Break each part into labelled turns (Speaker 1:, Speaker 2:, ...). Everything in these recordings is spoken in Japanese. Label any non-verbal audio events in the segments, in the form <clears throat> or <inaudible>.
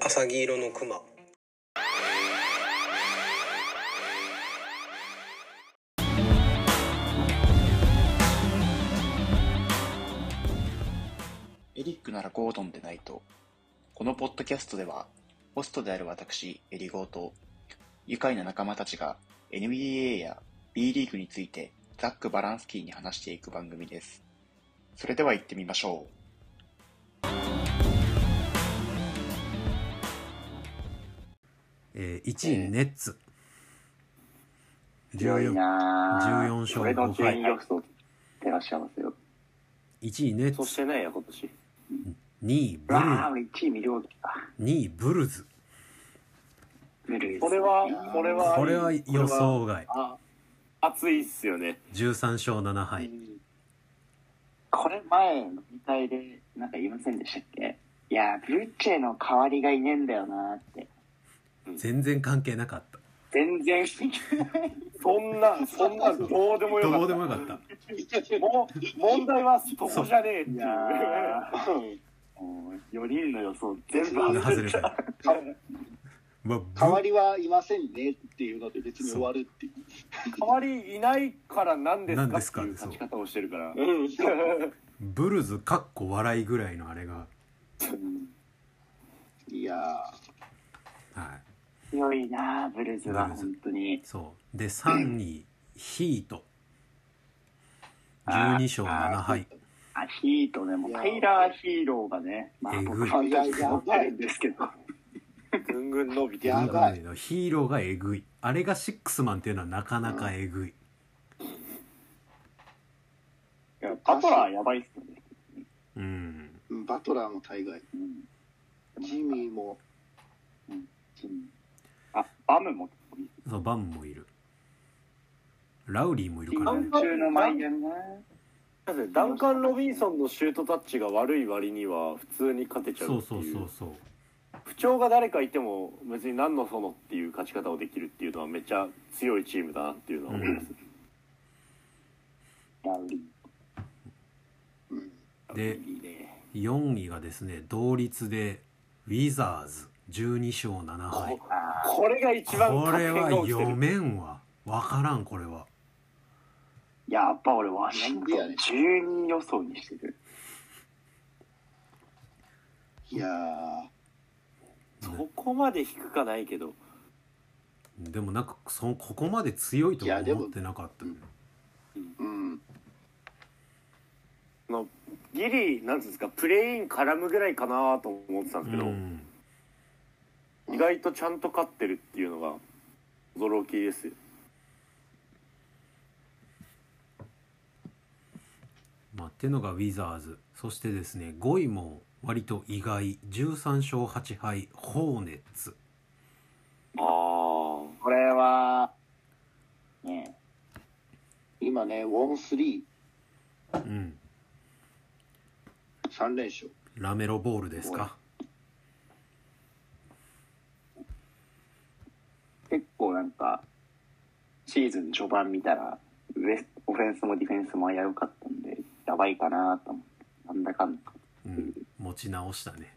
Speaker 1: はさぎ色のクマ
Speaker 2: エリックならゴードンでないと。このポッドキャストでは、ホストである私、エリゴーと、愉快な仲間たちが NBA や B リーグについてざっくばらんすきーに話していく番組です。それでは行ってみましょう。
Speaker 3: えー、1位ネッツ、
Speaker 2: 強いな
Speaker 3: 14勝
Speaker 2: これの
Speaker 3: 5
Speaker 2: 順位
Speaker 3: 敗
Speaker 2: 予想照らし合わせよ。
Speaker 3: 1位ネッ
Speaker 4: そう
Speaker 3: ツ
Speaker 4: してないや今年
Speaker 3: 2位ブル
Speaker 2: わあ、俺1位見るわけか。
Speaker 3: 2位ブルズ
Speaker 2: 無理です
Speaker 4: これはこれは
Speaker 3: これは予想外
Speaker 4: あ熱いっすよね
Speaker 3: 13勝7敗
Speaker 2: これ前、飲み会でなんか言いませんでしたっけいやー、ブルッチェの代わりがいねえんだよなーって。
Speaker 3: 全然関係なかった
Speaker 2: 全然、
Speaker 4: そんなんそんなんどうでもよか
Speaker 3: ど
Speaker 4: っ
Speaker 3: うでもよかった
Speaker 4: たもう問題はそこじゃねえってい
Speaker 2: いうや
Speaker 4: <laughs>
Speaker 2: ー、もう4人の予想全部
Speaker 3: あ
Speaker 2: 外
Speaker 3: の
Speaker 2: れ
Speaker 3: 外れた、まあ、
Speaker 5: 代わ
Speaker 3: ぶ
Speaker 5: りはいませんねっていうので別に終わるっていう
Speaker 4: 代わりいないからなんです
Speaker 3: なん
Speaker 4: か
Speaker 3: です
Speaker 4: って
Speaker 3: か
Speaker 4: いう勝ち方をしてるから
Speaker 3: ブルズかっこ笑いぐらいのあれが、
Speaker 5: いや
Speaker 3: は
Speaker 2: 強いなあブルズは本当に
Speaker 3: い、そうで3位ヒート12勝7敗
Speaker 2: あヒートねもう
Speaker 5: いや
Speaker 2: タイラー・ヒーローがねまあ
Speaker 3: えぐい
Speaker 2: 僕は思ってるんですけど
Speaker 4: ぐんぐん伸び
Speaker 5: ー
Speaker 4: て
Speaker 5: やばい
Speaker 3: ヒーローがえぐいあれがシックスマンっていうのはなかなかえぐい
Speaker 2: いやパトラーやばいっすよね
Speaker 3: うん
Speaker 5: うんバトラーも大概
Speaker 2: うん
Speaker 5: ジミーも
Speaker 2: あバムも
Speaker 3: そうバンもいるラウリーもいる
Speaker 2: シ
Speaker 3: から
Speaker 2: ー
Speaker 3: ね
Speaker 2: ズン中のマイアミな
Speaker 4: ダンカン・ロビンソンのシュートタッチが悪い割には普通に勝てちゃ
Speaker 3: そうう
Speaker 4: って
Speaker 3: そ
Speaker 4: いうう
Speaker 3: そうそう
Speaker 4: 不調が誰かいても別に何のそのっていう勝ち方をできるっていうのはめっちゃ強いチームだなっていうのは思います、
Speaker 2: ラウリ
Speaker 3: で
Speaker 4: いいね
Speaker 3: 4位がですね同率でウィザーズ12勝7敗
Speaker 4: これが一番
Speaker 3: これは
Speaker 4: が起きて
Speaker 3: 読
Speaker 4: る
Speaker 3: めんわ分からんこれは
Speaker 2: ーやっぱ俺ワシントン12予想にしてる
Speaker 5: いや
Speaker 4: そこまで低かないけど
Speaker 3: でもなんかそのここまで強いとはい
Speaker 5: やでも
Speaker 3: 思ってなかったよね
Speaker 5: ーうん
Speaker 4: あのギリなんていうんですかプレイン絡むぐらいかなと思ってたんですけど、
Speaker 3: うん
Speaker 4: 意外とちゃんと勝ってるっていうのが驚きですよ
Speaker 3: まあ、ってのがウィザーズそしてですね5位も割と意外13勝8敗ホーネッツ
Speaker 4: あ
Speaker 2: これはね
Speaker 5: 今ねウォン33
Speaker 3: うん
Speaker 5: 連勝
Speaker 3: ラメロボールですか
Speaker 2: 結構なんかシーズン序盤見たらウェスオフェンスもディフェンスも危うかったんでやばいかなと思ってなんだかんだ
Speaker 3: うん持ち直したね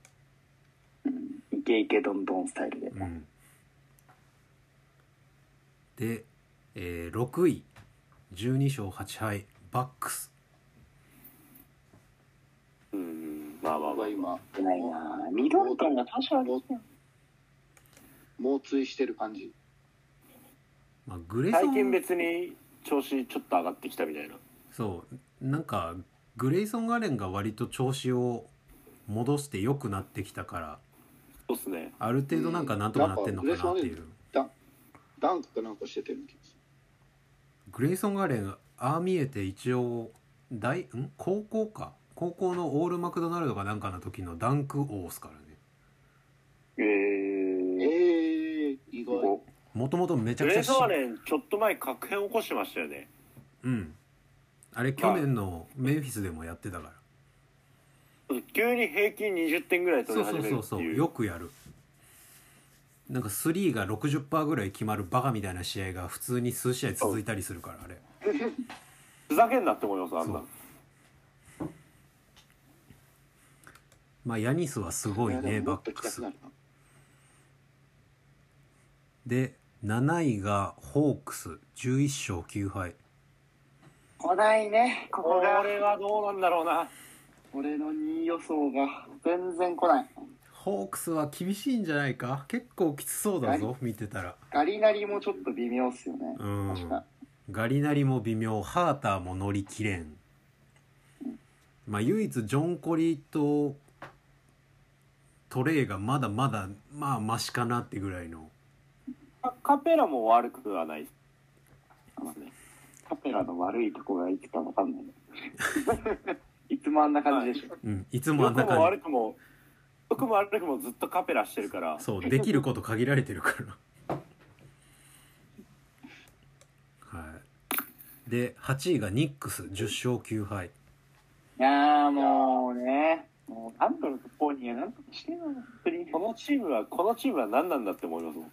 Speaker 2: イケイケどんどんスタイルで、
Speaker 3: うんで、えー6位12勝8敗バックス
Speaker 4: ーうんまあまあ
Speaker 5: 僕
Speaker 4: まあ
Speaker 5: は今
Speaker 2: 少ないなミドルトンが多少ある
Speaker 5: 猛追してる感じ
Speaker 3: まあ、グレイソ
Speaker 4: 最近
Speaker 3: ン
Speaker 4: 別に調子ちょっと上がってきたみたいな
Speaker 3: そうなんかグレイソン・アレンが割と調子を戻して良くなってきたから
Speaker 4: そうっすね
Speaker 3: ある程度なんかなんとかなってんのかなって
Speaker 5: うんなんかグレイソンアレ
Speaker 3: い
Speaker 5: ン
Speaker 3: う
Speaker 5: ダンダンクかなんかしてたような気がす
Speaker 3: グレイソン・アレンああ見えて一応大ん高校か高校のオールマクドナルドかなんかの時のダンク王っすからね
Speaker 2: え
Speaker 5: る
Speaker 2: ー、
Speaker 5: えー、意外
Speaker 2: こ
Speaker 3: もともとめちゃ
Speaker 4: グ
Speaker 3: くちゃ
Speaker 4: レーソーレンちょっと前確変起こしてましたよね
Speaker 3: うんあれ去年のメンフィスでもやってたから
Speaker 4: 急に平均20点ぐらい取
Speaker 3: そう
Speaker 4: り
Speaker 3: そ
Speaker 4: 始
Speaker 3: うそう
Speaker 4: めるって
Speaker 3: そう
Speaker 4: いう
Speaker 3: よくやるなんかスリーが60%ぐらい決まるバカみたいな試合が普通に数試合続いたりするからあれ
Speaker 4: ふざけんなって思いますあん
Speaker 3: そ
Speaker 4: な
Speaker 3: うまあヤニスはすご
Speaker 5: い
Speaker 3: い
Speaker 5: やで
Speaker 3: ね
Speaker 5: もも
Speaker 3: バ
Speaker 5: っと
Speaker 3: ッ
Speaker 5: 来
Speaker 3: ク
Speaker 5: たく
Speaker 3: ス
Speaker 5: なるな
Speaker 3: で7位がホークス11勝9敗
Speaker 5: 来ないね、ここ
Speaker 4: こ
Speaker 5: が。
Speaker 4: れはどうなんだろうな
Speaker 5: 俺の2位予想が全然来ない。
Speaker 3: ホークスは厳しいんじゃないか結構きつそうだ
Speaker 5: は
Speaker 3: ぞ見てたら
Speaker 5: ガリナリもちょっと微妙っすよね。
Speaker 3: うん
Speaker 5: 確か。
Speaker 3: ガリナリも微妙ハーターも乗り切れんまあ唯一ジョン・コリーとトレイがまだまだまあマシかなってぐらいの
Speaker 4: カカペラも悪くはない
Speaker 5: カペラの悪いとこがいつかわか
Speaker 1: <laughs>
Speaker 5: んない。いつもあんな感じでしょ。
Speaker 3: うんいつもあ
Speaker 4: 良
Speaker 3: んな
Speaker 4: くも
Speaker 3: 感
Speaker 4: 悪くも良くも悪くもずっとカペラしてるから
Speaker 3: じそうできること限られてるからはいで8位がニックス10勝9敗
Speaker 5: いやーもうね、もうなんとかポニーがなんとかしてよ、本当に。
Speaker 4: このチームはこのチームは何なんだって思いますもん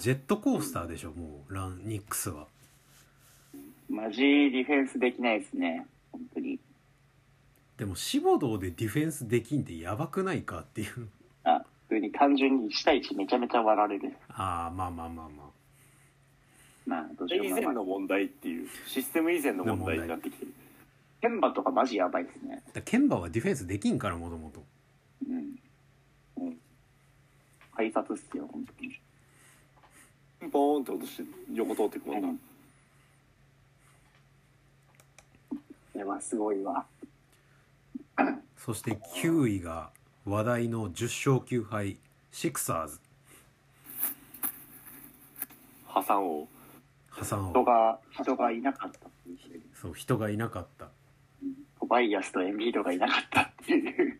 Speaker 3: ジェットコースターでしょもうランニックスは
Speaker 5: マジディフェンスできないですね、本当に。
Speaker 3: でも志望堂でディフェンスできんってやばくないかっていう
Speaker 5: あ、普通に単純に1対1めちゃめちゃ割られる。
Speaker 3: ああまあまあまあま
Speaker 5: まあ、どうし
Speaker 4: そ
Speaker 5: よ
Speaker 4: れ
Speaker 5: う
Speaker 4: 以
Speaker 5: も
Speaker 4: 前
Speaker 5: ない。
Speaker 4: の問題っていうシステム以前の問題になってきてる
Speaker 5: ケンバとかマジやばいですね
Speaker 3: あ。だケンバはディフェンスできんからもともと
Speaker 5: うん。うん。改札っすよ、本当に。
Speaker 4: ボーンって落として横通ってくもんな、
Speaker 5: うんこれはすごいわ。
Speaker 3: そして9位が話題の10勝9敗シクサーズ
Speaker 4: 破産王
Speaker 3: 破産
Speaker 5: 人
Speaker 3: を
Speaker 5: が、人がいなかったっていう。
Speaker 3: そう人がいなかった
Speaker 5: トバイアスとエンビードがいなかったっていう。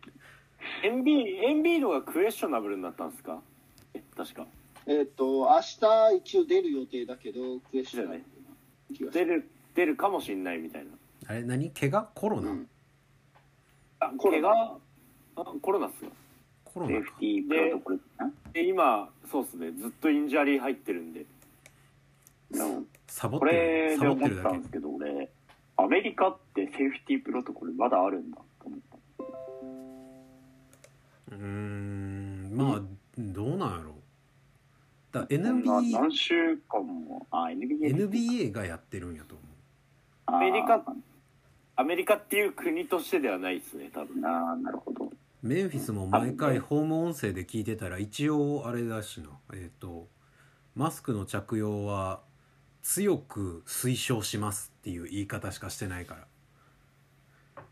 Speaker 4: エンビエンビードがクエスチョナブルになったんですかえ確か
Speaker 1: えっ、と、明日一応出る予定だけど、クエスチョン気がす
Speaker 4: 出
Speaker 1: る。
Speaker 4: る出るかもしんないみたいな
Speaker 3: あれ何怪我コロナ、
Speaker 1: うん
Speaker 4: あ
Speaker 5: コロナ
Speaker 4: 怪我あコロナっすよ
Speaker 3: コロ
Speaker 5: セ
Speaker 3: ナ
Speaker 5: ー
Speaker 3: か
Speaker 5: フティープロトコルかな
Speaker 4: で今そうっすねずっとインジャリー入ってるんで
Speaker 3: サボっ
Speaker 5: こ
Speaker 3: てる
Speaker 5: れ
Speaker 3: サ
Speaker 5: で
Speaker 3: ボって
Speaker 5: 思っ
Speaker 3: るだ
Speaker 5: た
Speaker 3: け
Speaker 5: んですけど俺アメリカってセーフティープロトコルまだあるんだと思った
Speaker 3: うーんまあ、どうなんやろ
Speaker 5: こ
Speaker 3: だ
Speaker 5: んな
Speaker 3: NBA,
Speaker 5: 何週間もあ NBA か
Speaker 3: NBA がやってるんやと思
Speaker 5: あー
Speaker 4: アメリカアメリカっていう国としてではないですね多分
Speaker 5: あーなるほど
Speaker 3: うメンフィスも毎
Speaker 5: あ
Speaker 3: 回
Speaker 5: ね
Speaker 3: ホーム音声で聞いてたら一応あれだしなえっ、とマスクの着用は強く推奨しますっていう言い方しかしてないから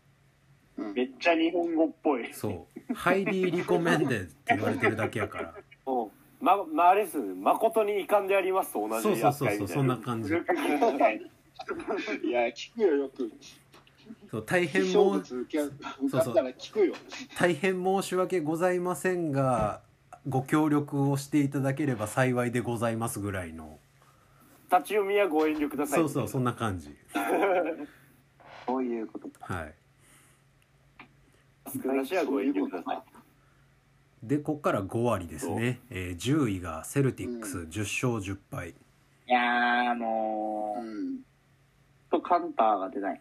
Speaker 1: うん
Speaker 5: めっちゃ日本語っぽい
Speaker 3: そう「ハイリーリコメンデ」って言われてるだけやから
Speaker 4: もうま、まあれですね誠に遺憾でありますと同
Speaker 3: そう
Speaker 4: じ
Speaker 3: そうそ
Speaker 4: 扱
Speaker 3: う
Speaker 4: い
Speaker 3: そう
Speaker 4: みた
Speaker 3: そ
Speaker 4: い
Speaker 3: んな
Speaker 4: な
Speaker 3: 感
Speaker 5: <laughs>
Speaker 3: じ
Speaker 1: いや、聞くよ、よく。
Speaker 3: そう大変
Speaker 1: 勝
Speaker 3: もう
Speaker 1: 物受け受かったら聞くよ。
Speaker 3: 大変申し訳ございませんがご協力をしていただければ幸いでございますぐらいの
Speaker 4: 立ち読みはご遠慮ください
Speaker 3: そうそうそんな感じ
Speaker 5: そういうこと
Speaker 3: はい
Speaker 4: 話はご遠慮ください
Speaker 3: でこっから5割ですね、えー10位がセルティックス10勝10敗
Speaker 5: いやーもう、
Speaker 1: う
Speaker 5: ち
Speaker 1: ん。
Speaker 5: ょっとカンターが出ない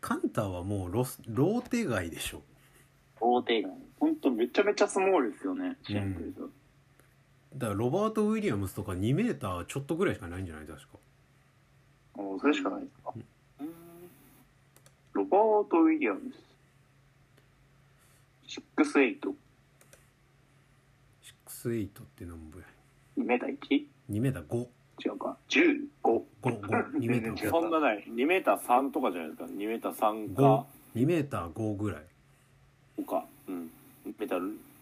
Speaker 3: カンタはもうロスローテ外でしょ
Speaker 5: 大手以外本当めちゃめちゃスモールですよね
Speaker 3: うん
Speaker 5: シンプルと
Speaker 3: だからロバート・ウィリアムスとか2メーターちょっとぐらいしかないんじゃない確か
Speaker 5: おーそれしかないですか
Speaker 4: うん
Speaker 5: ロバート・ウィリアムス6-8
Speaker 3: 68って何ぼや
Speaker 5: 2メーター 1?
Speaker 3: 2メーター5
Speaker 5: 違うか15
Speaker 3: 2メーター
Speaker 5: 全然違
Speaker 3: 5
Speaker 5: う
Speaker 4: そんなない2メーター3とかじゃないですか2メーター3
Speaker 3: 5
Speaker 4: か
Speaker 3: 2メーター5ぐらい
Speaker 4: とかうん2メーター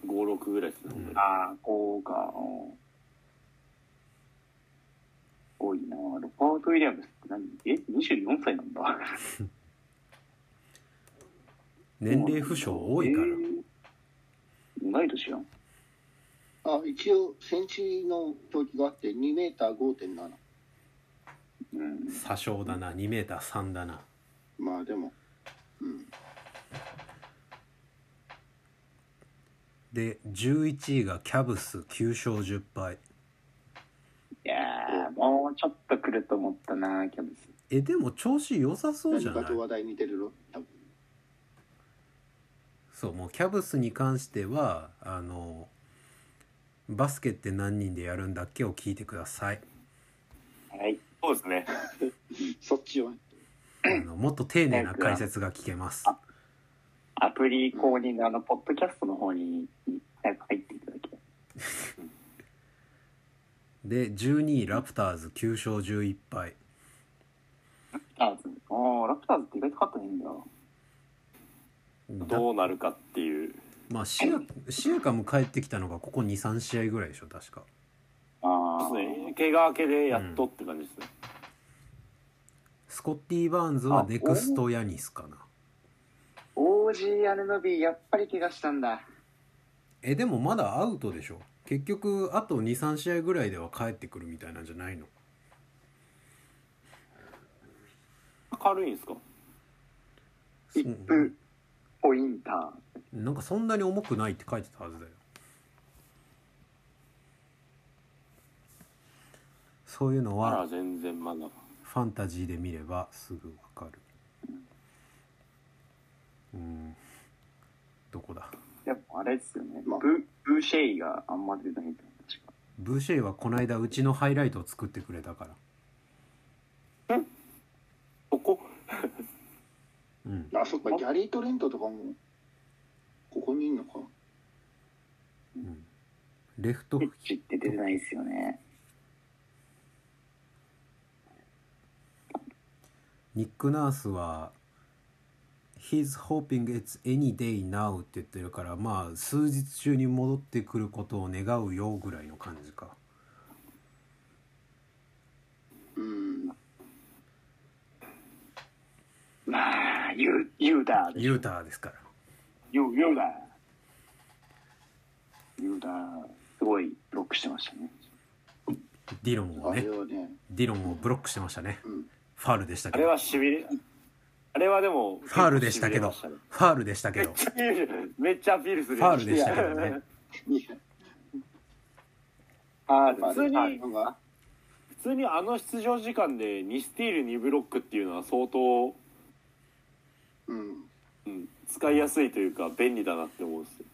Speaker 4: 56ぐらいですね、
Speaker 3: うん
Speaker 5: ああこうかうん多いなロバート・ウィリアムスって何え24歳なんだ
Speaker 3: 年齢不詳多いから、
Speaker 5: えー同い年やん
Speaker 1: あ、一応、戦地の表記があって、2メーター5.7。
Speaker 5: うん
Speaker 3: 詐称だな2メーター3だな
Speaker 1: まあでも、うん。
Speaker 3: で11位がキャブス9勝10敗
Speaker 5: いやーもうちょっと来ると思ったなキャベツ
Speaker 3: えでも調子良さそうじ
Speaker 1: 何
Speaker 3: ゃな
Speaker 1: か
Speaker 3: い
Speaker 1: と話題に出るろ。多分
Speaker 3: そうもうキャブスに関してはあのバスケって何人でやるんだっけを聞いてください。
Speaker 6: はい。
Speaker 4: そうですね。
Speaker 1: そっちは
Speaker 3: あのもっと丁寧な解説が聞けます。
Speaker 6: アプリ購入のあの、ポッドキャストの方に、早く入っていただきたい。
Speaker 3: で、12位ラプターズ9勝11敗。
Speaker 6: ラプターズ。おー、ラプターズって意外と勝ってないんだ。
Speaker 3: だ
Speaker 4: どうなるかっていう。
Speaker 3: まあシュー、シューカム帰ってきたのがここ2、3試合ぐらいでしょ、確か。
Speaker 6: あ
Speaker 4: そうです
Speaker 6: ー。
Speaker 4: ね。怪我明けでやっとって感じですね。
Speaker 3: スコッティ・バーンズはネクスト・ヤニスかな。
Speaker 6: OG アルノビー、やっぱり怪我したんだ。
Speaker 3: え、でもまだアウトでしょ。結局、あと2、3試合ぐらいでは帰ってくるみたいなんじゃないの
Speaker 4: 軽いんですか
Speaker 6: 一
Speaker 3: うん
Speaker 6: 分ポインター。
Speaker 3: なんかそんなに重くないって書いてたはずだよそういうの
Speaker 4: あら、
Speaker 3: は
Speaker 4: 全然まだ。
Speaker 3: ファンタジーで見ればすぐわかるうんどこだ
Speaker 6: でもあれですよね。
Speaker 1: まあ
Speaker 6: ブブーシェイがあんま出てないんだ確か。
Speaker 3: ブーシェイはこの間うちのハイライトを作ってくれたから
Speaker 4: ここ
Speaker 3: うん
Speaker 1: あそっかギャリー・トレントとかもここにいんのか
Speaker 3: うんレフト
Speaker 6: ピッチって出てないですよね。
Speaker 3: ニック・ナースは「He's hoping it's any day now」って言ってるからまあ数日中に戻ってくることを願うよぐらいの感じか
Speaker 1: うん
Speaker 6: まあ、ユユーダーでしょ。
Speaker 3: ユーターですから
Speaker 6: ユユーダー。ユーダー、すごいブロックしてましたね。
Speaker 3: ディロンを
Speaker 1: あ
Speaker 3: ね
Speaker 1: れはね
Speaker 3: ディロンをブロックしてましたね
Speaker 1: うん
Speaker 3: ファールでした
Speaker 4: あ
Speaker 3: け
Speaker 4: れ
Speaker 3: ど
Speaker 4: はしびれ、あれはでも、
Speaker 3: ファールでしたけど
Speaker 4: 結構痺れ
Speaker 3: ファールでしたけどフ
Speaker 4: ましたねめっちゃアピールする
Speaker 3: ァールでしたけどね
Speaker 1: いや
Speaker 6: あ
Speaker 1: まあ
Speaker 4: 普通に
Speaker 1: あのが
Speaker 4: 普通にあの出場時間で2スティール2ブロックっていうのは相当、
Speaker 1: うん
Speaker 4: うん、使いやすいというか便利だなって思うんですよ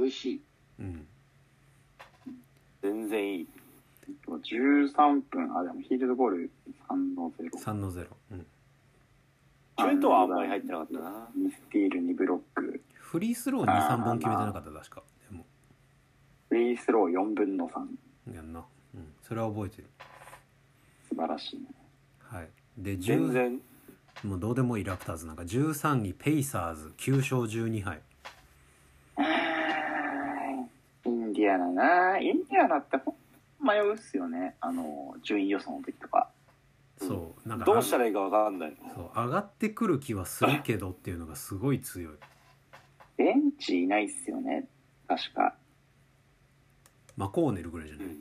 Speaker 1: 美味しい
Speaker 3: うん
Speaker 4: 全然いい
Speaker 6: 13分、あ、でもヒールドゴール3の0。
Speaker 3: 3の0、うん、
Speaker 4: シュートはあんまり入ってなかったな
Speaker 6: ミスティール2ブロック、
Speaker 3: フリースロー23本決めてなかった確かでも
Speaker 6: フリースロー4分の3。
Speaker 3: やんな、うん、それは覚えてる
Speaker 6: 素晴らしいね。
Speaker 3: はいで
Speaker 4: 全
Speaker 3: 10
Speaker 4: 然
Speaker 3: もうどうでもいいラプターズなんか13位ペイサーズ9勝12敗
Speaker 6: インディアナなインディアナってほんと迷うっすよね。あの、順位予想の時とか。
Speaker 3: そうなんか
Speaker 4: どうしたらいいか分かんない
Speaker 3: そう上がってくる気はするけどっていうのがすごい強い
Speaker 6: ベンチいないっすよね。確か。
Speaker 3: マコーネルぐらいじゃない、
Speaker 4: うん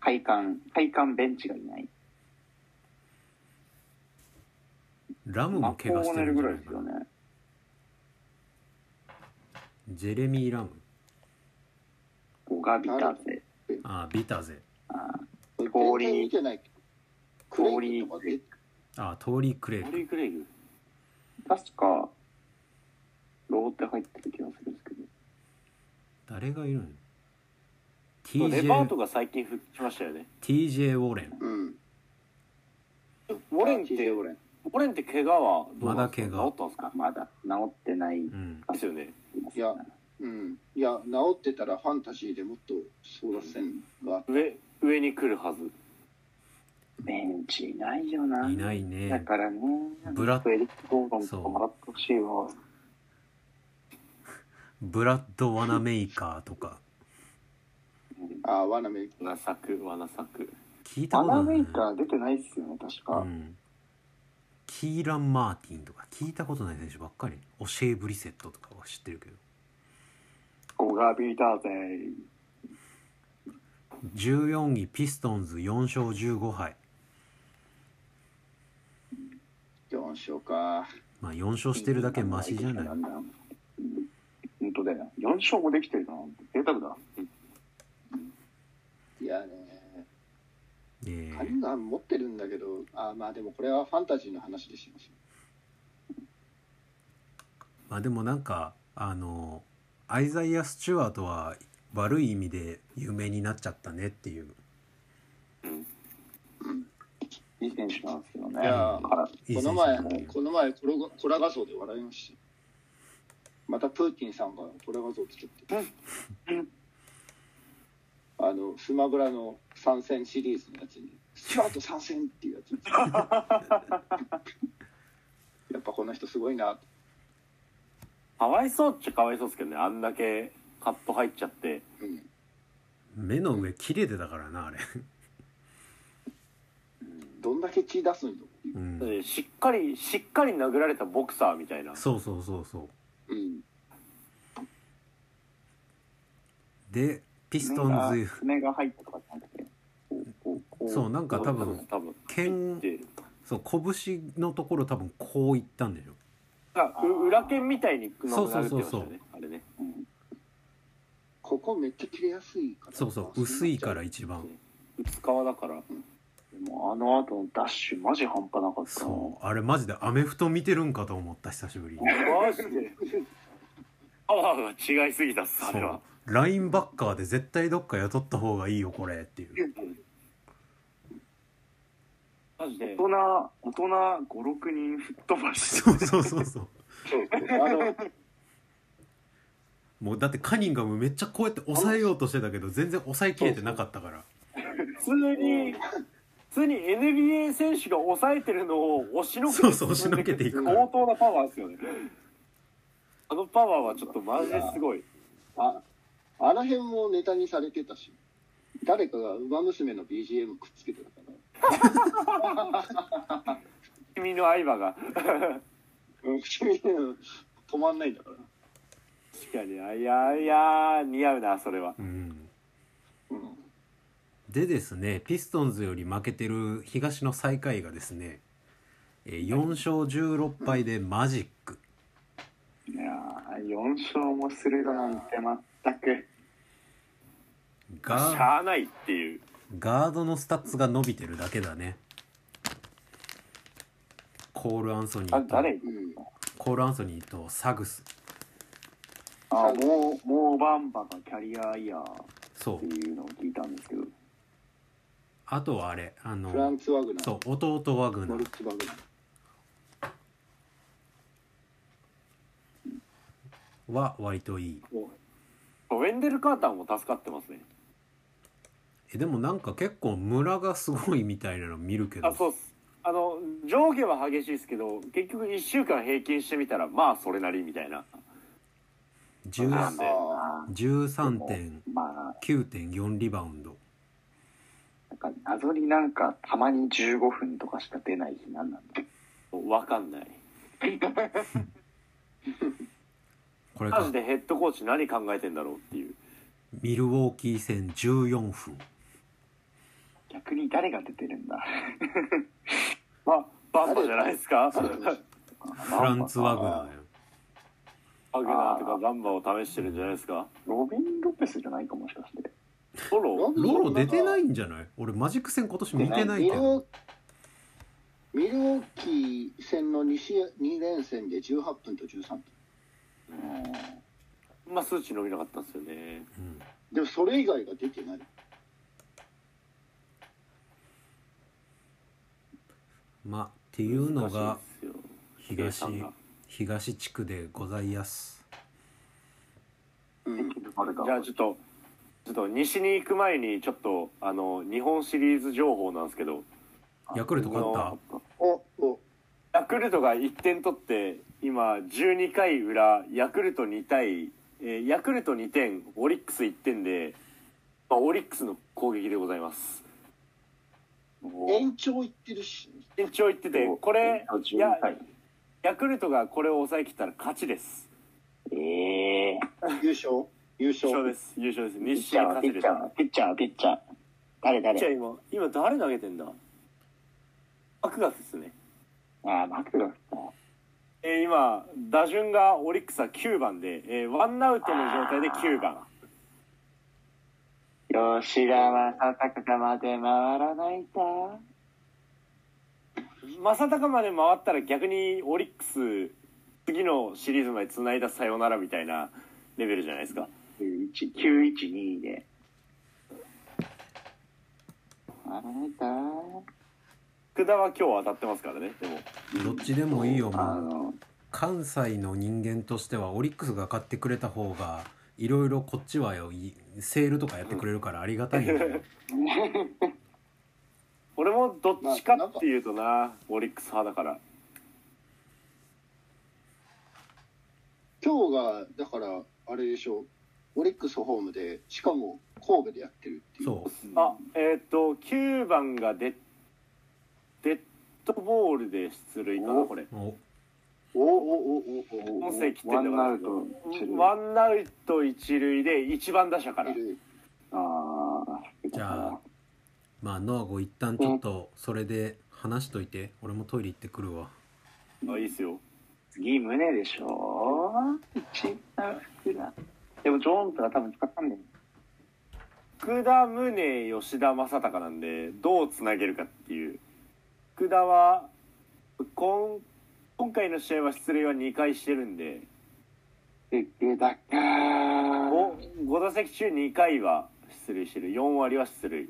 Speaker 6: 体感、体感ベンチがいない。
Speaker 3: ラム
Speaker 6: マ
Speaker 3: も
Speaker 6: コ
Speaker 3: 怪我し
Speaker 6: ー
Speaker 3: て
Speaker 6: ネ
Speaker 3: る
Speaker 6: ル
Speaker 3: んじ
Speaker 6: ぐ
Speaker 3: ゃないいか
Speaker 6: らですよ
Speaker 3: な
Speaker 6: ね。
Speaker 3: ジェレミー・ラム
Speaker 6: オガビタゼ。
Speaker 3: ああビタゼ
Speaker 6: あ
Speaker 1: 氷見てない
Speaker 6: 氷
Speaker 1: 氷
Speaker 3: ああトーリー・クレイ
Speaker 4: オ
Speaker 3: ク
Speaker 4: リー・クレイグ
Speaker 6: 確か、ローテ入ってる気がするんですけど。
Speaker 3: 誰がいるの
Speaker 4: レバート
Speaker 3: ?TJ、
Speaker 4: が最近復帰しましたよね
Speaker 3: TJ ウォレン。
Speaker 1: うん
Speaker 4: ウォレンって
Speaker 1: で
Speaker 4: ウ
Speaker 1: オレン
Speaker 4: ォレンって怪我はどうなんですか
Speaker 3: まだ怪我
Speaker 4: 治ったんですか
Speaker 6: あまだ治ってない
Speaker 3: うん。
Speaker 4: ですよね
Speaker 1: いやうんいや治ってたらファンタジーでもっと争奪戦が
Speaker 4: 上上に来るはず
Speaker 6: ベンチいないよな。
Speaker 3: いない
Speaker 6: だ
Speaker 3: ね。
Speaker 6: からね、
Speaker 3: ブラ
Speaker 6: エリック・ゴードンとかもらってほしいわ。
Speaker 3: ブラッド・ワナメイカーとか。
Speaker 1: あワナメイク
Speaker 4: 罠作罠作
Speaker 3: 聞いた
Speaker 6: ア
Speaker 3: こと
Speaker 6: ナ
Speaker 3: な
Speaker 6: メ
Speaker 3: い
Speaker 6: イ。カー出てないっすよね、確
Speaker 3: う
Speaker 6: か。
Speaker 3: ん。キーラン・マーティンとか聞いたことない選手ばっかり。オシェー・ブリセットとかは知ってるけど。
Speaker 6: ゴガビーターゼ
Speaker 3: 14位ピストンズ4勝15敗。
Speaker 1: 4勝か
Speaker 3: まあ4勝してるだけマシじゃない。
Speaker 6: んだ本当だよ。4勝もできてるな。贅沢だ。
Speaker 1: いやね
Speaker 3: え
Speaker 1: カリ
Speaker 3: ー
Speaker 1: ンガン持ってるんだけどあまあでもこれはファンタジーの話でしましょ
Speaker 3: まあでもなんか、あの、アイザイア・スチュワートは悪い意味で有名になっちゃったねっていう
Speaker 5: いい選手なんですよね。
Speaker 1: いやー
Speaker 5: から
Speaker 3: いい選手
Speaker 1: この前
Speaker 3: だね、
Speaker 1: この前コラガ、コラ画像で笑いましたよ。またプーティンさんがコラ画像作って。あの、スマブラの参戦シリーズのやつに、スチュワート参戦っていう
Speaker 5: <laughs>
Speaker 1: やつ。やっぱこの人すごいな。
Speaker 4: かわいそうっちゃかわいそうですけどねあんだけカット入っちゃって
Speaker 1: うん。
Speaker 3: 目の上切れてたからなあれ、
Speaker 1: どんだけ血出すんだっていうう。
Speaker 3: ん、
Speaker 4: でしっかりしっかり殴られたボクサーみたいな
Speaker 3: そうそうそうそう
Speaker 1: うん。
Speaker 3: でピスト
Speaker 5: 爪が
Speaker 3: ンズ
Speaker 5: 爪が入ったとかじゃなくて、こうこうこう
Speaker 3: そうなんか多分
Speaker 4: 多分
Speaker 3: 剣
Speaker 4: で
Speaker 3: そう拳のところ多分こういったんでしょ
Speaker 4: なんかう裏剣みたいに
Speaker 3: そ
Speaker 4: な
Speaker 3: うそ
Speaker 4: な
Speaker 3: う
Speaker 4: れて
Speaker 3: そう
Speaker 4: まし
Speaker 3: そ
Speaker 4: た
Speaker 3: う
Speaker 4: よねあれね
Speaker 5: うん
Speaker 1: ここめっちゃ切れやすいから。
Speaker 3: そうそう薄いから一番
Speaker 4: 薄皮だから
Speaker 5: でもあの後のダッシュマジ半端なかったな。
Speaker 3: そうあれマジでアメフト見てるんかと思った久しぶりに
Speaker 4: マジでパワーが違いすぎたっすあ
Speaker 3: そ
Speaker 4: れ
Speaker 3: う
Speaker 4: は
Speaker 3: ラインバッカーで絶対どっか雇った方がいいよこれっていう
Speaker 4: マ
Speaker 5: 大
Speaker 4: ジで
Speaker 5: 人、大人5、6人吹っ飛ばして、
Speaker 3: そうそうそうそう
Speaker 1: そうそうあの、
Speaker 3: もうだってカニンガムめっちゃこうやって抑えようとしてたけど全然抑えきれてなかったから
Speaker 4: 普通に普通に NBA 選手が抑えてるのを押しのけて
Speaker 3: そうそう押しのけていくから
Speaker 4: 相当なパワーですよねあのパワーはちょっとマジですごい
Speaker 1: ああの辺もネタにされてたし、誰かが馬娘の BGM くっつけてたから。
Speaker 4: 君の相葉が
Speaker 1: うん止まんないんだから。
Speaker 4: 確かにあいやいや似合うなそれは
Speaker 3: うん
Speaker 1: うん。
Speaker 3: でですねピストンズより負けてる東の最下位がですねえー4勝16敗でマジック
Speaker 5: いやー、4勝もするだなんて全く。
Speaker 4: し
Speaker 3: が
Speaker 4: ゃあないっていう
Speaker 3: ガードのスタッツが伸びてるだけだねコール・アンソニ
Speaker 5: あ
Speaker 3: ー、と
Speaker 5: 誰
Speaker 1: うん。
Speaker 3: コール・アンソニーとサグス
Speaker 5: あ、もう、もうバンバがキャリアイヤーっ
Speaker 3: そ
Speaker 5: て
Speaker 3: う
Speaker 5: いうのを聞いたんですけど、
Speaker 3: あとはあれあ
Speaker 1: フラン
Speaker 3: の
Speaker 1: ツ・ワグナー、
Speaker 3: そう弟ワグナ
Speaker 1: モル
Speaker 3: ー
Speaker 1: ッツ・ワグナー。
Speaker 3: は割といい
Speaker 4: ウェンデル・カーターも助かってますね
Speaker 3: えでもなんか結構ムラがすごいみたいなの見るけど
Speaker 4: あそうっすあの上下は激しいですけど結局1週間平均してみたらまあそれなりみたいななん
Speaker 3: 10
Speaker 4: で
Speaker 1: あ
Speaker 3: 13.9.4
Speaker 5: まあ、
Speaker 3: リバウンド
Speaker 5: なんか謎になんかたまに15分とかしか出ない日なんなんだ
Speaker 4: わかんない
Speaker 3: これ
Speaker 4: マジ
Speaker 3: が
Speaker 4: でヘッドコーチ何考えてんだろうっていう
Speaker 3: ミルウォーキー戦14分
Speaker 5: 逆に誰が出てるんだ
Speaker 4: まバンバじゃないですかバ
Speaker 1: あ
Speaker 4: グナー
Speaker 3: フランツ・ワグナーよ
Speaker 4: とかガンバを試してるんじゃないですか
Speaker 5: ロビン・ロペスじゃないかもしかして。
Speaker 4: ソロ
Speaker 3: ロロ出てないんじゃない俺マジック戦今年見てない
Speaker 1: ミ
Speaker 3: け
Speaker 1: ルウォ
Speaker 3: ど
Speaker 1: ーミルウォーキー戦の 2, 試合2連戦で18分と13分。
Speaker 4: まあ数値伸びなかったんですよね
Speaker 3: うん
Speaker 1: でもそれ以外が出てない。
Speaker 3: まあっていうのが
Speaker 4: 難しいです
Speaker 3: 東
Speaker 4: よヒゲさんが
Speaker 3: 東地区でございやす
Speaker 1: うん。
Speaker 5: 誰か
Speaker 4: じゃあちょっとちょっと西に行く前にちょっとあの日本シリーズ情報なんですけど
Speaker 3: ヤクルト勝った
Speaker 1: お、お、
Speaker 4: ヤクルトが1点取って今12回裏ヤクルト2対、えーヤクルト2点オリックス1点で、まあ、オリックスの攻撃でございます
Speaker 1: 延長いってるし。
Speaker 4: 延長いっててこれいや
Speaker 5: 12回。
Speaker 4: ヤクルトがこれを抑えきったら勝ちです
Speaker 5: ええ
Speaker 1: 優勝
Speaker 4: 優
Speaker 1: 優
Speaker 4: 勝
Speaker 1: 勝。
Speaker 4: です優勝です
Speaker 5: ピ
Speaker 4: 日
Speaker 5: ッチャ
Speaker 4: 清
Speaker 5: ーは
Speaker 4: 勝
Speaker 5: ピッ
Speaker 4: ちで
Speaker 5: チ
Speaker 4: す
Speaker 5: ャーはピッチャーはピッチャー。誰
Speaker 4: じゃあ
Speaker 5: 誰
Speaker 4: 今今誰投げてんだマクガフですね、
Speaker 5: ああ、マクロスか。
Speaker 4: えー今打順がオリックスは9番で、えーワンアウトの状態で9番
Speaker 5: 吉田は坂かまで回らないか。
Speaker 4: 正尚まで回ったら逆にオリックス次のシリーズまで繋いだサヨナラみたいなレベルじゃないですか
Speaker 6: 91 912で。あれだ
Speaker 4: 福田は今日は当たってますからね、でも。
Speaker 3: どっちでもいいよ
Speaker 6: あ
Speaker 3: もう
Speaker 6: の、
Speaker 3: 関西の人間としてはオリックスが買ってくれた方がいろいろこっちはよいセールとかやってくれるからありがたいんだ <laughs> よ
Speaker 4: 俺もどっちかっていうとな、オリックス派だから。
Speaker 1: 今日がだからあれでしょオリックスホームでしかも神戸でやってるっていう
Speaker 3: そう
Speaker 4: あ、えーっと、9番がデッ、デッドボールで出塁かな、
Speaker 6: お
Speaker 4: これ。
Speaker 3: お
Speaker 1: おおおおおお
Speaker 4: 本
Speaker 1: お
Speaker 4: 線切って
Speaker 6: ワ
Speaker 4: んだか
Speaker 6: ンア
Speaker 4: ら
Speaker 6: ウ。ト一塁、
Speaker 4: ワンアウト一塁で1番打者から。
Speaker 6: ああ、
Speaker 3: じゃあまあノアゴ一旦ちょっとそれで話しといて俺もトイレ行ってくるわ
Speaker 4: あ、いいっすよ。
Speaker 6: 次、胸でしょ一番ふくら。でも、ジョーンズが多分使ったんだよね。
Speaker 4: 福田宗吉田正尚なんでどうつなげるかっていう福田は今今回の試合は出塁は2回してるんで
Speaker 6: で、下だか
Speaker 4: 5, 打席中2回は出塁してる4割は出塁
Speaker 1: い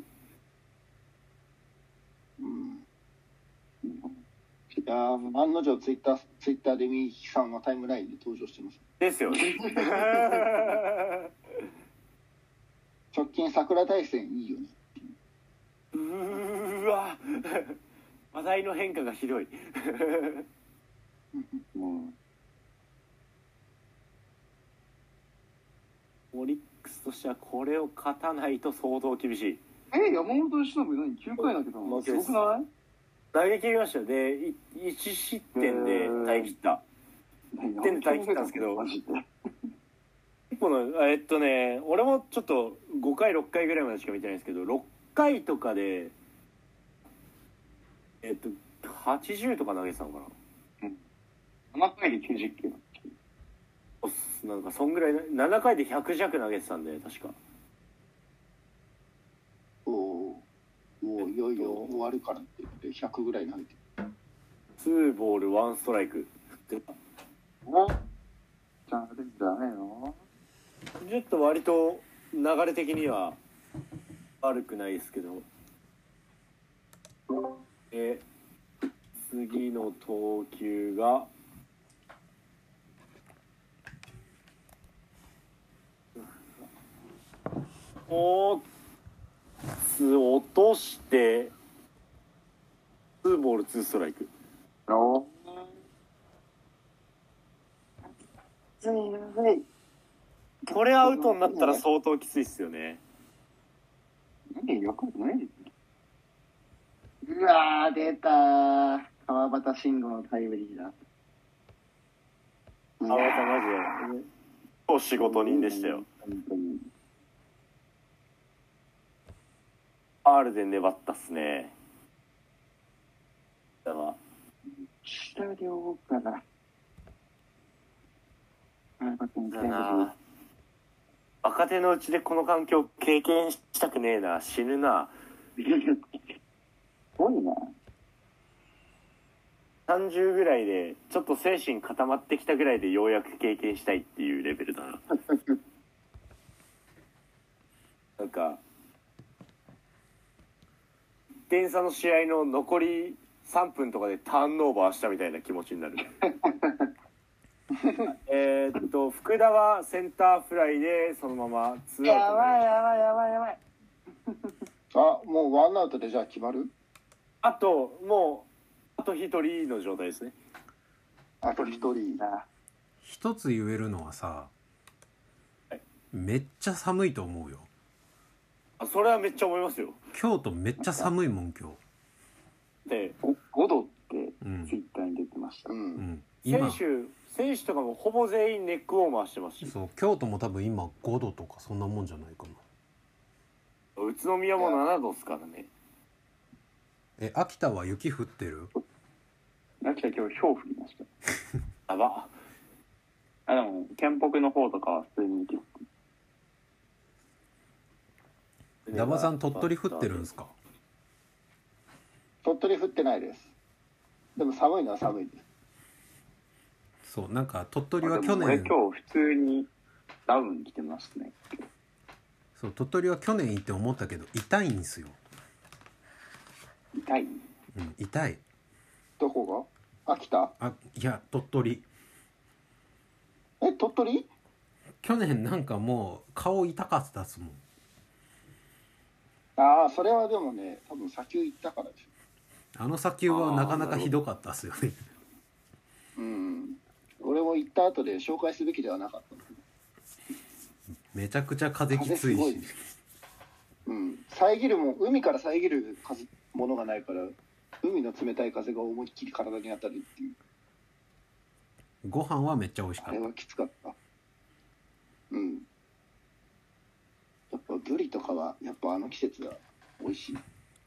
Speaker 1: やー案の定ツイッターツイッターでみきさんがタイムラインで登場してます
Speaker 4: です <laughs> よね
Speaker 1: 直近桜大戦いいよね
Speaker 4: うーわ <laughs> 話題の変化がひどい <laughs>
Speaker 6: もう、
Speaker 4: オリックスとしてはこれを勝たないと相当厳しい
Speaker 6: え、山本由伸何 ?9 回だけど
Speaker 4: 負け
Speaker 6: す
Speaker 4: で
Speaker 6: ご
Speaker 4: す
Speaker 6: くない
Speaker 4: 投げ切りましたよねい1失点で耐え切った
Speaker 6: 1
Speaker 4: 点で耐え切ったんですけど
Speaker 6: マジで。
Speaker 4: このえっとね俺もちょっと5回6回ぐらいまでしか見てないんですけど6回とかでえっと80とか投げてたのかな
Speaker 6: 7回で90球。
Speaker 4: おっすなんかそんぐらい7回で100弱投げてたんで確か
Speaker 1: おおもういよいよ終わるからって言って100ぐらい投げて
Speaker 4: 2ボール1ストライクで
Speaker 6: おじゃあ、でもダメよ。
Speaker 4: ちょっと割と流れ的には悪くないですけどえ次の投球がおーつ落としてツーボールツーストライク
Speaker 6: おついません。
Speaker 4: これアウトになったら相当きついっすよね
Speaker 6: 何ヤクルトないのうわー、出たー。川端慎吾のタイムリーだ。
Speaker 4: あなたマジで超仕事人でしたよ。
Speaker 6: 本当に。
Speaker 4: R で粘ったっすねだから
Speaker 6: 下両から。川端のタ
Speaker 4: だ
Speaker 6: イムリー
Speaker 4: な若手のうちでこの環境経験したくねえな死ぬ
Speaker 6: <laughs>
Speaker 4: な
Speaker 6: すごいな。
Speaker 4: 30ぐらいでちょっと精神固まってきたぐらいでようやく経験したいっていうレベルだななんか1点差の試合の残り3分とかでターンオーバーしたみたいな気持ち
Speaker 6: <laughs>
Speaker 4: になるえーっと福田はセンターフライでそのままツーアウトになりました
Speaker 6: やばいやばいやばい。
Speaker 1: あもうワンアウトでじゃあ決まる
Speaker 4: あともうあと一人の状態ですね
Speaker 1: あと一人
Speaker 6: な。
Speaker 3: 一つ言えるのはさ
Speaker 4: はい
Speaker 3: めっちゃ寒いと思うよ
Speaker 4: あそれはめっちゃ思いますよ
Speaker 3: 京都めっちゃ寒いもん今
Speaker 4: で
Speaker 6: 5度って
Speaker 3: 日うん
Speaker 6: ツイッターに出てました
Speaker 1: う。
Speaker 3: うんん今
Speaker 4: 選手選手とかもほぼ全員ネックウォーマーしてますし
Speaker 3: そう京都も多分今5度とかそんなもんじゃないかな
Speaker 4: 宇都宮も7度っすからね
Speaker 3: え秋田は雪降ってる
Speaker 6: なきゃ今日、ひょう降りました。
Speaker 4: やば
Speaker 6: あ、でも、県北の方とかは普通に行け
Speaker 3: ダバさん鳥取降ってるんですか
Speaker 1: 鳥取降ってないですでも寒いのは寒いです
Speaker 3: そうなんか鳥取は
Speaker 6: でも
Speaker 3: 去
Speaker 6: 俺
Speaker 3: 年
Speaker 6: 今日普通に
Speaker 5: ダウン来てますね。
Speaker 3: そう鳥取は去年行って思ったけど痛いんですよ、
Speaker 5: 痛い。
Speaker 3: うん、痛い
Speaker 1: どこが秋田
Speaker 3: あいや鳥取
Speaker 1: え鳥取
Speaker 3: 去年なんかもう顔痛かったっすもん
Speaker 1: ああそれはでもね多分砂丘行ったからです
Speaker 3: あの砂丘はなかなかひどかったっすよね <laughs>
Speaker 1: うん俺も行った後で紹介すべきではなかった
Speaker 3: めちゃくちゃ風きつい
Speaker 1: 風
Speaker 3: し
Speaker 1: すうん遮るもん海から遮る風ものがないから海の冷たい風が思いっきり体に当たるっていう
Speaker 3: ご飯はめっちゃ美味し
Speaker 1: あ
Speaker 3: かっ
Speaker 1: れはきつかったうんやっぱブリとかはやっぱあの季節が美味しい
Speaker 5: あ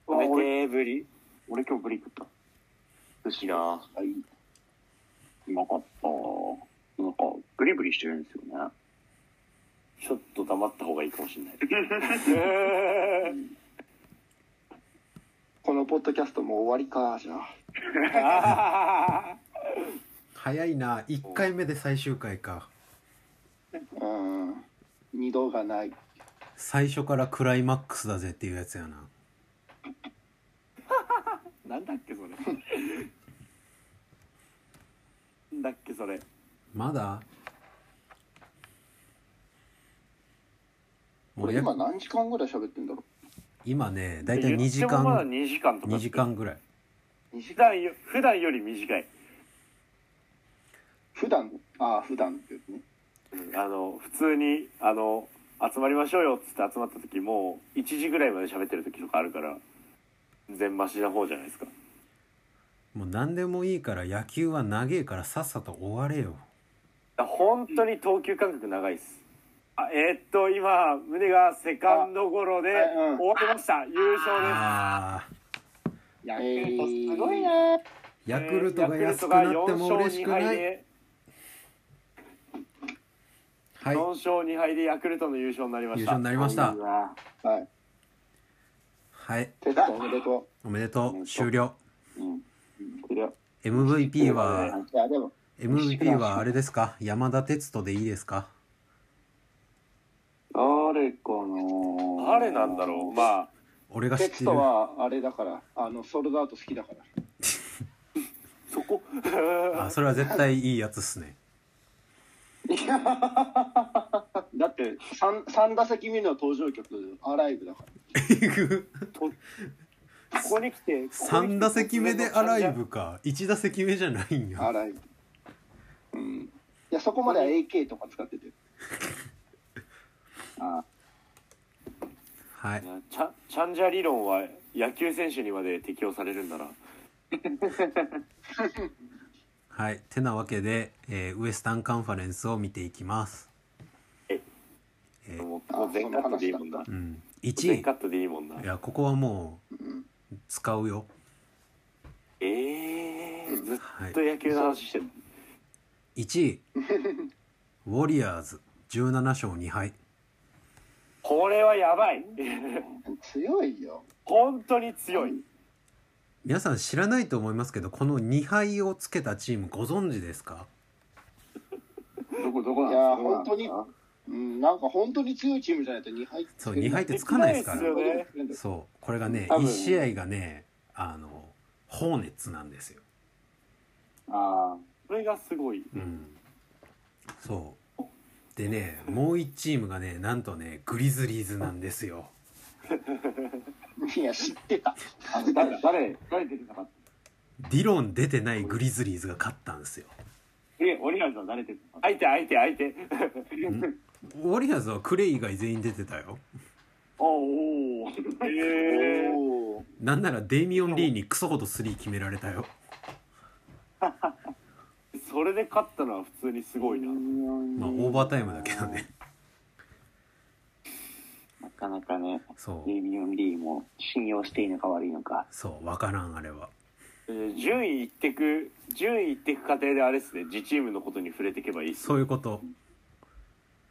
Speaker 5: 俺
Speaker 4: 埋めてぶり
Speaker 5: 俺今日ブリ食った。寿司
Speaker 4: いいな
Speaker 1: あいいう
Speaker 5: まかった。なんか、ブリブリしてるんですよね。
Speaker 4: ちょっと黙った方がいいかもしれない
Speaker 1: <laughs> このポッドキャストもう終わりかじゃあ
Speaker 4: あ
Speaker 3: た早いな1回目で最終回か
Speaker 1: うん二度がない
Speaker 3: 最初からクライマックスだぜっていうやつやな
Speaker 4: ーなんだっけそれなんだっけそれ
Speaker 3: まだもう
Speaker 1: 俺
Speaker 3: や
Speaker 1: 今何時間ぐらい喋ってんだろ
Speaker 3: 今ねだいたい2時
Speaker 4: 言ってもまだ
Speaker 3: 間
Speaker 4: 2時間とか
Speaker 3: 2時間ぐらいう
Speaker 1: 2時
Speaker 4: 普段よ普段より短い、
Speaker 1: 普段ああ普段ってね
Speaker 4: うんあの普通にあの集まりましょうよっつって集まった時もう1時ぐらいまで喋ってる時とかあるから全マシな方じゃないですか
Speaker 3: もう何でもいいから野球は長えからさっさと終われよ
Speaker 4: 本当に投球間隔長いですあえーっと今宗がセカンドゴロで
Speaker 1: あはいうん
Speaker 4: 終わりました優勝
Speaker 3: あー
Speaker 5: ヤ
Speaker 1: クルトすごい
Speaker 5: な
Speaker 3: ヤ
Speaker 4: です
Speaker 3: クルトが
Speaker 4: えーヤクル
Speaker 3: 安
Speaker 4: ト
Speaker 3: く
Speaker 4: が
Speaker 3: なっても嬉しくな
Speaker 4: 4勝2敗
Speaker 3: い
Speaker 4: で
Speaker 3: はい
Speaker 4: 4勝2敗でヤクルトの優勝になりま
Speaker 3: 優
Speaker 4: し
Speaker 3: 勝
Speaker 4: た
Speaker 3: になりました
Speaker 1: はい
Speaker 3: はい
Speaker 1: テストおめでと
Speaker 3: おめでとう終了
Speaker 5: うん。
Speaker 3: MVP
Speaker 1: う
Speaker 3: はい
Speaker 1: やでも
Speaker 3: MVP はあれですか山田哲人でいいですか
Speaker 5: 誰かな
Speaker 4: 誰なんだろうまあ
Speaker 3: 俺が知
Speaker 1: テ
Speaker 3: って
Speaker 1: ス
Speaker 3: る
Speaker 1: トはあれだからあのソールドアウト好きだから
Speaker 4: そこ
Speaker 3: あそれは絶対いいやつっすね
Speaker 1: だって 3, 三打席目の登場曲「アライブ」だから
Speaker 4: <laughs> ここに来て
Speaker 3: 3打席目でアライ
Speaker 4: ブ
Speaker 3: ブか1打席目じゃないん
Speaker 1: ア
Speaker 3: や
Speaker 1: ライブうんいやそこまでは AK とか使ってて
Speaker 5: あ
Speaker 3: はい
Speaker 4: チャチャンジャ理論は野球選手にまで適用されるんだな
Speaker 3: はいてなわけで、えーウエスタンカンファレンスを見ていきますえー
Speaker 4: もうもう全カットでいいもんな
Speaker 3: うん
Speaker 4: 全
Speaker 3: 1
Speaker 4: カットでいいもんな
Speaker 3: 位いやここはもう使うよ
Speaker 4: えー、ずっ
Speaker 3: はい
Speaker 4: と野球の話してる
Speaker 3: 1位ウォリアーズ17勝2敗
Speaker 4: これはやばい <laughs>
Speaker 1: 強いよ
Speaker 4: 本当に強い
Speaker 3: 皆さん知らないと思いますけどこの2敗をつけたチームご存知ですか
Speaker 5: どこどこなん
Speaker 1: いやー
Speaker 5: どこなん
Speaker 1: 本当にうんなんか本当に強いチームじゃないと2敗
Speaker 3: そう
Speaker 1: つけ
Speaker 3: 2敗ってつかないですから
Speaker 4: できないで
Speaker 3: そうこれがね
Speaker 5: 多分
Speaker 3: 1試合がねあのホーネッツなんですよ、
Speaker 5: あ
Speaker 4: これがすごい
Speaker 3: うん、そうでねもう1チームがねなんとねグリズリーズなんですよ
Speaker 1: いや知ってた
Speaker 5: ーあ誰誰誰出てなかっ
Speaker 3: ディロン出てないグリズリーズが勝ったんですよ
Speaker 5: たえ、オリアンズは誰出てなかっ
Speaker 4: 相手相手相 <laughs> 手
Speaker 3: ウォリアーズはクレイ以外全員出てたよ
Speaker 5: たおお
Speaker 3: <laughs>
Speaker 4: えー、
Speaker 1: おー
Speaker 3: なんならデイミオン・リーにクソほど3決められたよ
Speaker 4: それで勝ったのは普通にすごいな
Speaker 3: まあオーバータイムだけどね
Speaker 5: なかなかね、
Speaker 3: そう
Speaker 5: デイビオン・リーも信用していいのか悪いのか。
Speaker 3: そう分からんあれは
Speaker 4: えー順位いってく順位いってく過程であれですね自チームのことに触れていけばいいっす
Speaker 3: そういうこと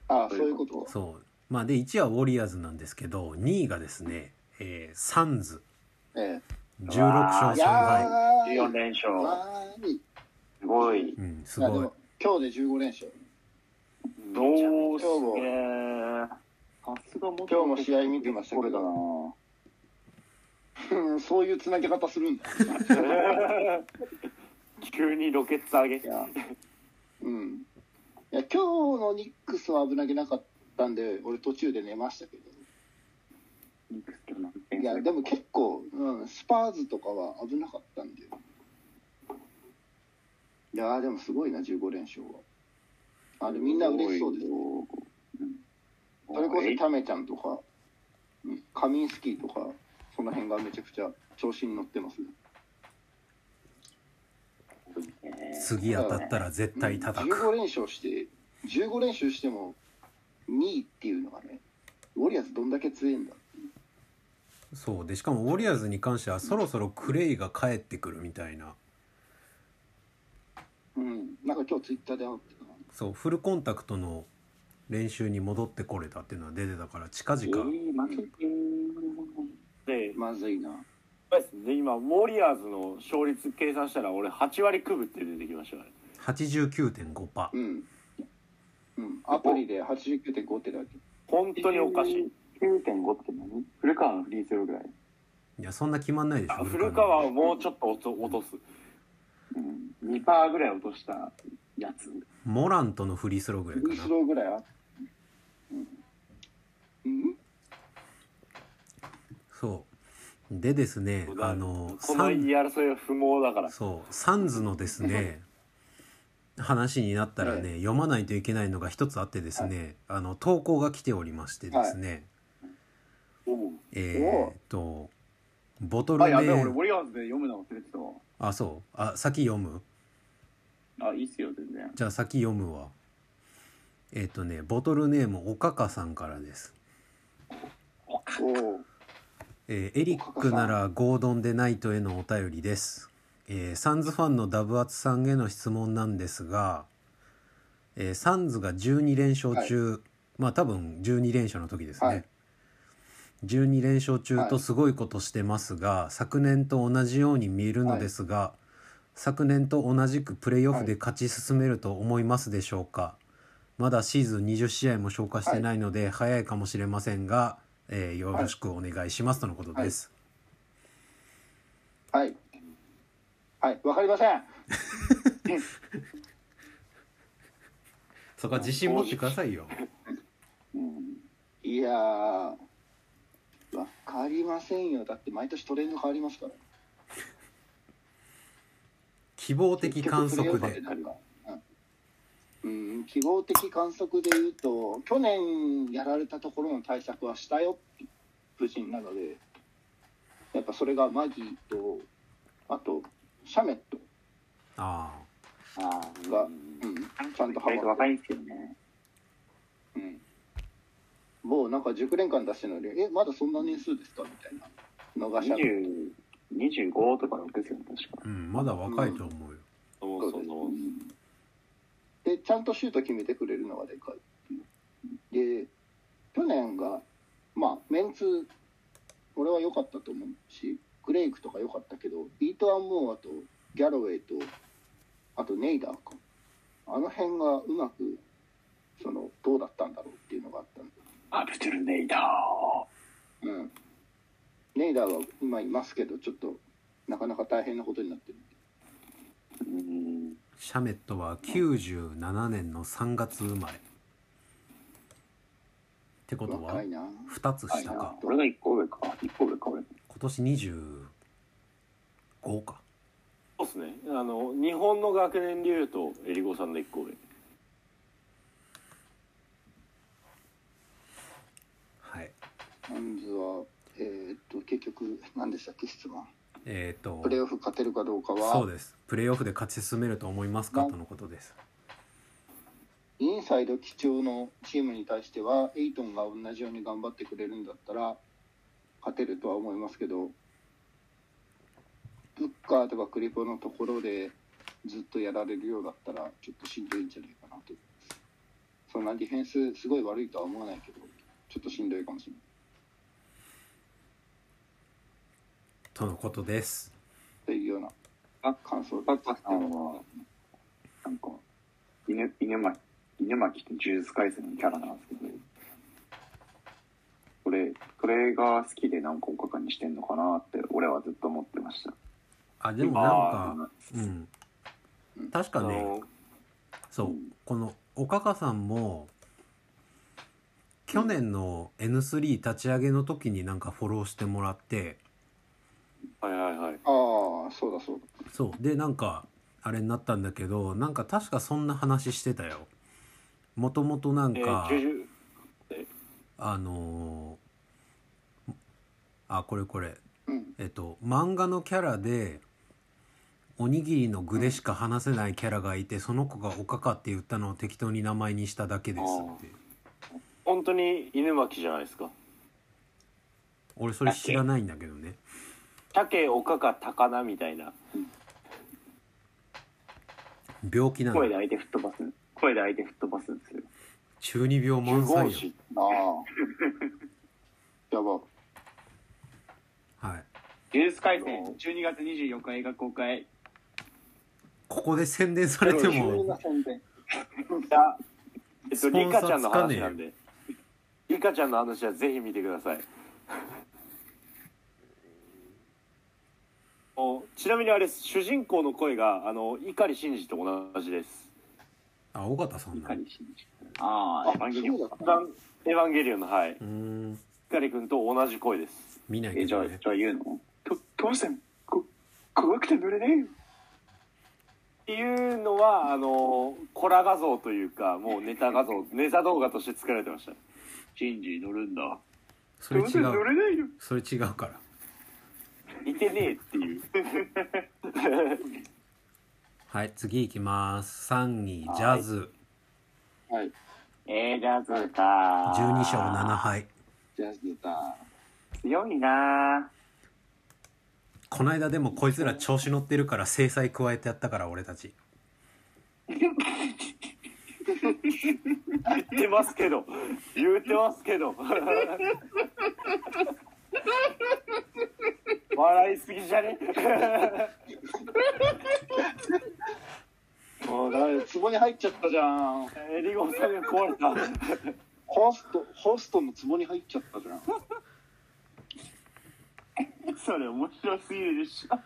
Speaker 1: ああそういうこと
Speaker 3: そうまあで1位はウォリアーズなんですけど2位がですね、えーサンズ
Speaker 1: え
Speaker 3: 16勝
Speaker 1: えい
Speaker 3: 3
Speaker 1: や
Speaker 3: 敗
Speaker 1: ーい
Speaker 5: 14連勝。
Speaker 1: まあいい
Speaker 5: すごい。
Speaker 3: うんす
Speaker 1: いやで
Speaker 3: ごい
Speaker 1: も今日で15連勝
Speaker 4: う
Speaker 5: お
Speaker 4: お
Speaker 5: ー
Speaker 4: ー
Speaker 1: すげ
Speaker 5: さすが元
Speaker 1: 今日も試合見てましたけ
Speaker 5: これ
Speaker 1: ど
Speaker 5: だな
Speaker 1: うんそういうつなげ方するんだ。
Speaker 4: 急にロケッツ上げ
Speaker 1: いや、うん。いや、今日のニックスは危なげなかったんで、俺途中で寝ましたけど。
Speaker 5: いくつかなん
Speaker 1: いや、でも結構、うん、スパーズとかは危なかったんで。いやーでもすごいな、15連勝は。あれみんな嬉しそうですね。それこそタメちゃんとか、うんカミンスキーとか、その辺がめちゃくちゃ調子に乗ってますね。
Speaker 3: 次当たったら絶対叩く、
Speaker 1: 15連勝して15連勝しても2位っていうのがねウォリアーズどんだけ強いんだ
Speaker 3: そうでしかもウォリアーズに関してはそろそろクレイが帰ってくるみたいな
Speaker 1: うんなんか今日ツイッターで会ってたな
Speaker 3: そうフルコンタクトの練習に戻ってこれたっていうのは出てたから近
Speaker 5: え
Speaker 3: 々、
Speaker 5: ー、マジで
Speaker 4: て
Speaker 1: まずいな
Speaker 4: で今ウォリアーズの勝率計算したら俺8割くぶって出てきましたからね
Speaker 3: 89.5%
Speaker 1: うんうんアプリで89.5ってだけ
Speaker 4: 本当におかしい
Speaker 5: 9.5って何フルカーのフリースローぐらい。
Speaker 3: いやそんな決まんないでし
Speaker 4: あ
Speaker 3: ょ
Speaker 4: 古川はもうちょっと落と落とす
Speaker 5: うん。2パーぐらい落としたやつ。
Speaker 3: モラントのフリースローぐらい
Speaker 1: フリー
Speaker 3: か
Speaker 1: ス
Speaker 3: な
Speaker 1: ローぐらいあうん、うん、
Speaker 3: そうでですねあの
Speaker 4: この
Speaker 3: サン
Speaker 4: 言い争いは不毛だから
Speaker 3: そうサンズのです
Speaker 5: <laughs>
Speaker 3: ね話になったらね、読まないといけないのが一つあってですね、あの投稿が来ておりましてですね、えーっとボトル
Speaker 5: あ、
Speaker 3: ネ
Speaker 5: やべえ、
Speaker 3: ー
Speaker 5: 俺、ウ
Speaker 3: ム
Speaker 5: ォリアーズで読むの忘れてた
Speaker 3: あそうあ先読む
Speaker 5: わ。あ、いいっすよ、全 <laughs> 然。
Speaker 3: じゃあ先読むわえーっとねボトルネームおかかさんからです
Speaker 1: おう
Speaker 3: えーエリックならゴードンでナイトへのお便りです、えーサンズファンのダブアツさんへの質問なんですが、えーサンズが12連勝中、まあ多分12連勝の時ですね、
Speaker 1: はい
Speaker 3: 12連勝中とすごいことしてますが、昨年と同じように見えるのですが、昨年と同じくプレーオフで勝ち進めると思いますでしょうか、まだシーズン20試合も消化してないので、早いかもしれませんが、えーよろしくお願いしますとのことです。
Speaker 1: はいはいわかりません
Speaker 3: そこは自信持ってくださいよ。
Speaker 1: いやーわかりませんよだって毎年トレンド変わりますから
Speaker 3: 希望的観測で
Speaker 1: 結局。プレーオフになるからうん、うん希望的観測で言うと去年やられたところの対策はしたよって布陣なのでやっぱそれがマギーとあとシャメット
Speaker 3: ああ。
Speaker 5: あ
Speaker 1: が、
Speaker 5: あ、
Speaker 1: うん、ち
Speaker 5: ち
Speaker 1: ゃ
Speaker 5: ゃ
Speaker 1: ん
Speaker 5: ん
Speaker 1: と
Speaker 5: と
Speaker 1: ハ
Speaker 5: ハ
Speaker 1: マ
Speaker 5: マ
Speaker 1: っ
Speaker 5: 若いんすけどね。
Speaker 1: うん、もうなんか熟練感出してるのに「えまだそんな年数ですか?」みたいなのがシャメッ
Speaker 5: 20 25とか6ですよね、確か。
Speaker 3: うん、まだ若いと思うよ。
Speaker 4: そうそうそう
Speaker 1: トでちゃんとシュート決めてくれるのがでかいっていうで去年がまあメンツ俺は良かったと思うしグレイクとか良かったけどビート・アン・モーアとギャロウェイとあとネイダーかあの辺がうまくそのどうだったんだろうっていうのがあったんで、
Speaker 5: アブトゥルネイダー。
Speaker 1: うん、ネイダーは今いますけどちょっとなかなか大変なことになってる
Speaker 5: うん。
Speaker 3: シャメットは97年の3月生まれ。ってことは
Speaker 1: 若い、な
Speaker 3: 2つ下か。
Speaker 5: 俺が1個上か。1個上か、俺。
Speaker 3: 今年25か。
Speaker 4: そうですねあの日本の学年でいうとえりごさんの1個上
Speaker 3: はい。
Speaker 1: ハンズはえーっと結局何でしたっけ質問
Speaker 3: えっ、と
Speaker 1: プ、レーオフ勝てるかどうかは
Speaker 3: そうです。プレーオフで勝ち進めると思いますかとのことです。
Speaker 1: インサイド基調のチームに対してはエイトンが同じように頑張ってくれるんだったら勝てるとは思いますけどブッカーとかクリポのところでずっとやられるようだったらちょっとしんどいんじゃないかなとそんなディフェンスすごい悪いとは思わないけどちょっとしんどいかもしれない
Speaker 3: とのことです。
Speaker 1: というような
Speaker 5: あ
Speaker 1: 感想
Speaker 5: パッパさんは、なんか、犬、犬前、犬湯巻って呪術廻戦のキャラなんですけど、これ、これが好きで何個かにしてんのかなって、俺はずっと思ってました。
Speaker 3: あでもなんかうん確か
Speaker 4: あ
Speaker 3: ね
Speaker 4: の
Speaker 3: そうこのおかかさんも去年の N3 立ち上げの時になんかフォローしてもらって
Speaker 4: はいはいはい
Speaker 1: ああそうだそうだ
Speaker 3: そうでなんかあれになったんだけどなんか確かそんな話してたよもともとなん
Speaker 4: え
Speaker 3: か、
Speaker 4: ー、呪術
Speaker 3: あのーあこれこれ
Speaker 1: うん
Speaker 3: えっと漫画のキャラでおにぎりの具でしか話せないキャラがいて、その子が「おかか」って言ったのを適当に名前にしただけですって
Speaker 4: 本当に犬巻じゃないですか
Speaker 3: 俺それ知らないんだけどね
Speaker 4: 鮭おかか高菜みたいな
Speaker 3: 病気なの
Speaker 5: 声で相手吹っ飛ばす。声で相手吹っ飛ばすんですよ。
Speaker 3: 中二病満
Speaker 4: 呪
Speaker 3: 載
Speaker 4: 言
Speaker 3: よ
Speaker 4: 師
Speaker 1: ああ <laughs> やば
Speaker 3: はい
Speaker 6: 呪術廻戦12月24日映画公開
Speaker 3: ここで宣伝されて
Speaker 1: 急
Speaker 3: も
Speaker 1: な宣伝
Speaker 4: がえっと
Speaker 3: スポン
Speaker 4: リ
Speaker 3: サ
Speaker 4: カ
Speaker 3: ー
Speaker 4: ちゃんの
Speaker 3: つかねえ
Speaker 4: 話
Speaker 3: よ
Speaker 4: なんでリカちゃんの話はぜひ見てくださいおちなみ <laughs> にあれです主人公の声があの碇シンジと同じです
Speaker 3: あ尾形さんなのう
Speaker 6: ああエヴァンゲリオン
Speaker 1: そうだ
Speaker 4: エヴァンエヴァンゲリオンのはい
Speaker 3: ーん
Speaker 4: 碇君と同じ声です
Speaker 3: 見ない
Speaker 5: え、
Speaker 3: け
Speaker 5: じゃ
Speaker 3: ど
Speaker 5: あ、じ
Speaker 3: ね
Speaker 5: ゃあ言うの
Speaker 1: と父さんこ怖くて乗れねえよ
Speaker 4: っていうのはあのコラ画像というかもうネタ画像ネタ動画として作られてました
Speaker 6: シンジ乗るんだ
Speaker 3: それ違う
Speaker 1: れないよ
Speaker 3: それ違うから
Speaker 4: 似てねえっていう
Speaker 3: はい次行きます3位ジャズ
Speaker 1: はい
Speaker 6: えー、ジャズか
Speaker 3: 12勝7敗
Speaker 1: ジャズ出た
Speaker 6: 強いな
Speaker 3: この間でもこいつら調子乗ってるから制裁加えてやったから俺たち
Speaker 4: 言ってますけど言ってますけど笑いすぎじゃね
Speaker 1: ああダメだ壺に入っちゃったじゃん
Speaker 4: えリゴさんが壊れた
Speaker 1: ホストホストの壺に入っちゃったじゃん
Speaker 6: それ面白すぎるでしょ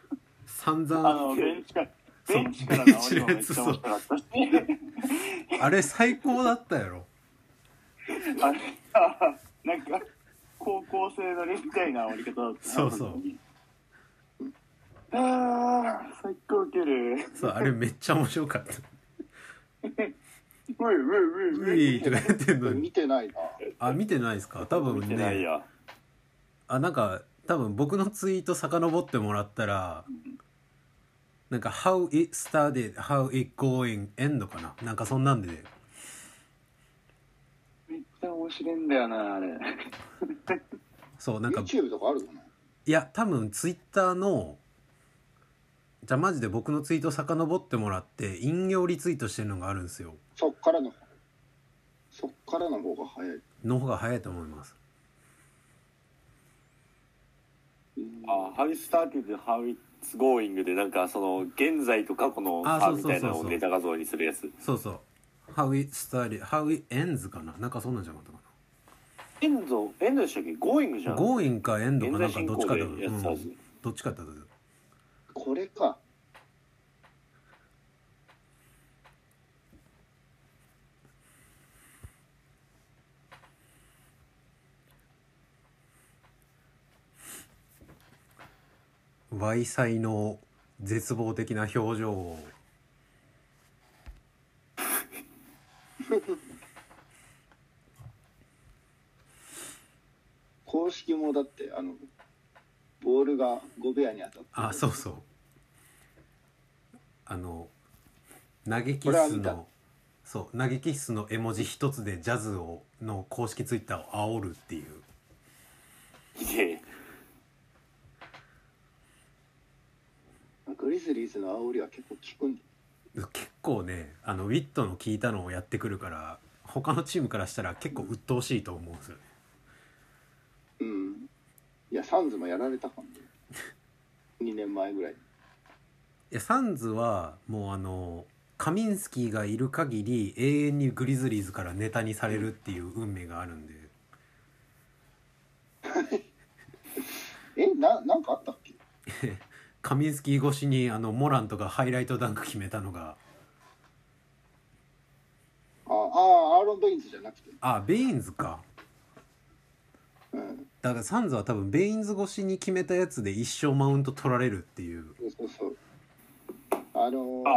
Speaker 3: 散
Speaker 6: あ
Speaker 3: 々
Speaker 6: のベンチから
Speaker 3: そう
Speaker 6: ベンチからの煽りもめっちゃ面白かったし
Speaker 3: <laughs> あれ最高だったやろ
Speaker 6: あれさなんか高校生のりみたいな煽り方だったな
Speaker 3: そうそう
Speaker 6: 本当にあー最高ウケる
Speaker 3: そうあれめっちゃ面白かった
Speaker 6: ういう
Speaker 3: 「ウィー」とか言ってんのに
Speaker 1: 見てないな
Speaker 3: あ見てないですか多分
Speaker 4: 見てない
Speaker 3: ね
Speaker 4: や
Speaker 3: あなんか多分僕のツイート遡ってもらったらなんか「How it started how it going end」かななんかそんなんで
Speaker 5: めっちゃ面白いんだよな、あれ。
Speaker 3: そうなんか
Speaker 1: YouTube とかあるのね
Speaker 3: いや多分ツイッターのじゃあマジで僕のツイート遡ってもらって引用リツイートしてるのがあるんですよ
Speaker 1: そっからのそっからの方が早い、
Speaker 3: の方が早いと思います
Speaker 1: うん
Speaker 4: あ「ハウスターティで「ハウイッツゴーイング」でなんかその現在と過去の
Speaker 3: あ
Speaker 4: 差
Speaker 3: そう
Speaker 4: み
Speaker 3: そう
Speaker 4: た
Speaker 3: そう
Speaker 4: い
Speaker 3: そう
Speaker 4: なのをネタ画像にするやつ
Speaker 3: そうそう「How it started how it ends」かななんかそんなんじゃなかったか
Speaker 4: エンドエンドでしたっけゴーイングじゃ
Speaker 3: な「
Speaker 4: ん
Speaker 3: going」か「end」かなん
Speaker 4: 現在
Speaker 3: か
Speaker 4: 進
Speaker 3: どっち
Speaker 4: 行
Speaker 3: か
Speaker 4: で
Speaker 3: だ、
Speaker 4: や
Speaker 3: う
Speaker 4: ってたはず
Speaker 3: ん、どっちかだったと
Speaker 1: これか
Speaker 3: ワイサイの絶望的な表情を
Speaker 1: 公式もだってあのボールがゴベアに当たった
Speaker 3: あそうそうあの投げキ
Speaker 1: これは
Speaker 3: ッス
Speaker 1: 見た
Speaker 3: のそう投げキッスの絵文字一つでジャズをの公式ツイッターを煽るっていう
Speaker 4: いえ
Speaker 1: グリズリーズの煽りは結構効くんだ
Speaker 3: 結構ねあのウィットの聞いたのをやってくるから他のチームからしたら結構鬱陶しいと思うんですよね
Speaker 1: うんいやサンズもやられたかんね <laughs> 2年前ぐらい
Speaker 3: いやサンズはもうあのカミンスキーがいる限り永遠にグリズリーズからネタにされるっていう運命があるんで
Speaker 1: えななんかあったっけ
Speaker 3: カミンスキー越しにあのモラントがハイライトダンク決めたのが
Speaker 1: ああアーロン・ベインズじゃなくて
Speaker 3: あベインズか
Speaker 1: うん
Speaker 3: だからサンズは多分ベインズ越しに決めたやつで一生マウント取られるっていう
Speaker 1: そうそうそうあのー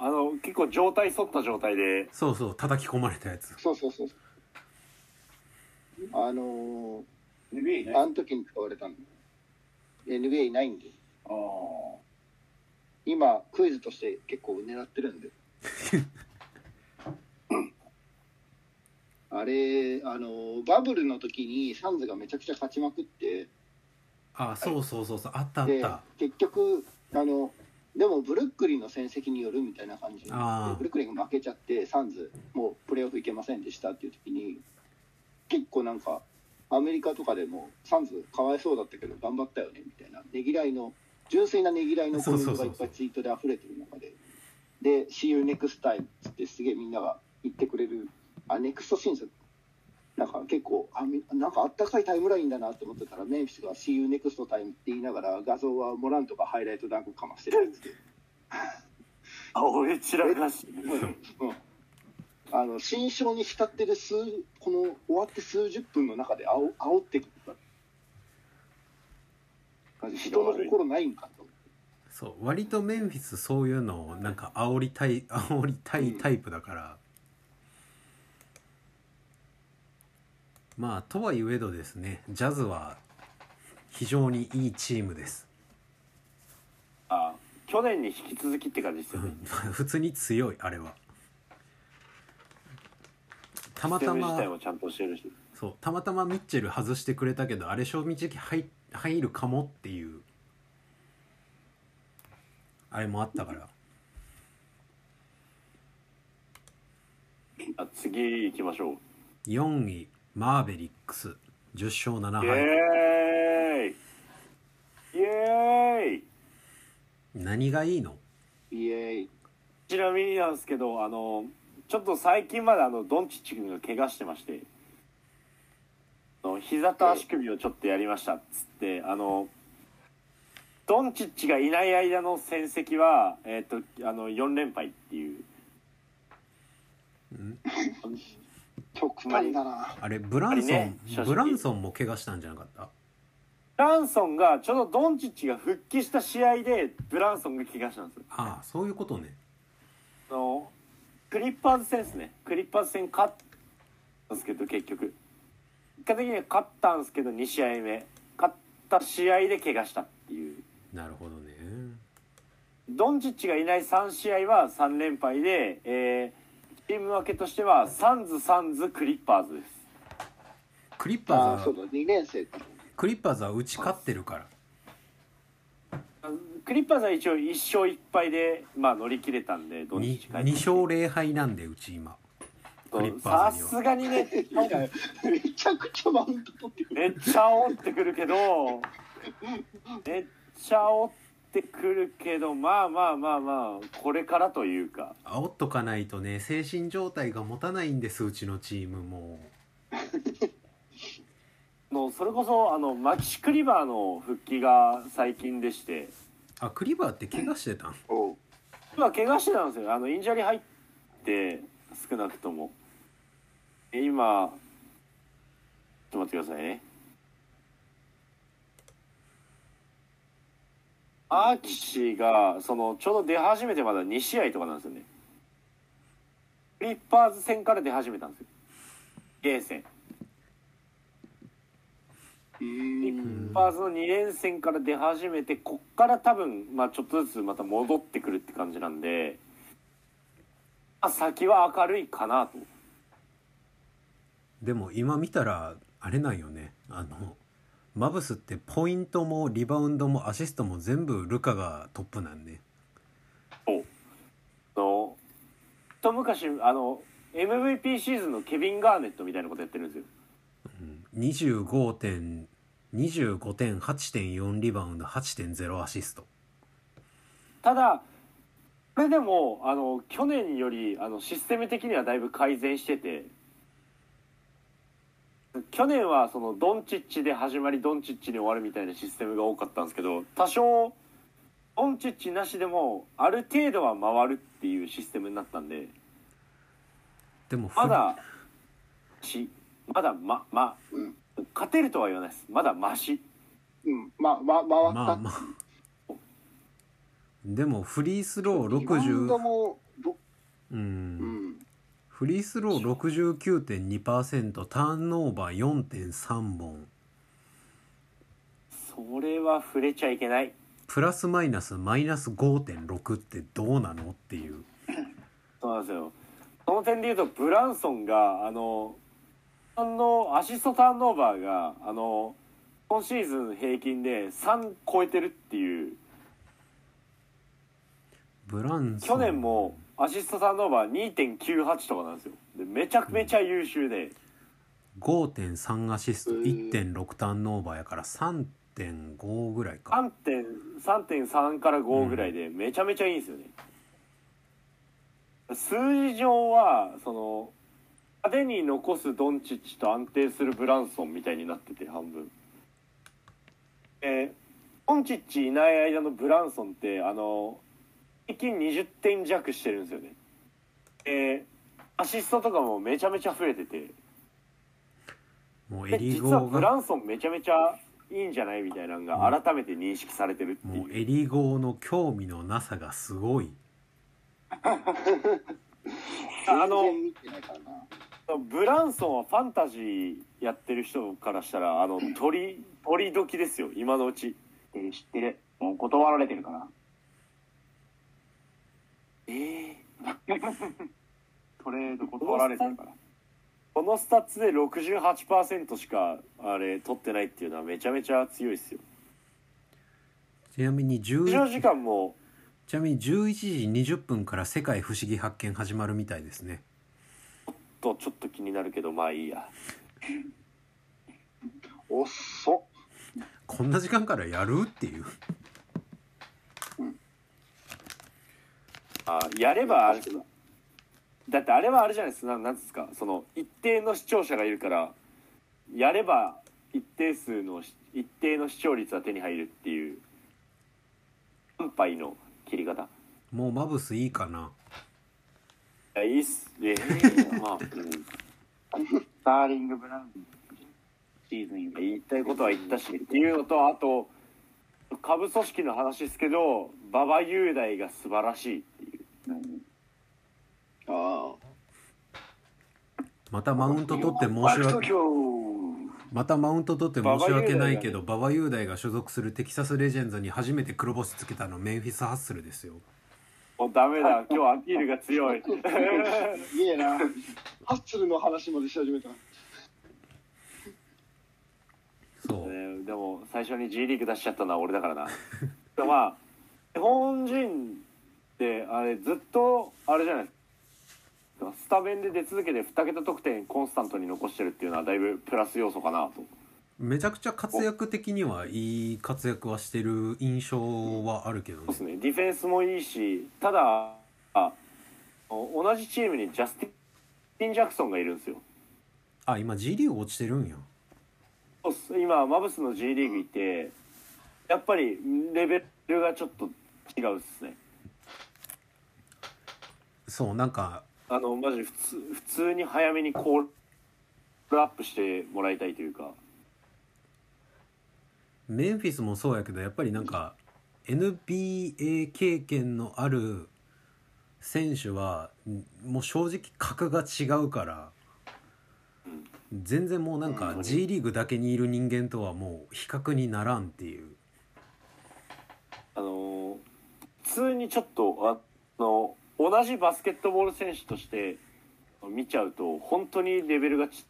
Speaker 4: あああの結構状態反った状態で
Speaker 3: そうそう叩き込まれたやつ
Speaker 1: そうそうそうそうあのー
Speaker 6: NBA いないあ
Speaker 1: あの時に使われたの NBA いないんで
Speaker 6: あー
Speaker 1: 今クイズとして結構狙ってる
Speaker 3: <laughs>
Speaker 1: んであれあのバブルの時にサンズがめちゃくちゃ勝ちまくって
Speaker 3: あそうそうそうそうあったあっ
Speaker 1: で
Speaker 3: た
Speaker 1: 結局あのでもブルックリンの戦績によるみたいな感じになっ
Speaker 3: あー
Speaker 1: てブルックリンが負けちゃってサンズもうプレーオフ行けませんでしたっていう時に結構なんかアメリカとかでもサンズかわいそうだったけど頑張ったよねみたいなねぎらいの純粋なねぎらいのコメントがいっぱいツイートで溢れてる中で「で See you next time」つってすげえみんなが言ってくれるあネクストシーズンなんか結構あみなんかあったかいタイムラインだなと思ってたらメンフィスが「See you next time」って言いながら画像はモラントがハイライトダンクかましてるっつって
Speaker 4: あ俺散らかし
Speaker 1: うんあの新象に浸ってる数この終わって数十分の中であお煽ってくるから人の心ないんかと思って
Speaker 3: そう割とメンフィスそういうのをなんか煽りたい <laughs> 煽りたいタイプだから、まあとはいえどですねジャズは非常にいいチームです、
Speaker 4: あ去年に引き続きって感じです
Speaker 3: う
Speaker 4: よね
Speaker 3: ん、普通に強いあれはたま
Speaker 4: システ
Speaker 3: た
Speaker 4: ム自
Speaker 3: ま
Speaker 4: 体もちゃんとしてるし
Speaker 3: そうたまたまミッチェル外してくれたけどあれ賞味時期入入るかもっていうあれもあったから
Speaker 4: あ次行きましょう
Speaker 3: 4位マーベリックス10勝7
Speaker 4: イ
Speaker 3: 敗、
Speaker 4: エーイイエーイ
Speaker 3: 何がいいの
Speaker 1: イエーイ
Speaker 4: ちなみになんですけどあのちょっと最近まであのドンチッチ君が怪我してましてあの膝と足首をちょっとやりましたっつってあのドンチッチがいない間の戦績は、えっとあの4連敗っていう
Speaker 1: 極端だな
Speaker 3: あれブランソン、
Speaker 4: あれね正直
Speaker 3: ブランソンも怪我したんじゃなかった
Speaker 4: ブランソンがちょうどドンチッチが復帰した試合でブランソンが怪我したんですよ
Speaker 3: ああそういうことね
Speaker 4: あのクリッパーズ戦ですねクリッパーズ戦勝ったんですけど結局結果的には勝ったんですけど2試合目勝った試合で怪我したっていう
Speaker 3: なるほどね
Speaker 4: ドンチッチがいない3試合は3連敗で、えーチーム分けとしてはサンズサンズクリッパーズです
Speaker 3: クリッパ
Speaker 1: ああ
Speaker 3: ーズ
Speaker 1: そう
Speaker 3: は
Speaker 1: だ2年生だ
Speaker 3: クリッパーズはうち勝ってるから
Speaker 4: クリッパーズは一応1勝1敗で、まあ、乗り切れたんでドンチッ
Speaker 3: 2,
Speaker 4: チ
Speaker 3: 2勝0敗なんでうち今クリッパー
Speaker 4: さ
Speaker 3: ズには
Speaker 4: すがにね
Speaker 1: めちゃくちゃマウント取ってくる
Speaker 4: めっちゃ煽ってくるけどめっちゃ煽ってくるけどまあまあまあまあこれからというか
Speaker 3: 煽っとかないとね精神状態が持たないんですうちのチームも
Speaker 4: のそれこそあのマキシ・クリバーの復帰が最近でして
Speaker 3: あクリバーって怪我してたん
Speaker 1: おう
Speaker 4: 今怪我してたんですよあのインジャリ入って少なくともえ今ちょっと待ってくださいねアーキシがそのちょうど出始めてまだ2試合とかなんですよねクリッパーズ戦から出始めたんですよゲーセン
Speaker 1: う
Speaker 4: クリ
Speaker 1: ーん
Speaker 4: ッパーズの2連戦から出始めてこっから多分、まあ、ちょっとずつまた戻ってくるって感じなんで、まあ、先は明るいかなと
Speaker 3: でも今見たらあれなんよねあのマブスってポイントもリバウンドもアシストも全部ルカがトップなんで
Speaker 4: あの一昔あの MVP シーズンのケビン・ガーネットみたいなことやってるんですよ
Speaker 3: 25点25点8.4リバウンド8.0アシスト
Speaker 4: ただそれでもあの去年よりあのシステム的にはだいぶ改善してて去年はそのドンチッチで始まりドンチッチに終わるみたいなシステムが多かったんですけど多少ドンチッチなしでもある程度は回るっていうシステムになったんで
Speaker 3: でもふ
Speaker 4: まだしまだまま勝てるとは言わないですまだマシ
Speaker 1: うん、まあ、ま、回
Speaker 3: ま
Speaker 1: った
Speaker 3: あ
Speaker 1: っていう
Speaker 3: まあでもフリースロー
Speaker 1: リバウンド
Speaker 3: 60
Speaker 1: もど、
Speaker 3: う
Speaker 1: うんん、
Speaker 3: フリースロー69.2%ターンオーバー4.3本
Speaker 4: それは触れちゃいけない
Speaker 3: プラスマイナスマイナス5.6ってどうなのっていう
Speaker 4: そうなんですよその点で言うとブランソンがあのあのアシストターンオーバーがあの今シーズン平均で3超えてるっていう
Speaker 3: ブランソン
Speaker 4: 去年もアシストターンオーバー2.98とかなんですよでめちゃくちゃ優秀で
Speaker 3: 5.3アシスト
Speaker 1: うん
Speaker 3: 1.6ターンオーバーやから3.5ぐらいか
Speaker 4: 3.3から5ぐらいでめちゃめちゃいいんですよね、数字上はその派手に残すドンチッチと安定するブランソンみたいになってて半分えドンチッチいない間のブランソンってあの平均20点弱してるんですよねえアシストとかもめちゃめちゃ増えてて
Speaker 3: もうエ
Speaker 4: で
Speaker 3: リ
Speaker 4: 実は
Speaker 3: ゴー
Speaker 4: ブ
Speaker 3: が
Speaker 4: ランソンめちゃめちゃいいんじゃないみたいなのが改めて認識されてるってい
Speaker 3: も
Speaker 4: う
Speaker 3: うエリゴーの興味のなさがすごい
Speaker 4: あの
Speaker 1: 全然見てないからな。
Speaker 4: ブランソンはファンタジーやってる人からしたらあの鳥鳥時ですよ今のうち
Speaker 6: てる知ってるもう断られてるから
Speaker 4: ええ
Speaker 6: トレード断られてるから
Speaker 4: このスタッツで68%しかあれ取ってないっていうのはめちゃめちゃ強いですよ
Speaker 3: ちなみに
Speaker 4: 出場
Speaker 3: 11
Speaker 4: 時間も
Speaker 3: ちなみに11時20分から世界不思議発見始まるみたいですね
Speaker 4: とちょっと気になるけどまあいいや
Speaker 1: 遅っ。
Speaker 3: こんな時間からやるっていう
Speaker 4: あやればあれだってあれはあれじゃないですか何ですかその一定の視聴者がいるからやれば一定数のし一定の視聴率は手に入るっていう安牌の切り方
Speaker 3: もうマブスいいかない
Speaker 4: やいいっすえーまあ、うん
Speaker 6: スターリング・ブラウンシーズンより
Speaker 4: 言いたいことは言ったしっていうのとあと下部組織の話ですけど馬場雄大が素晴らしいっていう
Speaker 1: あ
Speaker 3: またマウント取って申し訳またマウント取って申し訳ないけど馬場雄大が所属するテキサスレジェンズに初めて黒星つけたのメンフィス・ハッスルですよ
Speaker 4: もうダメだ今日アピールが強い
Speaker 1: あ。すげえな。ハッスルの話までし始めた。
Speaker 3: そう
Speaker 4: ねでも最初に G リーグ出しちゃったのは俺だからなでもまあ日本人ってあれずっとあれじゃないですかスタメンで出続けて2桁得点コンスタントに残してるっていうのはだいぶプラス要素かなと
Speaker 3: めちゃくちゃ活躍的にはいい活躍はしてる印象はあるけど
Speaker 4: そうで
Speaker 3: ね
Speaker 4: すねディフェンスもいいしただあ同じチームにジャスティン・ジャクソンがいるんですよ
Speaker 3: あ今 G リーグ落ちてるんや
Speaker 4: そうっす今マブスの G リーグいてやっぱりレベルがちょっと違うっすね
Speaker 3: そうなんか
Speaker 4: あのマジ普通普通に早めにコールアップしてもらいたいというか
Speaker 3: メンフィスもそうやけどやっぱりなんか NBA 経験のある選手はんもう正直格が違うから全然もうなんか G リーグだけにいる人間とはもう比較にならんっていう
Speaker 4: あのー普通にちょっとあの同じバスケットボール選手として見ちゃうと本当にレベルがち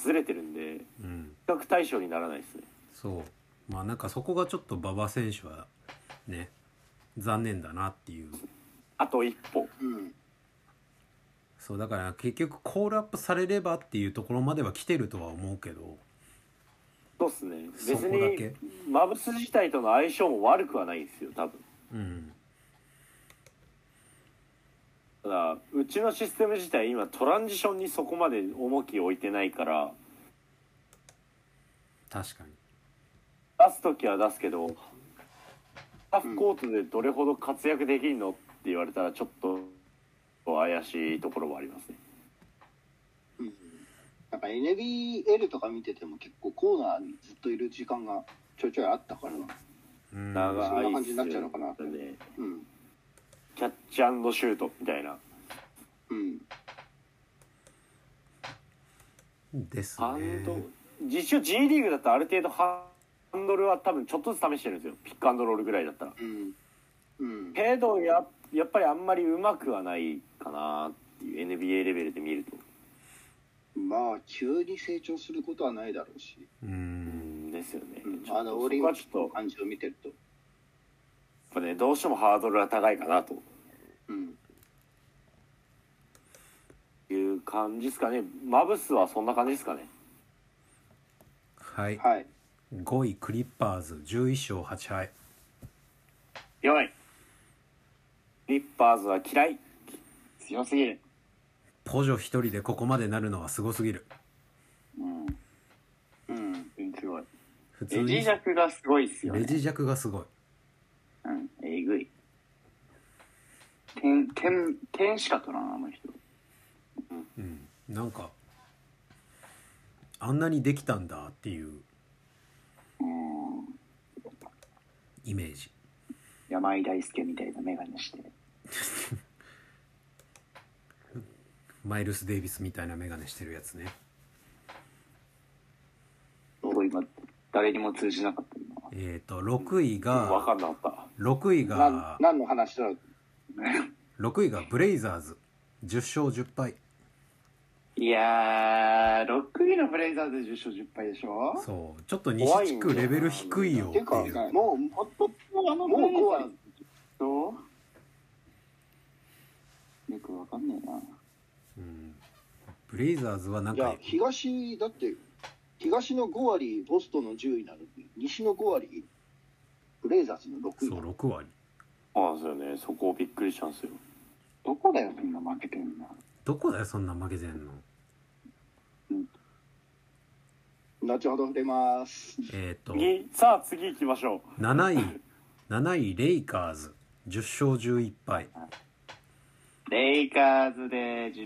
Speaker 4: ずれてるんで
Speaker 3: うん
Speaker 4: 比較対象にならないですね
Speaker 3: そうまあなんかそこがちょっと馬場選手はね残念だなっていう
Speaker 4: あと一歩
Speaker 1: うん。
Speaker 3: そうだから結局コールアップされればっていうところまでは来てるとは思うけど
Speaker 4: そうっすね
Speaker 3: そ
Speaker 4: 別
Speaker 3: こだ
Speaker 4: に
Speaker 3: け
Speaker 4: マブス自体との相性も悪くはないんですよ多分
Speaker 3: うん
Speaker 4: ただうちのシステム自体今トランジションにそこまで重きを置いてないから
Speaker 3: 確かに
Speaker 4: 出す時は出すけどハーフコートでどれほど活躍できるのって言われたらちょっと怪しいところはありますね
Speaker 1: うんなんか NBL とか見てても結構コーナーにずっといる時間がちょいちょいあったから、
Speaker 3: うん
Speaker 4: 長いっすよ
Speaker 1: そんな感じになっちゃうのかな
Speaker 4: ね
Speaker 1: うん、
Speaker 4: キャッチアンドシュートみたいな
Speaker 1: うん、
Speaker 3: です
Speaker 4: ハ
Speaker 3: ね
Speaker 4: ンド実証 G リーグだったらある程度ハンドルは多分ちょっとずつ試してるんですよピックアンドロールぐらいだったら
Speaker 1: うん、うん、
Speaker 4: けどややっぱりあんまりうまくはないかなっていう NBA レベルで見ると
Speaker 1: まあ、急に成長することはないだろうし、
Speaker 3: う
Speaker 4: うんんですよね、
Speaker 1: うん
Speaker 4: ちょっ
Speaker 1: あの
Speaker 4: と
Speaker 1: オリ
Speaker 4: そこ
Speaker 1: ンピ
Speaker 4: はち
Speaker 1: ック
Speaker 4: ょっとや
Speaker 1: の
Speaker 4: っ
Speaker 1: 感じを見てると、
Speaker 4: ぱねどうしてもハードルは高いかなと
Speaker 1: うん、
Speaker 4: いう感じですかねマブスはそんな感じですかね
Speaker 3: はい
Speaker 1: はい、
Speaker 3: 5位クリッパーズ11勝8敗
Speaker 6: 弱い。
Speaker 4: リッパーズは嫌い
Speaker 6: 強すぎる。
Speaker 3: ポジョ一人でここまでなるのはすごすぎる
Speaker 1: うん、
Speaker 6: うん、すごい。
Speaker 3: 普通
Speaker 6: エジ
Speaker 3: に
Speaker 6: ジャクがすごいっすよ
Speaker 3: レ
Speaker 6: ね。
Speaker 3: ジ弱がすごい
Speaker 6: うん、えぐい。点、点、点しか取らん、あの人。
Speaker 3: うんなんかあんなにできたんだっていうイメージ
Speaker 6: 山井大輔みたいなメガネして。
Speaker 3: マイルス・デイビスみたいな眼鏡してるやつね
Speaker 6: 僕今、誰にも通じなかった今。
Speaker 3: えっ、と6位
Speaker 4: 分
Speaker 3: が
Speaker 4: かんなかった
Speaker 3: 6位
Speaker 1: なん
Speaker 3: が
Speaker 1: 何の話だろう、
Speaker 3: 6位がブレイザーズ10勝10敗
Speaker 5: いやー、6位のブレイザーズ10勝10敗でしょ
Speaker 3: そうちょっと西地区レベル低いよって
Speaker 1: ていうか
Speaker 3: いう、
Speaker 1: もう、
Speaker 5: もっともあの
Speaker 1: もう5割、
Speaker 5: どうよくわかんねえな。
Speaker 3: うん、ブレイザーズはなん
Speaker 1: じゃ
Speaker 3: か
Speaker 1: あ、東、だって、東の5割、ボストンの10位なのに、西の5割、ブレイザーズの6位
Speaker 3: そ
Speaker 1: なの
Speaker 3: う6割
Speaker 4: そうなんですよねそこをびっくりしたんですよ
Speaker 6: どこだよ、みんな負けてんな。
Speaker 3: どこだよそんな負けてんの
Speaker 1: 後ほど触れます。
Speaker 3: えっ、と
Speaker 4: 次さあ次行きましょう
Speaker 3: 7位7位レイカーズ10勝11敗
Speaker 6: レイカーズで10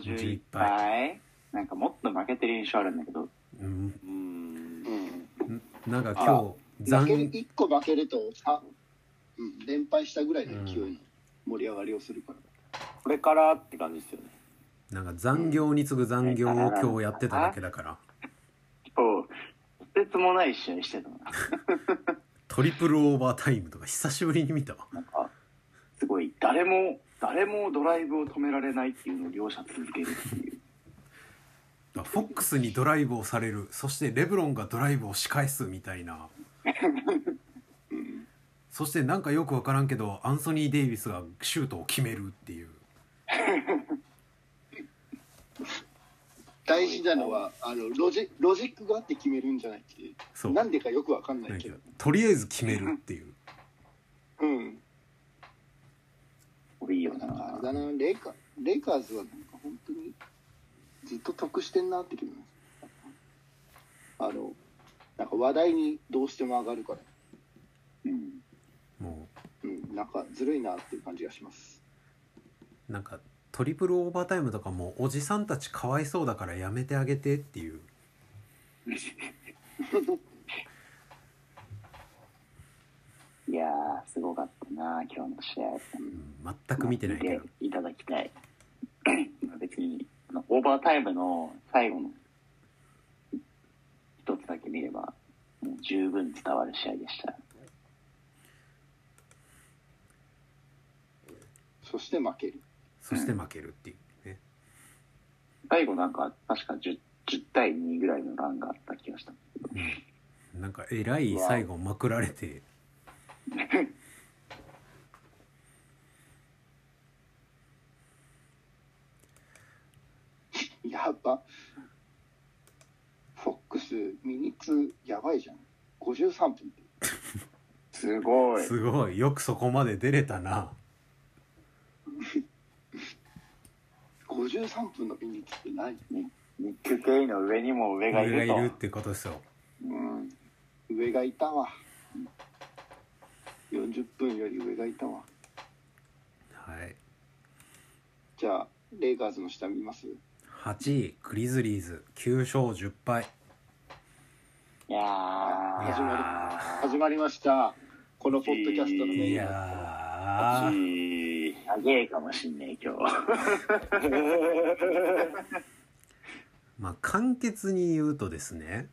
Speaker 6: 勝
Speaker 3: 11
Speaker 6: 11
Speaker 3: 敗
Speaker 6: 敗なんかもっと負けてる印象あるんだけど、
Speaker 3: うん
Speaker 4: うん
Speaker 1: うん
Speaker 3: なんか今日
Speaker 1: 負ける
Speaker 3: 残
Speaker 1: 1個負けるとさ、うん、連敗したぐらいの勢いの盛り上がりをするから、
Speaker 4: これからって感じですよね
Speaker 3: なんか残業に次ぐ残業を今日やってただけだから
Speaker 6: 今日、とてつもない試合してたな。
Speaker 3: トリプルオーバータイムとか久しぶりに見たわ
Speaker 6: なんか、すごい、誰も、誰もドライブを止められないっていうのを両者続けるっていう。
Speaker 3: あフォックスにドライブをされるそしてレブロンがドライブを仕返すみたいなそしてなんかよく分からんけどアンソニー・デイビスがシュートを決めるっていう
Speaker 1: 大事なのはあのロジロジックがあって決めるんじゃないっていう
Speaker 3: そう
Speaker 1: なんでかよくわかんないけど、
Speaker 3: とりあえず決めるっていう
Speaker 1: うん、
Speaker 6: これいいよな。
Speaker 1: あれだなレイカレイカーズはなんか本当にずっと得してんなって気分あのなんか話題にどうしても上がるから、
Speaker 6: うん。
Speaker 3: も
Speaker 1: うん、なんかずるいなっていう感じがします
Speaker 3: うなんかトリプルオーバータイムとかもおじさんたちかわいそうだからやめてあげてっていう
Speaker 6: いやー、すごかったな、今日の試合。
Speaker 3: うん全く見てないけど
Speaker 6: 見ていただきたい。 <clears throat> まあ別に、あのオーバータイムの最後の一つだけ見れば、もう十分伝わる試合でした。
Speaker 1: そして負ける
Speaker 3: そして負けるっていうね
Speaker 6: 最後なんか、確か 10, 10対2ぐらいのランがあった気
Speaker 4: <laughs>
Speaker 6: がした。
Speaker 3: なんかえらい最後まくられて
Speaker 1: やば。フォックス、ミニツ、やばいじゃん。53分って。
Speaker 3: <laughs>
Speaker 6: すご
Speaker 3: すごいよくそこまで出れたな
Speaker 1: 53分の便利ってない
Speaker 4: 日記系の上にも上がい
Speaker 3: 俺
Speaker 4: る
Speaker 3: が
Speaker 4: と
Speaker 3: いるってことですよ
Speaker 1: うん上がいたわ40分より上がいたわ
Speaker 3: はい
Speaker 1: じゃあレイカーズの下見ます
Speaker 3: 8位グリズリーズ9勝10敗
Speaker 6: いやー
Speaker 3: いや
Speaker 1: 始まり始まりましたこのポッドキャストのメ
Speaker 3: い
Speaker 1: イン
Speaker 3: やー
Speaker 6: 長えかもしんねえ今日は
Speaker 3: まあ簡潔に言うとですね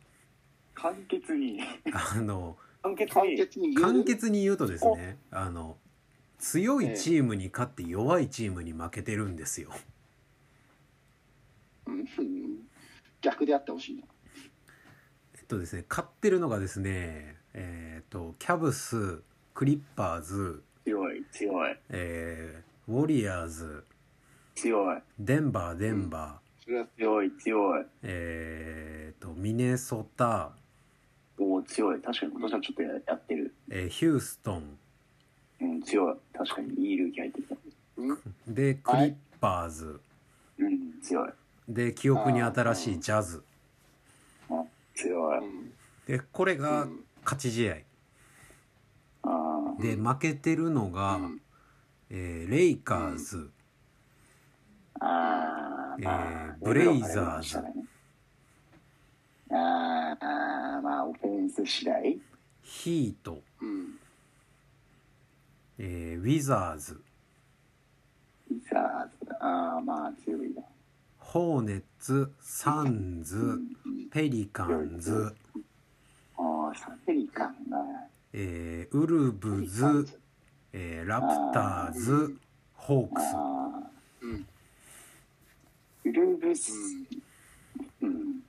Speaker 6: 簡潔に
Speaker 3: あの
Speaker 4: 簡潔
Speaker 1: 簡
Speaker 4: に
Speaker 1: 潔に言
Speaker 3: 簡
Speaker 1: う
Speaker 3: 潔に言うとですねあの強いチームに勝って弱いチームに負けてるんですよ <laughs>
Speaker 1: うん逆であってほしいな
Speaker 3: えっとですね勝ってるのがですねえっとキャブスクリッパーズ、
Speaker 6: 強い強い
Speaker 3: えーウォリアーズ
Speaker 6: 強い
Speaker 3: デンバーデンバー、
Speaker 1: それは
Speaker 6: 強い強い
Speaker 3: えーとミネソタ、
Speaker 6: おお強い確かに今年はちょっとややってる
Speaker 3: えーヒューストン
Speaker 6: うん強い確かにいいルーキー入ってきた
Speaker 3: でクリッパーズ、
Speaker 6: うん強い
Speaker 3: で記憶に新しいジャズ
Speaker 6: 強い
Speaker 1: うん
Speaker 3: でこれ
Speaker 1: う
Speaker 3: が
Speaker 1: ん
Speaker 3: 勝ち試合、
Speaker 6: ああ
Speaker 3: で負けてるのが、
Speaker 1: うん
Speaker 3: えーレイカーズ、
Speaker 6: あーま
Speaker 3: え
Speaker 6: あ、
Speaker 3: ーブレイザーズ
Speaker 6: あーあーまあオフェンス次第
Speaker 3: ヒート、
Speaker 1: うん
Speaker 3: えーウィザーズ
Speaker 6: ウィザーズああまあ強いな
Speaker 3: ホーネッツサンズペリカンズ、
Speaker 6: ああサテリカンが
Speaker 3: えーウルブズ、えーラプターズホークス
Speaker 6: ああ
Speaker 1: うん
Speaker 6: ウルブス
Speaker 1: うん
Speaker 6: うん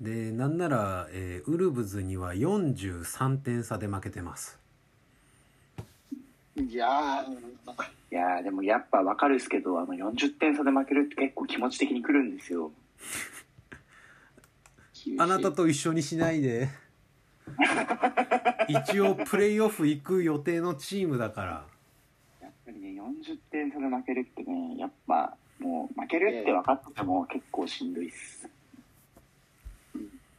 Speaker 3: でなんなら、えーウルブズには43点差で負けてます
Speaker 1: いやー
Speaker 6: いやーでもやっぱ分かるですけどあの40点差で負けるって結構気持ち的にくるんですよ
Speaker 1: 厳しい
Speaker 3: あなたと一緒にしないで一応プレイオフ行く予定のチームだから
Speaker 6: やっぱりね40点差で負けるってねやっぱもう負けるって分かってても結構しんどいっす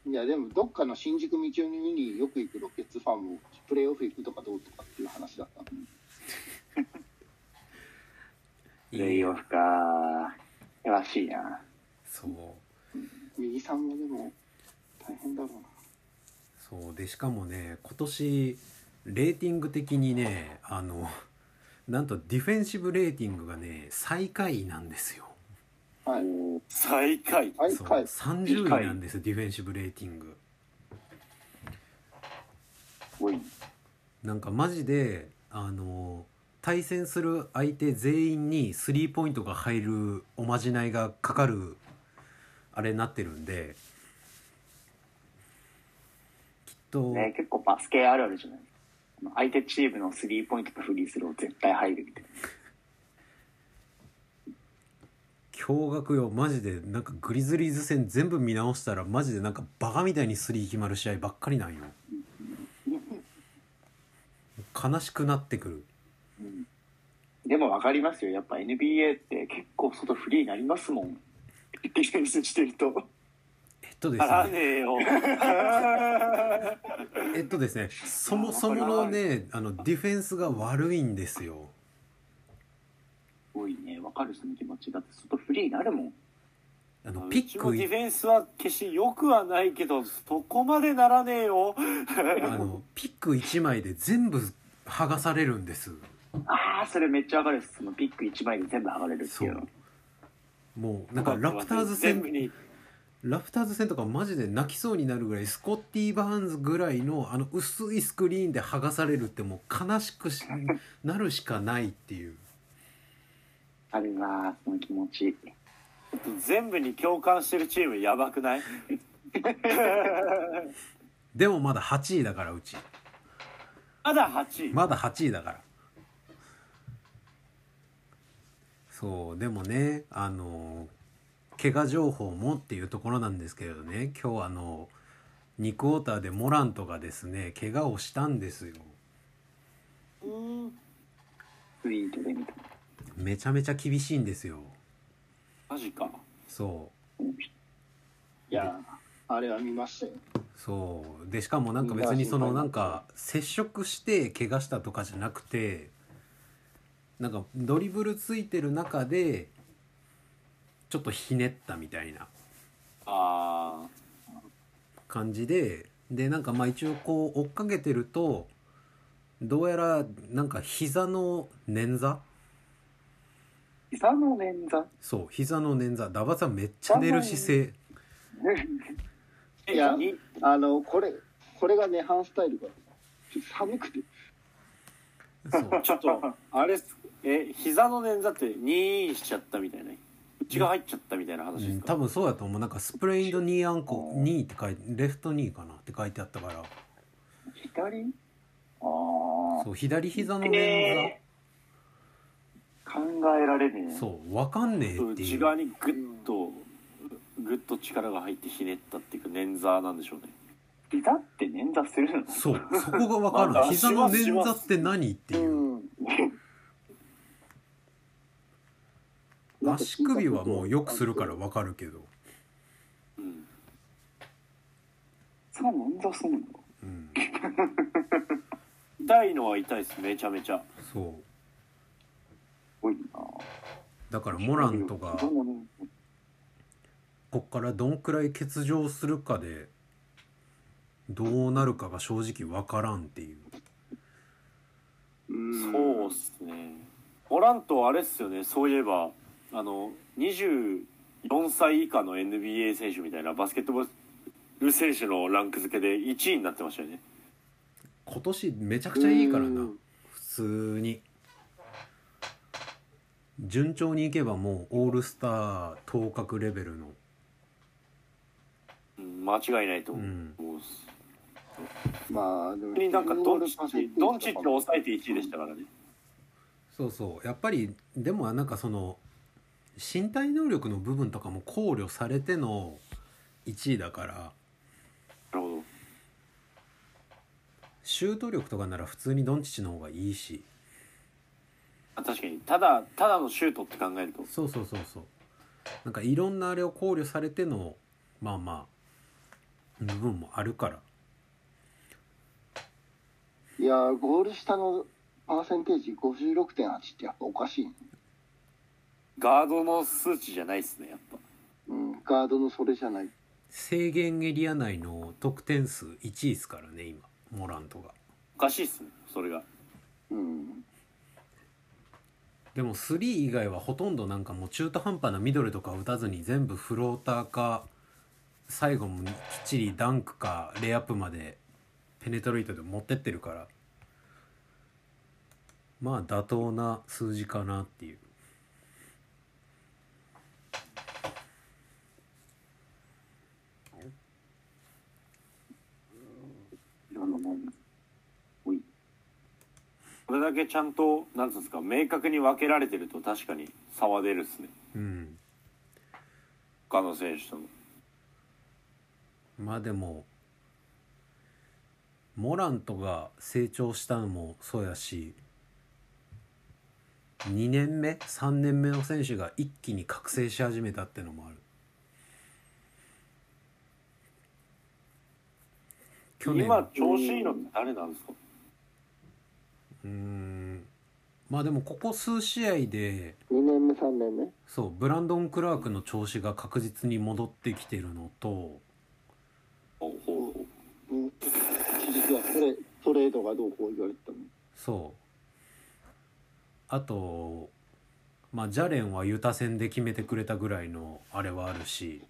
Speaker 1: いやでもどっかの新宿道を見によく行くロケッツファンもプレーオフ行くとかどうとかっていう話だったんで
Speaker 6: プレイオフか険しいな
Speaker 3: そう
Speaker 1: 右さんもでも大変だろ
Speaker 3: そうでしかもね今年レーティング的にねあのなんとディフェンシブレーティングがね最下位なんですよ
Speaker 1: うなはい
Speaker 4: 最下位
Speaker 1: はい
Speaker 3: そう
Speaker 1: はい
Speaker 3: 30位なんですよディフェンシブレーティング
Speaker 6: おい
Speaker 3: なんかマジであの対戦する相手全員にスリーポイントが入るおまじないがかかるあれになってるんできっと、
Speaker 6: ね、結構バスケあるあるじゃないあの相手チームのスリーポイントとフリースロー絶対入るみたい
Speaker 3: 驚愕よマジでなんかグリズリーズ戦全部見直したらマジでなんかバカみたいにスリー決まる試合ばっかりなんよ悲しくなってくる
Speaker 6: なでも分かりますよやっぱ NBA って結構外フリーになりますもんディフェンスしてると
Speaker 3: えっとです
Speaker 4: なら
Speaker 3: ね
Speaker 4: ねえ
Speaker 6: <laughs>
Speaker 4: よ
Speaker 3: えっとですねそもそものねあのディフェンスが悪いんですよ
Speaker 6: すごいね分かるその気持ちだって外フリーになるもん
Speaker 3: あの
Speaker 4: う
Speaker 3: ピ
Speaker 4: ち
Speaker 3: ッ
Speaker 4: も
Speaker 3: ク
Speaker 4: ディ
Speaker 3: い
Speaker 4: フェンスは決して良くはないけどそこまでならねえよ
Speaker 3: あのピック1枚で全部剥がされるんです
Speaker 6: ああそれめっちゃ分かるっすそのピック1枚で全部剥がれるって
Speaker 3: そ
Speaker 6: いうの
Speaker 3: うもうなんかラプターズ戦
Speaker 4: 全部に
Speaker 3: ラプターズ戦とかマジで泣きそうになるぐらいスコッティ・バーンズぐらいのあの薄いスクリーンで剥がされるってもう悲しくしなるしかないっていう
Speaker 6: あるなその気持ち
Speaker 4: 全部に共感してるチームやばくない
Speaker 3: でもまだ8位だからうち
Speaker 4: まだ8位、
Speaker 3: まだ8位だからそうでもねあの怪我情報もっていうところなんですけれどね今日あの2クォーターでモラントがですね怪我をしたんですよ
Speaker 4: うーん
Speaker 6: スイートでみたい
Speaker 3: めちゃめちゃ厳しいんですよ
Speaker 4: マジか。
Speaker 3: そ
Speaker 1: いやーあれは見ましたよ
Speaker 3: うそうでしかもなんか別にそのなんか接触して怪我したとかじゃなくてなんかドリブルついてる中でちょっとひねったみたいな
Speaker 4: あ
Speaker 3: 感じででなんかまあ一応こう追っかけてるとどうやらなんか膝の捻挫
Speaker 6: 膝の捻挫
Speaker 3: そう膝の捻挫ダバさんめっちゃ寝る姿勢
Speaker 4: あ。
Speaker 1: いや
Speaker 4: に
Speaker 1: あのこれこれがネハンスタイルが寒くて
Speaker 3: そう
Speaker 4: ちょっと、あれっす、え、膝の捻挫って2しちゃったみたいな。内が入っちゃったみたいな話
Speaker 3: う
Speaker 4: で
Speaker 3: ん
Speaker 4: す
Speaker 3: 多
Speaker 4: か。
Speaker 3: 分そうやと思うなんかスプレインドニーアンコニーって書いてレフトニーかなって書いてあったから
Speaker 6: 左ああ
Speaker 3: そう左膝の捻挫、
Speaker 6: え考えられねえ
Speaker 3: そうわかんねえってい
Speaker 4: 内
Speaker 3: う
Speaker 4: 側にグッと、グッと力が入ってひねったっていうか捻挫なんでしょうね。
Speaker 6: 膝って捻挫するの
Speaker 3: そうそこがわから
Speaker 4: ま
Speaker 3: な
Speaker 4: あ
Speaker 3: い膝の捻
Speaker 4: しますし
Speaker 3: 挫
Speaker 4: ま
Speaker 3: って何っていう
Speaker 1: なんか
Speaker 3: 足首はもうよくするからわかるけど
Speaker 4: うん。
Speaker 6: 膝捻挫するの
Speaker 3: うん
Speaker 4: 痛いのは痛いです、めちゃめちゃ。
Speaker 3: そう
Speaker 6: 多いな
Speaker 3: だからモランとか
Speaker 6: 膝の捻挫
Speaker 3: こっからどんくらい欠場するかでどうなるかが正直わからんっていう
Speaker 1: うん
Speaker 4: そうっすね。モラントあれっすよね、そういえば、あの、24歳以下の NBA 選手みたいなバスケットボール選手のランク付けで1位になってましたよね。
Speaker 3: 今年めちゃくちゃいいからな
Speaker 1: うん
Speaker 3: 普通に順調にいけばもうオールスター当確レベルの
Speaker 4: うん、間違いないと
Speaker 3: う
Speaker 4: 思
Speaker 3: ん
Speaker 4: うっす。
Speaker 1: まあでも
Speaker 4: 逆になんかドンチッチ、ドンチッチの抑えて1位でしたからね。
Speaker 3: そうそうやっぱりでもなんかその身体能力の部分とかも考慮されての1位だから
Speaker 4: なるほど。
Speaker 3: シュート力とかなら普通にドンチッチの方がいいし
Speaker 4: あ確かに、ただ、ただのシュートって考えると。
Speaker 3: そうそうそうそうなんかいろんなあれを考慮されてのまあまあ部分もあるから
Speaker 1: いやーゴール下のパーセンテージ56.8ってやっぱおかしいね、
Speaker 4: ガードの数値じゃないっすね、やっぱ。
Speaker 1: うん、ガードのそれじゃない
Speaker 3: 制限エリア内の得点数1位ですからね今モラントが
Speaker 4: おかしいっすね、それが。
Speaker 1: うん
Speaker 3: でも3以外はほとんどなんかもう中途半端なミドルとか打たずに全部フローターか最後もきっちりダンクかレイアップまでペネトレートで持ってってるからまあ妥当な数字かなっていう
Speaker 6: 膝の捻挫
Speaker 4: これだけちゃんと、なんつうんですか、明確に分けられてると確かに差は出るっすね。
Speaker 3: うん
Speaker 4: 他の選手とも。
Speaker 3: まあでもモラントが成長したのもそうやし2年目3年目の選手が一気に覚醒し始めたってのもある去年
Speaker 4: 今、調子いいのって誰なんですか
Speaker 3: うーんまあでもここ数試合で
Speaker 1: 2年目3年目
Speaker 3: そうブランドン・クラークの調子が確実に戻ってきてるのと
Speaker 4: ほうほうほう
Speaker 1: うん実はトレトレードがどうこう言われてたの
Speaker 3: そうあとまあジャレンはユタ戦で決めてくれたぐらいのあれはあるし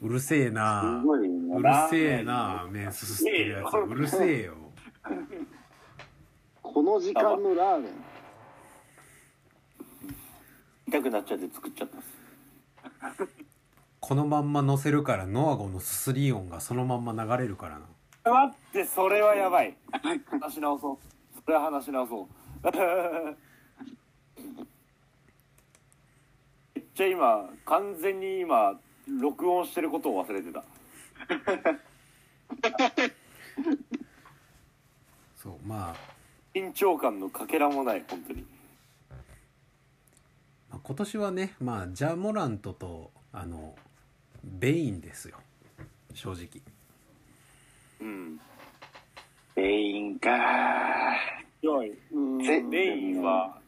Speaker 3: うるせえな
Speaker 6: すごいう
Speaker 3: るせえなメンスすってるやつうるせえよ
Speaker 1: この時間のラーメン
Speaker 4: 痛くなっちゃって作っちゃったっす。
Speaker 3: このまんま乗せるからノアゴのすすり音がそのまんま流れるからな
Speaker 4: 待って、それはやばい。話し直そう。それは話し直そう。 <laughs> めっちゃ今、完全に今、録音してることを忘れてた。
Speaker 3: そうまあ
Speaker 4: 緊張感のかけらもない、本当に。
Speaker 3: まあ今年はね、まあ、ジャ・モラントとあのベインですよ正直
Speaker 4: うん
Speaker 6: ベインか
Speaker 4: 強い
Speaker 1: うん
Speaker 4: メインは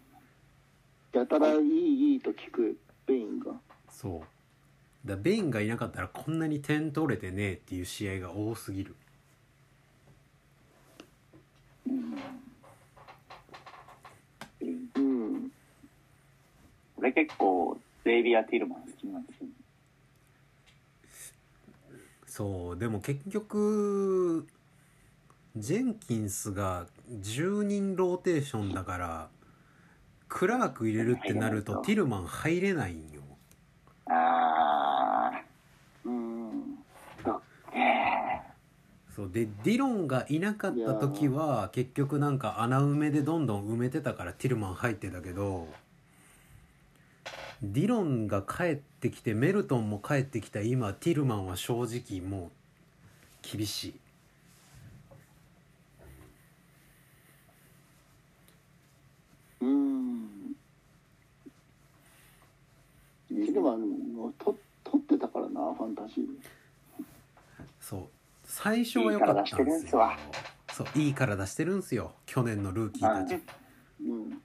Speaker 1: やたらいいいいと聞くベインが
Speaker 3: そうだベインがいなかったらこんなに点取れてねえっていう試合が多すぎる
Speaker 1: うん
Speaker 6: 俺結構ゼイビア・ティルマン好きなんですよ
Speaker 3: そうでも結局ジェンキンスが10人ローテーションだからクラーク入れるってなるとティルマン入れないんよ
Speaker 6: あ
Speaker 1: うん
Speaker 3: そうでディロンがいなかった時は結局なんか穴埋めでどんどん埋めてたからティルマン入ってたけどディロンが帰ってきてメルトンも帰ってきた今ティルマンは正直もう厳しい
Speaker 1: うんティルマンもと取ってたからなファンタジー
Speaker 3: そう最初は良かったん
Speaker 6: いい体してるん
Speaker 3: です
Speaker 6: す
Speaker 3: よ
Speaker 6: わ
Speaker 3: そういい体してるんすよ去年のルーキーたち
Speaker 1: うん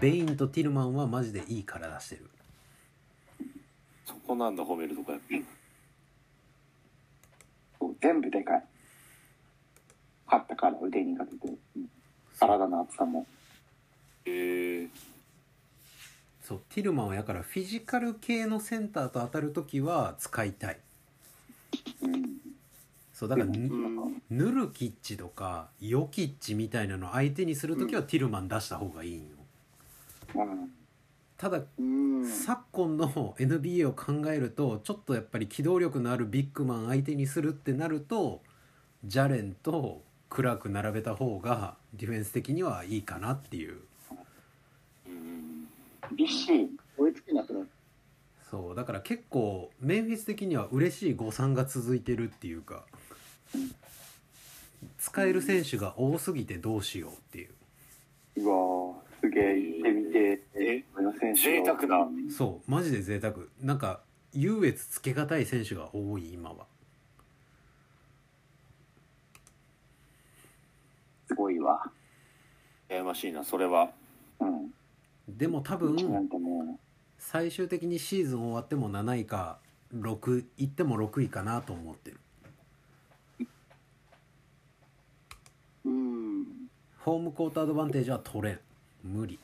Speaker 3: ベインとティルマンはマジでいい体してる
Speaker 4: そこなんだ褒めるとこやっぱ
Speaker 6: ー全部でかい肩から腕にかけてうん体の厚さも
Speaker 4: へえ
Speaker 3: そうティルマンはやからフィジカル系のセンターと当たる時は使いたい
Speaker 6: うん
Speaker 3: そうだからぬ
Speaker 1: うん
Speaker 3: ヌルキッチとかヨキッチみたいなの相手にする時はティルマン出した方がいいんよ
Speaker 6: うん
Speaker 3: ただ
Speaker 1: うん
Speaker 3: 昨今の NBA を考えるとちょっとやっぱり機動力のあるビッグマン相手にするってなるとジャレンとクラーク並べた方がディフェンス的にはいいかなっていう
Speaker 4: うん
Speaker 6: 厳しい
Speaker 1: 追いつけなくなる
Speaker 3: そうだから結構メンフィス的には嬉しい誤算が続いてるっていうか使える選手が多すぎてどうしようっていう
Speaker 6: うわーすげえ行ってみて
Speaker 4: え
Speaker 6: 上野選手
Speaker 4: 贅沢な
Speaker 3: そうマジで贅沢なんか優越つけがたい選手が多い今は
Speaker 6: すごいわ
Speaker 4: 羨ましいなそれは
Speaker 6: うん
Speaker 3: でも多
Speaker 6: うちな
Speaker 3: 分
Speaker 6: んても
Speaker 3: 最終的にシーズン終わっても7位か6いっても6位かなと思ってる
Speaker 1: うん
Speaker 3: ホームコートアドバンテージは取れん無理、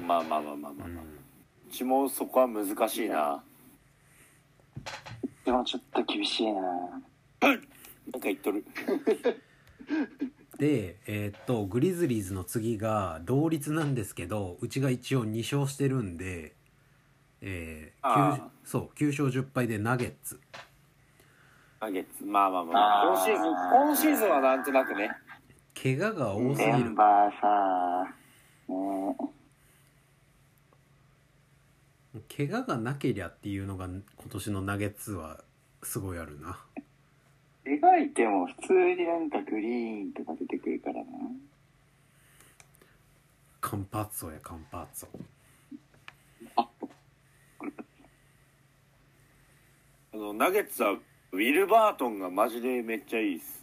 Speaker 4: うんまあまあまあまあまあ、うちもそこは難しいな
Speaker 6: うでもちょっと厳しいな
Speaker 4: なんか言っとる
Speaker 3: でえーっとグリズリーズの次が同率なんですけどうちが一応2勝してるんでえー、
Speaker 4: あ
Speaker 3: 9そう9勝10敗でナゲッツ
Speaker 4: ナゲッツまあまあまあまあ
Speaker 6: あー
Speaker 4: 今シーズン今シーズンはなんとなくね
Speaker 3: 怪我が多すぎ
Speaker 6: メ
Speaker 3: る
Speaker 6: ンバーさねえ
Speaker 3: 怪我がなけりゃっていうのが今年のナゲッツはすごいあるな
Speaker 6: 描いても普通になんかグリーンとか出てくるからな。
Speaker 3: カンパッツォやカンパッツォ
Speaker 4: あのナゲッツはウィルバートンがマジでめっちゃいいっす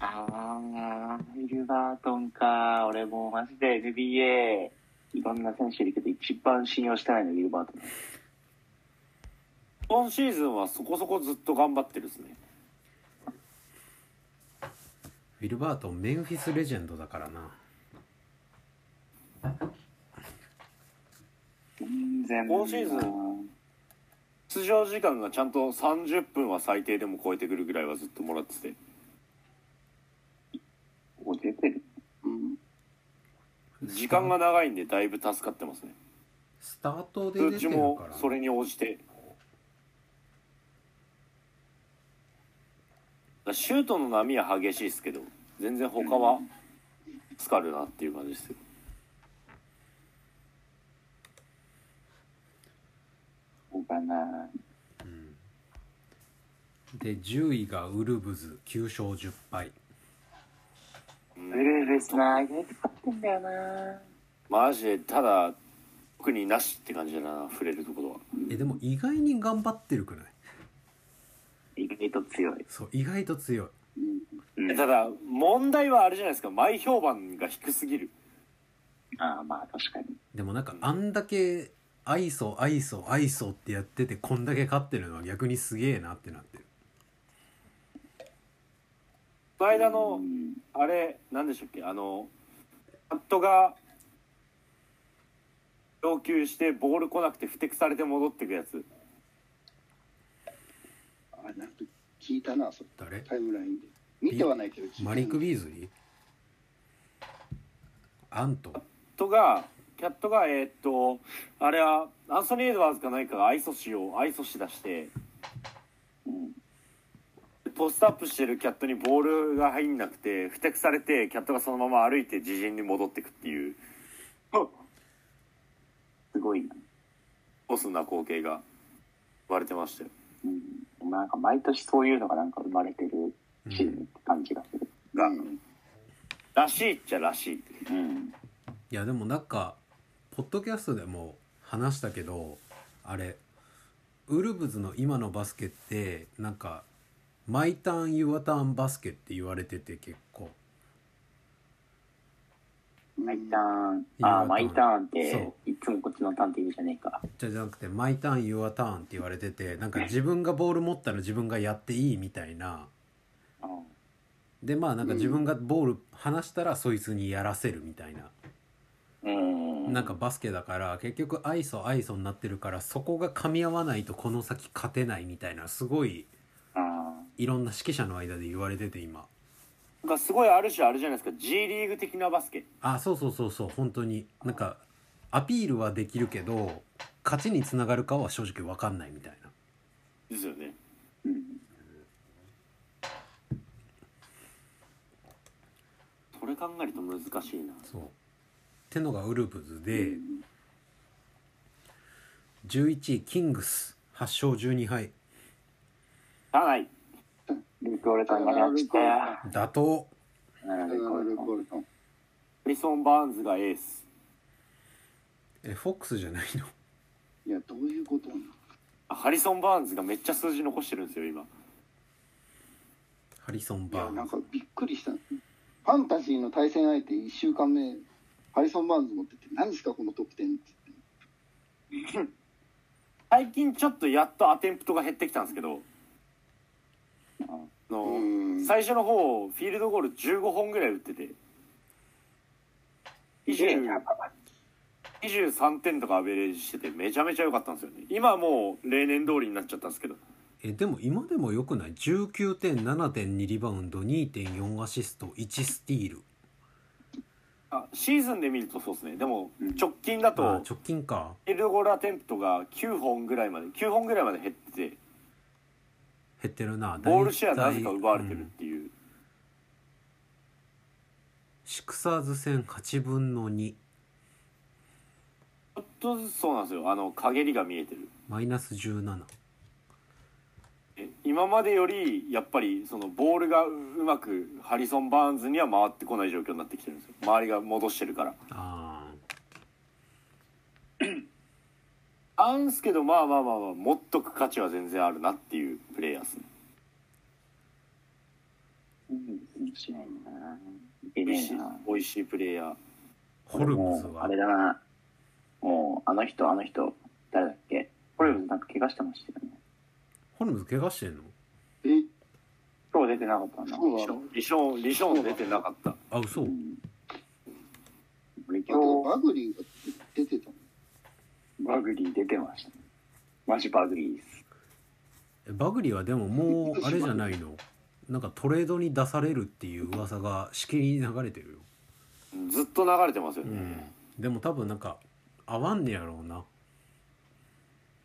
Speaker 6: ああ、ウィルバートンか。俺もうマジで NBA、いろんな選手いるけど一番信用してないの、ウィルバートン。
Speaker 4: 今シーズンはそこそこずっと頑張ってるっすね
Speaker 3: ウィルバートンメンフィスレジェンドだからな
Speaker 6: 全然。
Speaker 4: 今シーズ
Speaker 6: ン
Speaker 4: 出場時間がちゃんと30分は最低でも超えてくるぐらいはずっともらってて
Speaker 6: ここ出てる。
Speaker 1: うん
Speaker 4: 時間が長いんでだいぶ助かってますね
Speaker 3: スタートで
Speaker 4: 数
Speaker 3: 出
Speaker 4: 値
Speaker 3: てるか
Speaker 4: も
Speaker 3: ら
Speaker 4: それに応じてシュートの波は激しいですけど全然他はつかるなっていう感じですよ
Speaker 6: そうかな。
Speaker 3: で10位がウルブズ9勝10敗
Speaker 6: ブルーブスな、意外と勝ってんだよな。
Speaker 4: マジでただ特になしって感じだな触れるところは
Speaker 3: えでも意外に頑張ってるくない
Speaker 6: 意外と強い。
Speaker 3: そう意外と強い
Speaker 6: うん
Speaker 4: ただ問題はあれじゃないですか前評判が低すぎる
Speaker 6: ああ、まあ確かに。
Speaker 3: でもなんかあんだけ愛想愛想愛想ってやっててこんだけ勝ってるのは逆にすげえなってなってる
Speaker 4: この間のあれ何でしたっけあのカットが要求してボール来なくてふてくされて戻ってくやつ
Speaker 1: あなんか聞いたなそれ
Speaker 3: 誰
Speaker 1: タイムラインで見てはないけど聞いたな
Speaker 3: マリック・ビーズリーアント
Speaker 4: キャットがキャットがえーっとあれはアンソニー・エドワーズか何かが愛想しを愛想し出して、ポストアップしてるキャットにボールが入んなくてふてくされてキャットがそのまま歩いて自陣に戻ってくっていう
Speaker 6: すごいな。
Speaker 4: オスな光景が生まれてましたよ
Speaker 6: うん。なんか毎年そういうのがなんか生まれてるチームって感じがする。
Speaker 4: が、らしいっちゃらしい
Speaker 6: うん。
Speaker 3: いやでもなんかポッドキャストでも話したけどあれウルブズの今のバスケってなんかマイターン・ユアターンバスケって言われてて結構
Speaker 6: マイターン。ああ、マイターンっ
Speaker 3: そう
Speaker 6: て、いつもこっちのターンって言うじゃねえか。
Speaker 3: じゃじゃなくてマイターン・ユアターンって言われててなんか自分がボール持ったら自分がやっていいみたいな
Speaker 6: うん
Speaker 3: でまあなんか自分がボール離したらそいつにやらせるみたいな
Speaker 6: うん
Speaker 3: なんかバスケだから結局愛想愛想になってるからそこが噛み合わないとこの先勝てないみたいなすごい
Speaker 6: あ
Speaker 3: いろんな指揮者の間で言われてて今
Speaker 4: なんかすごいある種あれじゃないですか G リーグ的なバスケ
Speaker 3: あそうそうそうそう本当になんかアピールはできるけど勝ちにつながるかは正直わかんないみたいな
Speaker 4: ですよねそれ考えると難しいな
Speaker 3: そうってのがウルブズで、11位キングス8勝12敗
Speaker 4: かない
Speaker 6: ルーク・オルトンがやってたよ。
Speaker 3: 打倒
Speaker 6: な
Speaker 1: タイ
Speaker 6: る
Speaker 1: ム
Speaker 6: ほ
Speaker 1: ラインで
Speaker 6: ど。
Speaker 1: コールトン
Speaker 4: ハリソン・バーンズがエース
Speaker 3: えフォックスじゃないの <laughs>
Speaker 1: いやどういうことなの
Speaker 4: あハリソン・バーンズがめっちゃ数字残してるんですよ今
Speaker 3: ハリソン・
Speaker 1: い
Speaker 3: バ
Speaker 1: やな
Speaker 3: ー
Speaker 1: ん
Speaker 3: ン
Speaker 1: かびっくりしたファンタジーの対戦相手1週間目ハリソン・バーンズ持ってて何ですかこの得点って
Speaker 4: 最近ちょっとやっとアテンプトが減ってきたんですけどあの
Speaker 1: うん
Speaker 4: 最初の方フィールドゴール15本ぐらい打ってて20 23点とかアベレージしててめちゃめちゃ良かったんですよね今はもう例年通りになっちゃったんですけど
Speaker 3: えでも今でもよくない19点7.2リバウンド2.4アシスト1スティール
Speaker 4: あシーズンで見るとそうですねでも直近だ
Speaker 3: あー
Speaker 4: と
Speaker 3: 直近か
Speaker 4: フィールドゴールアテンプトが9本ぐらいまで9本ぐらいまで減ってて
Speaker 3: 減ってるな
Speaker 4: ボールシェアなぜか奪われて
Speaker 3: う
Speaker 4: るっ
Speaker 3: ん
Speaker 4: ていう、
Speaker 3: シクサーズ戦8分の2
Speaker 4: ちょっとずつそうなんですよあの陰りが見えてる
Speaker 3: マイナス17
Speaker 4: え今までよりやっぱりそのボールがうまくハリソン・バーンズには回ってこない状況になってきてるんですよ周りが戻してるから
Speaker 3: あー
Speaker 4: あんすけどまあまあまあまあ持っとく価値は全然あるなっていうプレイヤーですね
Speaker 6: うん、面白いな。いけ
Speaker 4: 美
Speaker 6: ね
Speaker 4: 味し
Speaker 6: え
Speaker 4: い
Speaker 6: な。
Speaker 4: 美味しいプレイヤー
Speaker 3: ホルムズ
Speaker 6: もう
Speaker 3: は
Speaker 6: あれだな。もう、あの人、あの人、誰だっけホルムズなんか怪我してましたよね。
Speaker 3: ホルムズ怪我してんの
Speaker 1: え
Speaker 6: 今日出てなかったな。
Speaker 1: そう
Speaker 4: リ
Speaker 1: な
Speaker 4: ショ
Speaker 1: の
Speaker 4: ンリションリション出てなかった
Speaker 3: あ嘘
Speaker 6: うん。俺
Speaker 1: あと
Speaker 6: 今
Speaker 1: バグリーが出てたの
Speaker 6: 日、バグリー出てましたね。マジバグリーです。
Speaker 3: えバグリはでももうあれじゃないのなんかトレードに出されるっていう噂がしきりに流れてるよ、
Speaker 4: ずっと流れてますよね、
Speaker 3: でも多分なんか合わんねやろうな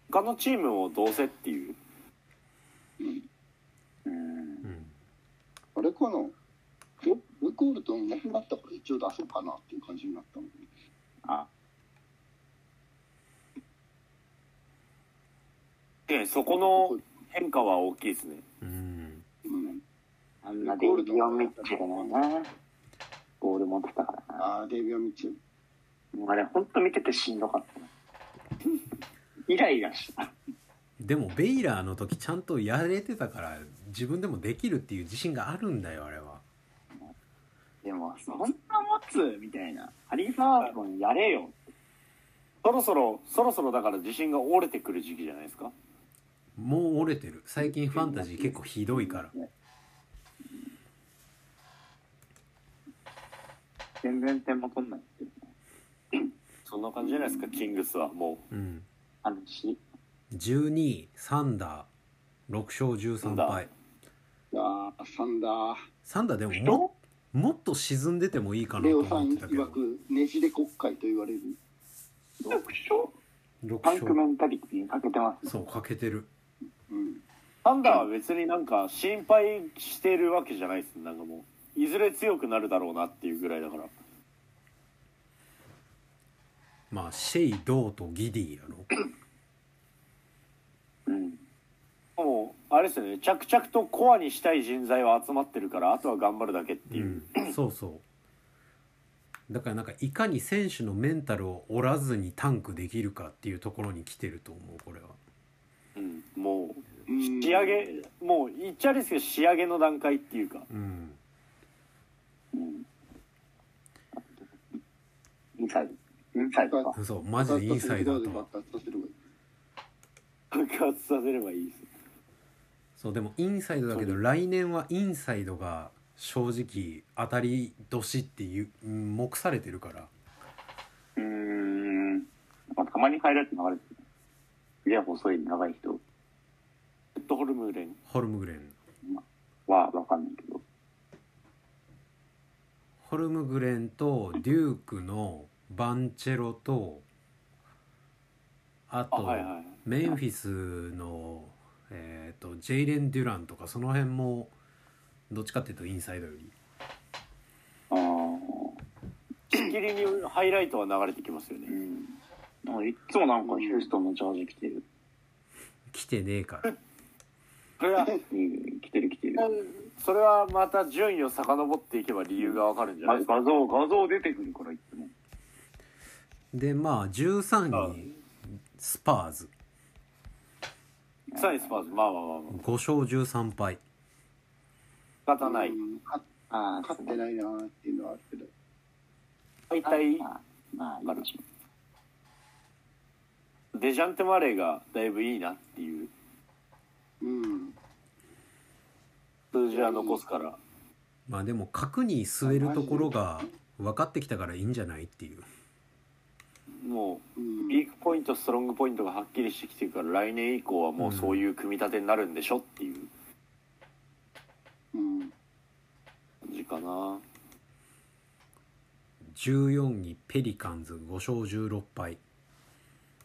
Speaker 4: 他のチームもどうせっていう
Speaker 6: うん。
Speaker 3: うん
Speaker 1: あれかなルルコールトンいなくなったから一応出そうかなっていう感じになったの
Speaker 6: あ、
Speaker 4: でそこの変化は大きいですね
Speaker 3: うん
Speaker 1: うん、
Speaker 6: あんなデイビオン・ミッチェルのな。ボール持ってたからな。
Speaker 1: ああデイビア・ミッチェル
Speaker 6: もうあれ、ほんと見ててしんどかったな。イライラした。
Speaker 3: でもベイラーの時ちゃんとやれてたから自分でもできるっていう自信があるんだよあれは
Speaker 5: でも、そんな持つみたいな。ハリー・ファーコンやれよ。
Speaker 4: そろそろそろそろだから自信が折れてくる時期じゃないですか
Speaker 3: もう折れてる最近ファンタジー結構ひどいから
Speaker 6: 全然点も取んない。
Speaker 4: そんな感じじゃないですかキングスはも
Speaker 3: うん
Speaker 6: 話。
Speaker 3: 12位サンダー6勝
Speaker 4: サ
Speaker 3: 13
Speaker 4: ンダ
Speaker 3: 敗
Speaker 4: ー
Speaker 1: ああ、サンダー。
Speaker 3: サンダーでもももっと沈んでてもいいかな
Speaker 1: レ
Speaker 3: と
Speaker 1: オさ
Speaker 3: 思
Speaker 1: ん
Speaker 3: ってたけど
Speaker 1: 曰く、ねじれ国会と言われる。
Speaker 3: 6
Speaker 6: パンクメ
Speaker 3: 勝
Speaker 6: ンタリティに欠けてます。
Speaker 3: そうかけてる
Speaker 1: うん。
Speaker 4: うサンダーは別になんか心配してるわけじゃないですなんかもういずれ強くなるだろうなっていうぐらいだから
Speaker 3: まあシェイドーとギディやろ
Speaker 6: うん。
Speaker 4: もうあれですよね着々とコアにしたい人材は集まってるからあとは頑張るだけっていう、
Speaker 3: うん、そうそうだからなんかいかに選手のメンタルを折らずにタンクできるかっていうところに来てると思うこれは
Speaker 4: うんもう
Speaker 1: うん
Speaker 4: 仕上げもう言っちゃあれですけど仕上げの段階っていうか
Speaker 3: うん
Speaker 6: インサイド。インサイドか。
Speaker 3: そうマジでインサイドだと
Speaker 1: バッ
Speaker 3: は
Speaker 1: ターさせればいい
Speaker 4: 爆発させればいいです
Speaker 3: そうでもインサイドだけど来年はインサイドが正直当たり年っていううん目されてるから
Speaker 6: うーん。なんかたまにハイライト流れてる。いや、細い長い人
Speaker 4: フットホルムーレン
Speaker 3: ホルムグレン
Speaker 6: はわかんないけど。
Speaker 3: ホルムグレンとデュークのバンチェロとあ
Speaker 4: あ
Speaker 3: と
Speaker 4: はいはい
Speaker 3: メンフィスの、えー、とジェイレン・デュランとかその辺もどっちかっていうとインサイドより
Speaker 6: ああ。
Speaker 4: しきりにハイライトは流れてきますよ
Speaker 6: う
Speaker 4: ね
Speaker 6: ん。なんかいっつもなんかヒューストンのジャージ着てる。
Speaker 3: 来てねえから
Speaker 4: これは
Speaker 6: うん、着てる着てる。
Speaker 4: それはまた順位を遡っていけば理由がわかるんじゃない
Speaker 6: ま
Speaker 4: ですか
Speaker 6: 画像、画像出てくるからいつも。
Speaker 3: でまあ13位スパーズ
Speaker 4: サイスパーズまあまあまあまあ
Speaker 3: 5勝13敗
Speaker 4: 仕方ない
Speaker 1: うん勝
Speaker 6: ああ、
Speaker 1: 勝ってないなーっていうのはあるけど。
Speaker 4: 大体
Speaker 6: まあ、まあ、いいでしょ
Speaker 4: デジャンテ・マレーがだいぶいいなっていう
Speaker 1: うん。
Speaker 4: 数字は残すから
Speaker 3: まあでも角に据えるところが分かってきたからいいんじゃないっていう
Speaker 4: も
Speaker 1: う。
Speaker 4: うんビークポイントストロングポイントがはっきりしてきてるから来年以降はもうそういう組み立てになるんでしょっていう
Speaker 1: うん。
Speaker 4: 感じかな
Speaker 3: 14位ペリカンズ5勝16敗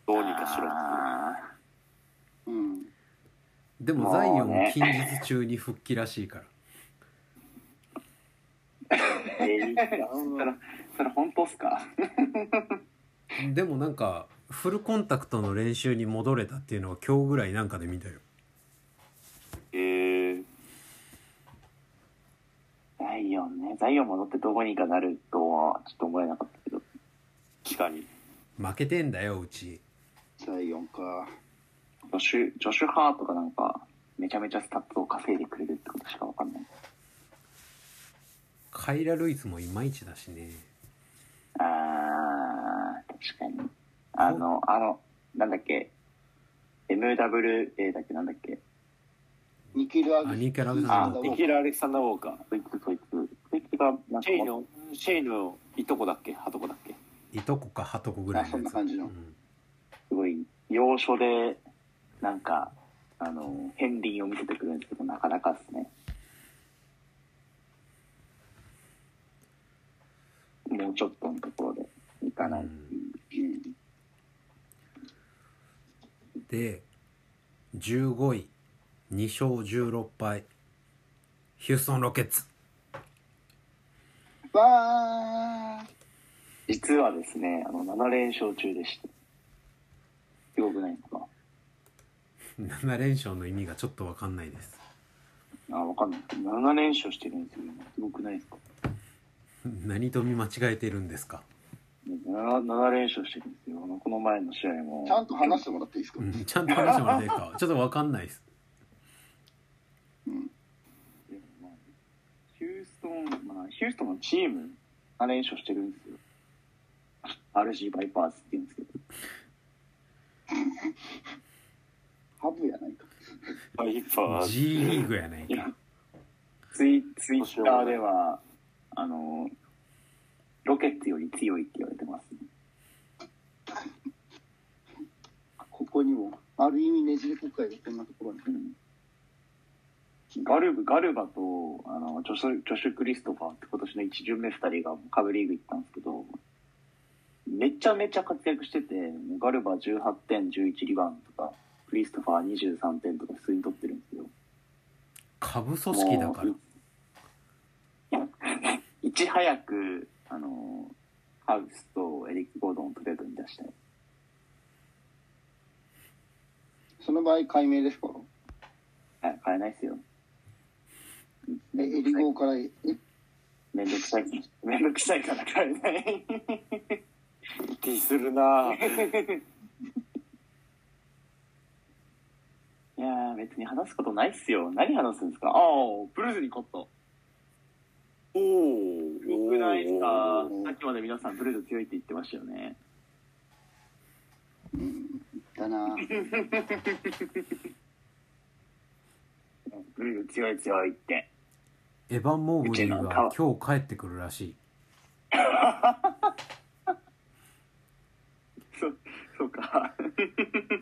Speaker 4: どうにかしろ
Speaker 6: あ
Speaker 1: うん。
Speaker 3: でもザイオ
Speaker 6: もう
Speaker 3: ン
Speaker 6: ね
Speaker 3: 近日中に復帰らしいから
Speaker 6: あ、ええそれ、それ本当っすか
Speaker 3: でもなんかフルコンタクトの練習に戻れたっていうのは今日ぐらいなんかで見たよ
Speaker 4: ええ
Speaker 6: ザイオンね。ザイオン戻ってどこにかなるとは、ちょっと思えなかったけど。
Speaker 4: 確かに
Speaker 3: 負けてんだようち
Speaker 1: ザイオンか。
Speaker 6: ジョシュ、ジョシュハートがなんか、めちゃめちゃスタッツを稼いでくれるってことしかわかんない。
Speaker 3: カイラ・ルイスもいまいちだしね
Speaker 6: あー、確かに。あの、あの、なんだっけ、MWA だっけなんだっけ、
Speaker 1: ニキル・ア
Speaker 3: あニキルアグス
Speaker 6: あ
Speaker 1: サンダーウォーカー
Speaker 4: ニキラ・アレキサンダー・ウォーカー
Speaker 6: そいつ、そいつ、そいつが、なんか
Speaker 4: シェイ、のシェイのいとこだっけはとこだっけ
Speaker 3: いとこかはとこぐらい
Speaker 1: あそんな感じの
Speaker 3: うん
Speaker 6: すごい、要所で、なんか、あの、片鱗を見せてくるんですけど、なかなかですね。もうちょっとのところで、いかない。
Speaker 3: で15位2勝16敗ヒューストン・ロケッツ
Speaker 1: わー
Speaker 6: 実はですね、あの、7連勝中でした。すごくないですか
Speaker 3: 7連勝の意味がちょっと分かんないです
Speaker 6: あ、わかんない。7連勝してるんですよ、今すごくないですか
Speaker 3: 何と見間違えてるんですか
Speaker 6: 7連勝してるんですよ。あのこの前の試合も。
Speaker 1: ちゃんと話してもらっていいですか、
Speaker 3: うんちゃんと話してもらっていいですかちょっとわかんないです
Speaker 6: でもまあヒューストン、まあ、ヒューストンのチーム、7連勝してるんですよ。RG バイパーズって言うんですけど。
Speaker 1: ハブやないか。
Speaker 4: バイパー
Speaker 3: G リーグやないか
Speaker 6: ツイツイッターでは、あの、ロケットより強いって言われてます、
Speaker 1: ここにも、ある意味ねじれ国会がこんなところに。
Speaker 6: ガルブ、ガルバと、あの、ジョシュ、ジョシュ・クリストファーって今年の1巡目2人がカブリーグ行ったんですけど、めちゃめちゃ活躍してて、もうガルバ18点、11リバウンドとか、クリストファー23点とか普通に取ってるんですよ。
Speaker 3: 下部組織だから
Speaker 6: もういいち早く、あの、ハウスとエリック・ゴードンをトレードに出したい。
Speaker 1: その場合、解明ですか
Speaker 6: はい、買えないっすよ。
Speaker 1: え、エリゴーから、え、
Speaker 6: めんどくさい。めんどくさいから買えない。
Speaker 4: ディスるな
Speaker 6: <laughs>
Speaker 4: ぁ
Speaker 6: いやー、別に話すことないっすよ。何話すんですかああ、ブルーズに勝った。
Speaker 4: おー
Speaker 6: よくないですか
Speaker 1: おー
Speaker 6: さっきまで皆さんブルーズ強いって言ってましたよね。
Speaker 1: だな
Speaker 6: ブルーズ強い強いって。
Speaker 3: エヴァン・モーブリーが今日帰ってくるらしい
Speaker 6: そうか。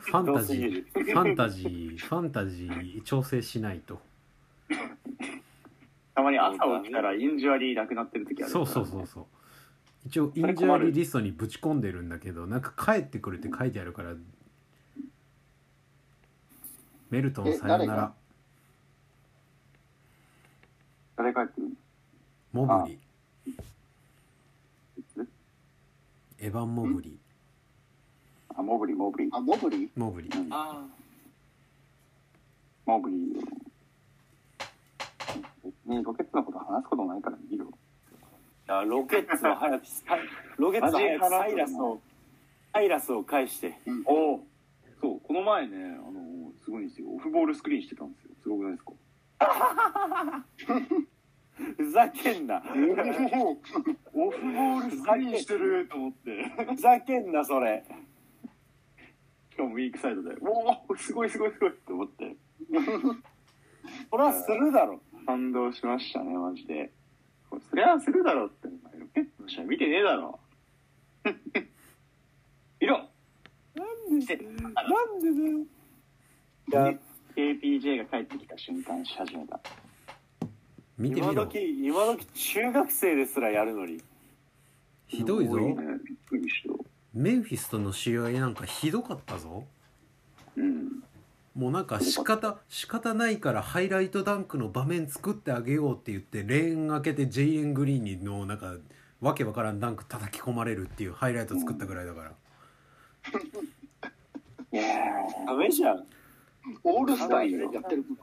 Speaker 3: ファンタジ
Speaker 4: 強すぎ
Speaker 3: ー
Speaker 4: る
Speaker 3: ファンタジーファンタジー調整しないと
Speaker 6: たまに朝起きたらインジュアリーなくなってる時あるから
Speaker 3: そう
Speaker 6: ね
Speaker 3: そうそうそう一応インジュアリーリストにぶち込んでるんだけどなんか帰ってくるって書いてあるからメルトンさよ
Speaker 1: え誰
Speaker 3: なら
Speaker 1: が
Speaker 6: 誰かってる
Speaker 3: モブリエヴァン・モブリ
Speaker 6: あ、モブリ、モブリ。
Speaker 1: あ、モブリ
Speaker 3: モブリ
Speaker 6: あモブリーよ。ねロケットのこと話すことないからいいよ。
Speaker 4: いやロケッツの早くサイロケッツの早くサイラスをサイラスを返して
Speaker 6: おおそうこの前ねあのすごいんですよオフボールスクリーンしてたんですよすごくないですか
Speaker 4: ふざけ
Speaker 6: <laughs>
Speaker 4: んな
Speaker 6: オフボールスクリーンしてると思って
Speaker 4: ふざけんなそれ
Speaker 6: しかもウィークサイドでおおすごいすごいすごいと思って
Speaker 4: それはするだろ
Speaker 6: 感動しましたねマジでこれそりゃするだろうってお前ロケットの試合見てねえだろ <laughs> 見ろ
Speaker 4: なんでなんでだよいや
Speaker 6: KPJ が帰ってきた瞬間し始めた
Speaker 3: 見てみ
Speaker 4: 今
Speaker 3: ろ
Speaker 4: 時今時中学生ですらやるのに
Speaker 3: ひどいぞ
Speaker 6: すごねびっくりした
Speaker 3: メンフィスとの試合なんかひどかったぞ
Speaker 6: うん
Speaker 3: もうなんか仕方仕方ないからハイライトダンクの場面作ってあげようって言ってレーン開けてジェイエン・グリーンにのなんかわけわからんダンク叩き込まれるっていうハイライト作ったぐらいだから、
Speaker 6: いや
Speaker 4: ダメじゃん
Speaker 1: オールスターでやってるこ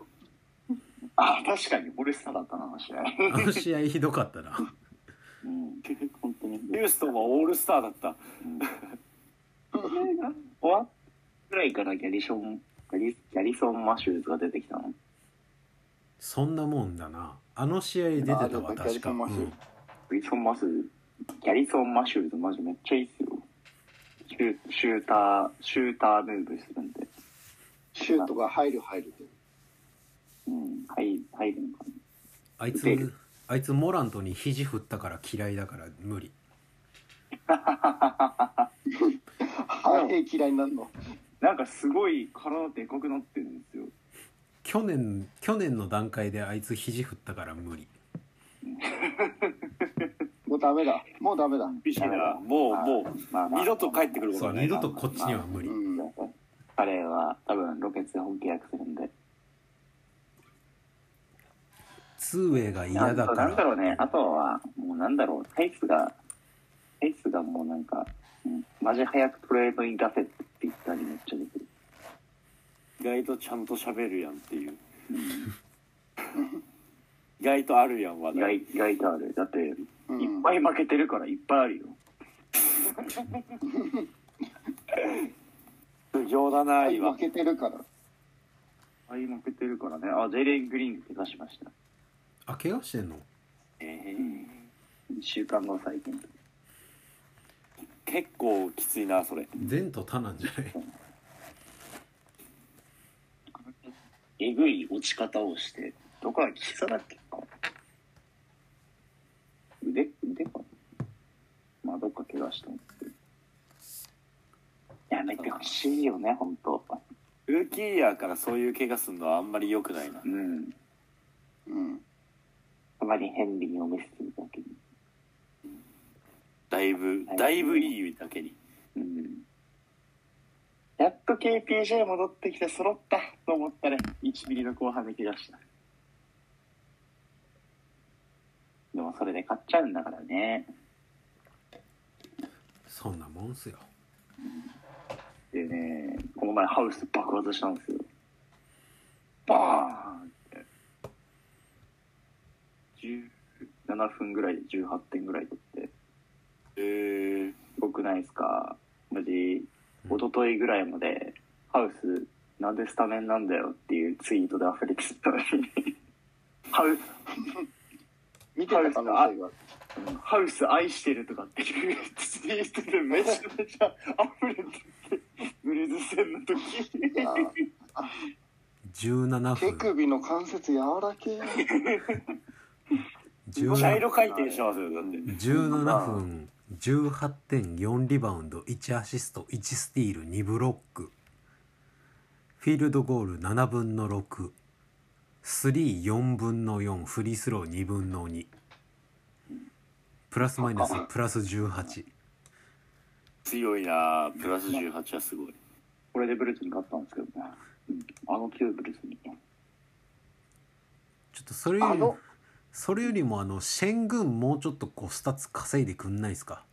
Speaker 1: と。
Speaker 6: ーあ確かに俺スターだったなあの試合
Speaker 3: あの試合ひどかったな
Speaker 6: うん本当に
Speaker 4: ヒューストンはオールスターだった
Speaker 6: 終わっぐらいからギャリション、ギャリギャリソン・マシューズが出てきたの。
Speaker 3: そんなもんだなあの試合出てた
Speaker 1: あで
Speaker 3: わ
Speaker 1: も
Speaker 3: 確か、
Speaker 1: やりますよ
Speaker 3: うん
Speaker 6: ギャリソン・マシューズ、ギャリソン・マシューズマジめっちゃいいっすよ。シュシューター、シュータームーブするんで。
Speaker 1: シュートが入る入ると。
Speaker 6: うん、はい、入るのか
Speaker 3: あい
Speaker 6: 出
Speaker 3: つ
Speaker 6: る
Speaker 3: あいつモラントに肘振ったから嫌いだから無理
Speaker 1: あれ嫌いになるの。
Speaker 6: な。なんかすごい体でかくなってるんですよ。
Speaker 3: 去年去年の段階であいつ肘振ったから無理
Speaker 1: もうダメだ。もうダメだ。
Speaker 4: ビシだもうもう
Speaker 6: まあまあ
Speaker 4: 二度と帰ってくること
Speaker 3: そ
Speaker 4: は
Speaker 3: う
Speaker 4: ない
Speaker 3: 二度とこっちには無理
Speaker 1: うん。
Speaker 6: 彼は多分ロケッツで本契約するんで。
Speaker 3: ツーウェイが嫌だ
Speaker 6: あと
Speaker 3: か
Speaker 6: なん
Speaker 3: ら
Speaker 6: だろうね、あとは、もうなんだろう、タイスが、タイスがもうなんか、うんマジ早くトレードに出せって言ったりめっちゃ出てる。
Speaker 4: 意外とちゃんと喋るやんって
Speaker 6: <laughs>
Speaker 4: いう意外とあるやん話
Speaker 6: 意外
Speaker 4: 題
Speaker 6: 意外とあるだって、
Speaker 1: うん
Speaker 6: いっぱい負けてるからいっぱいあるよ
Speaker 4: 苦行だな今
Speaker 1: 負けてるから。
Speaker 6: あい負けてるからね。あ、ジェイレン・グリーン怪我しました。
Speaker 3: あ怪我してんの
Speaker 6: ええ1週間後最近。
Speaker 4: 結構きついなそれ
Speaker 3: 善と他なんじゃない
Speaker 6: えぐい落ち方をして、どこだっけ膝だっけか腕、腕かまあ、どっか怪我したんですけど。やめてほしいよね、ほんと。
Speaker 4: ルーキーイヤーからそういう怪我するのはあんまり良くないな
Speaker 6: うん。
Speaker 1: うん。
Speaker 6: あまりヘンリーを見せてるだけに。
Speaker 4: だいぶだいぶいいだけに
Speaker 6: うん。やっと KPJ 戻ってきて揃ったと思ったら、1ミリの後半で怪我した。でもそれで勝っちゃうんだからね。
Speaker 3: そんなもんすよ
Speaker 6: でね、この前ハウス爆発したんですよ。バーンって。17分ぐらいで18点ぐらい取って。
Speaker 4: えー、
Speaker 6: すごくないですかマジ、一昨日ぐらいまで、ハウス、なんでスタメンなんだよっていうツイートで溢れてたのに、ハウス、
Speaker 1: 見てた可能性がある。
Speaker 6: ハウス愛してるとかっていうツイートでめちゃめちゃ溢れてて、ブレズ戦の時。
Speaker 1: あ
Speaker 3: <laughs> 17
Speaker 1: 手
Speaker 3: 分
Speaker 1: 首の関節柔らけえ。
Speaker 4: 茶
Speaker 3: 17
Speaker 4: 色回転してますよだって
Speaker 3: 17分18.4リバウンド1アシスト1スティール2ブロックフィールドゴール7分の6スリー4分の4フリースロー2分の2プラスマイナスプラス18
Speaker 4: 強いなプラス18はすごい
Speaker 6: これでブルースに勝ったんですけどね。うんあの強いブルー <laughs> スに。
Speaker 3: ちょっとそれよりもそれよりもあのシェングンもうちょっとこうスタッツ稼いでくんないですか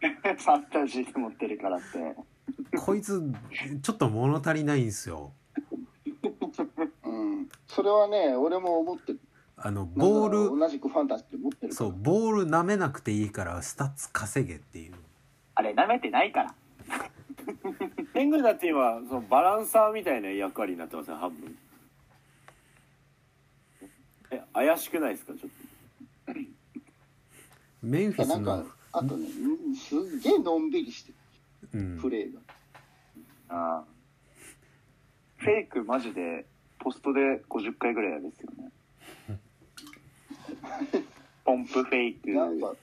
Speaker 6: ファンタジーで持ってるからって。
Speaker 3: こいつちょっと物足りないんですよ
Speaker 1: うん。それはね、俺も思ってる。
Speaker 3: あのボール
Speaker 1: 同じくファンタジーって持ってるか
Speaker 3: そ
Speaker 1: ら。
Speaker 3: うボール舐めなくていいからスタッツ稼げっていう
Speaker 6: あれ、舐めてないから。
Speaker 4: 天狗だって今そのバランサーみたいな役割になってますよ半分え怪しくないですかちょっ
Speaker 3: メンフィ
Speaker 1: な
Speaker 3: ス
Speaker 1: ん
Speaker 3: の
Speaker 1: か、あとね、うんすっげえのんびりしてる
Speaker 3: うん
Speaker 1: プレーが。
Speaker 6: ああフェイクマジでポストで50回ぐらいやるんですよね <laughs> ポンプフェイク
Speaker 1: なんか、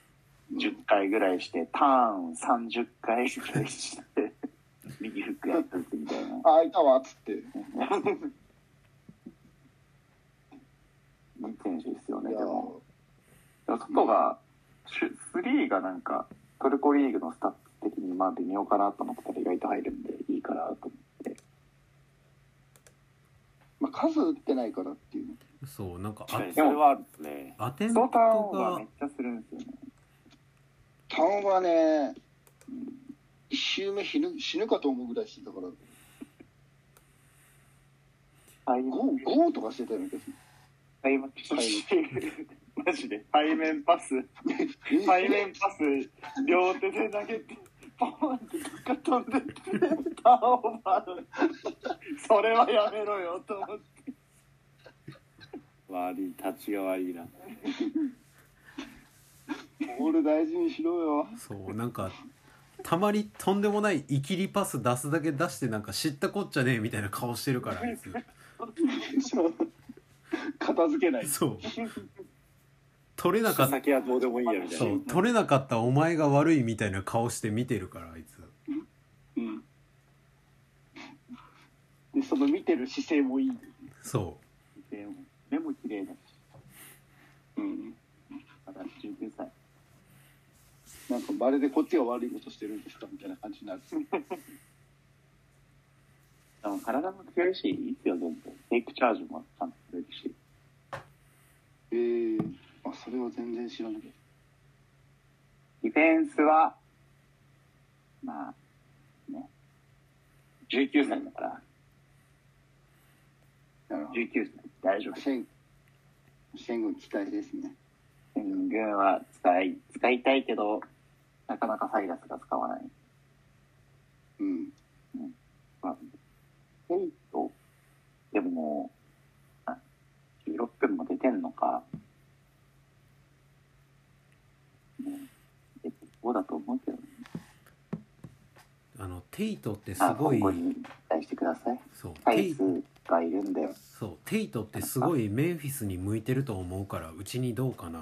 Speaker 6: 10回ぐらいしてターン30回ぐらいして <laughs> 右フックやってってみたいな
Speaker 1: あ、いたわ、つって。
Speaker 6: いい選手ですよ
Speaker 1: い
Speaker 6: ね
Speaker 1: や
Speaker 6: でもでも外がシュスリーがなんかトルコリーグのスタッツ的にまあ微妙かなと思ったら意外と入るんでいいかなと思って
Speaker 1: まあ、数打ってないからっていうの。
Speaker 3: そうなんか
Speaker 4: と確かに
Speaker 3: あ
Speaker 4: それはあるんですね
Speaker 3: アテン
Speaker 6: そ
Speaker 3: プ
Speaker 6: のターンが
Speaker 3: ト
Speaker 6: めっちゃするんですよね
Speaker 1: ターンはね、一周目死ぬ死ぬかと思うぐらいしてたから、
Speaker 6: はい
Speaker 1: 5、5とかしてたよね。
Speaker 6: 対面パス、マジで背面パス、背面パス、両手で投げて、ポンってどっか飛んでって、ターンオーバーそれはやめろよと思って。
Speaker 4: 悪い立ちが悪いな
Speaker 1: ボール大事にしろ <laughs> よ。
Speaker 3: がそうなんかたまにとんでもないイキリパス出すだけ出してなんか知ったこっちゃねえみたいな顔してるからあいつ
Speaker 6: <laughs>
Speaker 1: 片付けない。
Speaker 3: そう取れなかっ
Speaker 4: 先はどうでもいいやみ
Speaker 3: た
Speaker 4: たい
Speaker 3: そ
Speaker 4: な
Speaker 3: う取れなかったお前が悪いみたいな顔して見てるからあいつ
Speaker 1: うん。で、その見てる姿勢もいい。
Speaker 3: そ
Speaker 6: 目も綺麗だし、
Speaker 1: うん。
Speaker 6: まだ19歳。
Speaker 1: なんか、まるでこっちが悪いことしてるんですかみたいな感じになる。
Speaker 6: でも体も強いし、いいっすよ、全部。テイクチャージもちゃんと強いし。
Speaker 1: えー、あ、それは全然知らなかった。
Speaker 6: ディフェンスは、まあ、ね、19歳だから、
Speaker 1: なるほど。
Speaker 6: 19歳、大丈夫です。
Speaker 1: シェン、シェン軍期待ですね。
Speaker 6: うん、軍は使い、使いたいけど、なかなかサイラスが使わない。
Speaker 1: うん。
Speaker 6: ヘイト、でももう、あ16分も出てんのか。もうえそうだと思うけどね。
Speaker 3: あのテイトってす
Speaker 6: あ
Speaker 3: ごい
Speaker 6: 今後に期待してください。
Speaker 3: そう
Speaker 6: サ
Speaker 3: テ
Speaker 6: イ
Speaker 3: イ
Speaker 6: ズがいるんだよ。
Speaker 3: そうテイトってすごいメンフィスに向いてると思うからうちにどうかな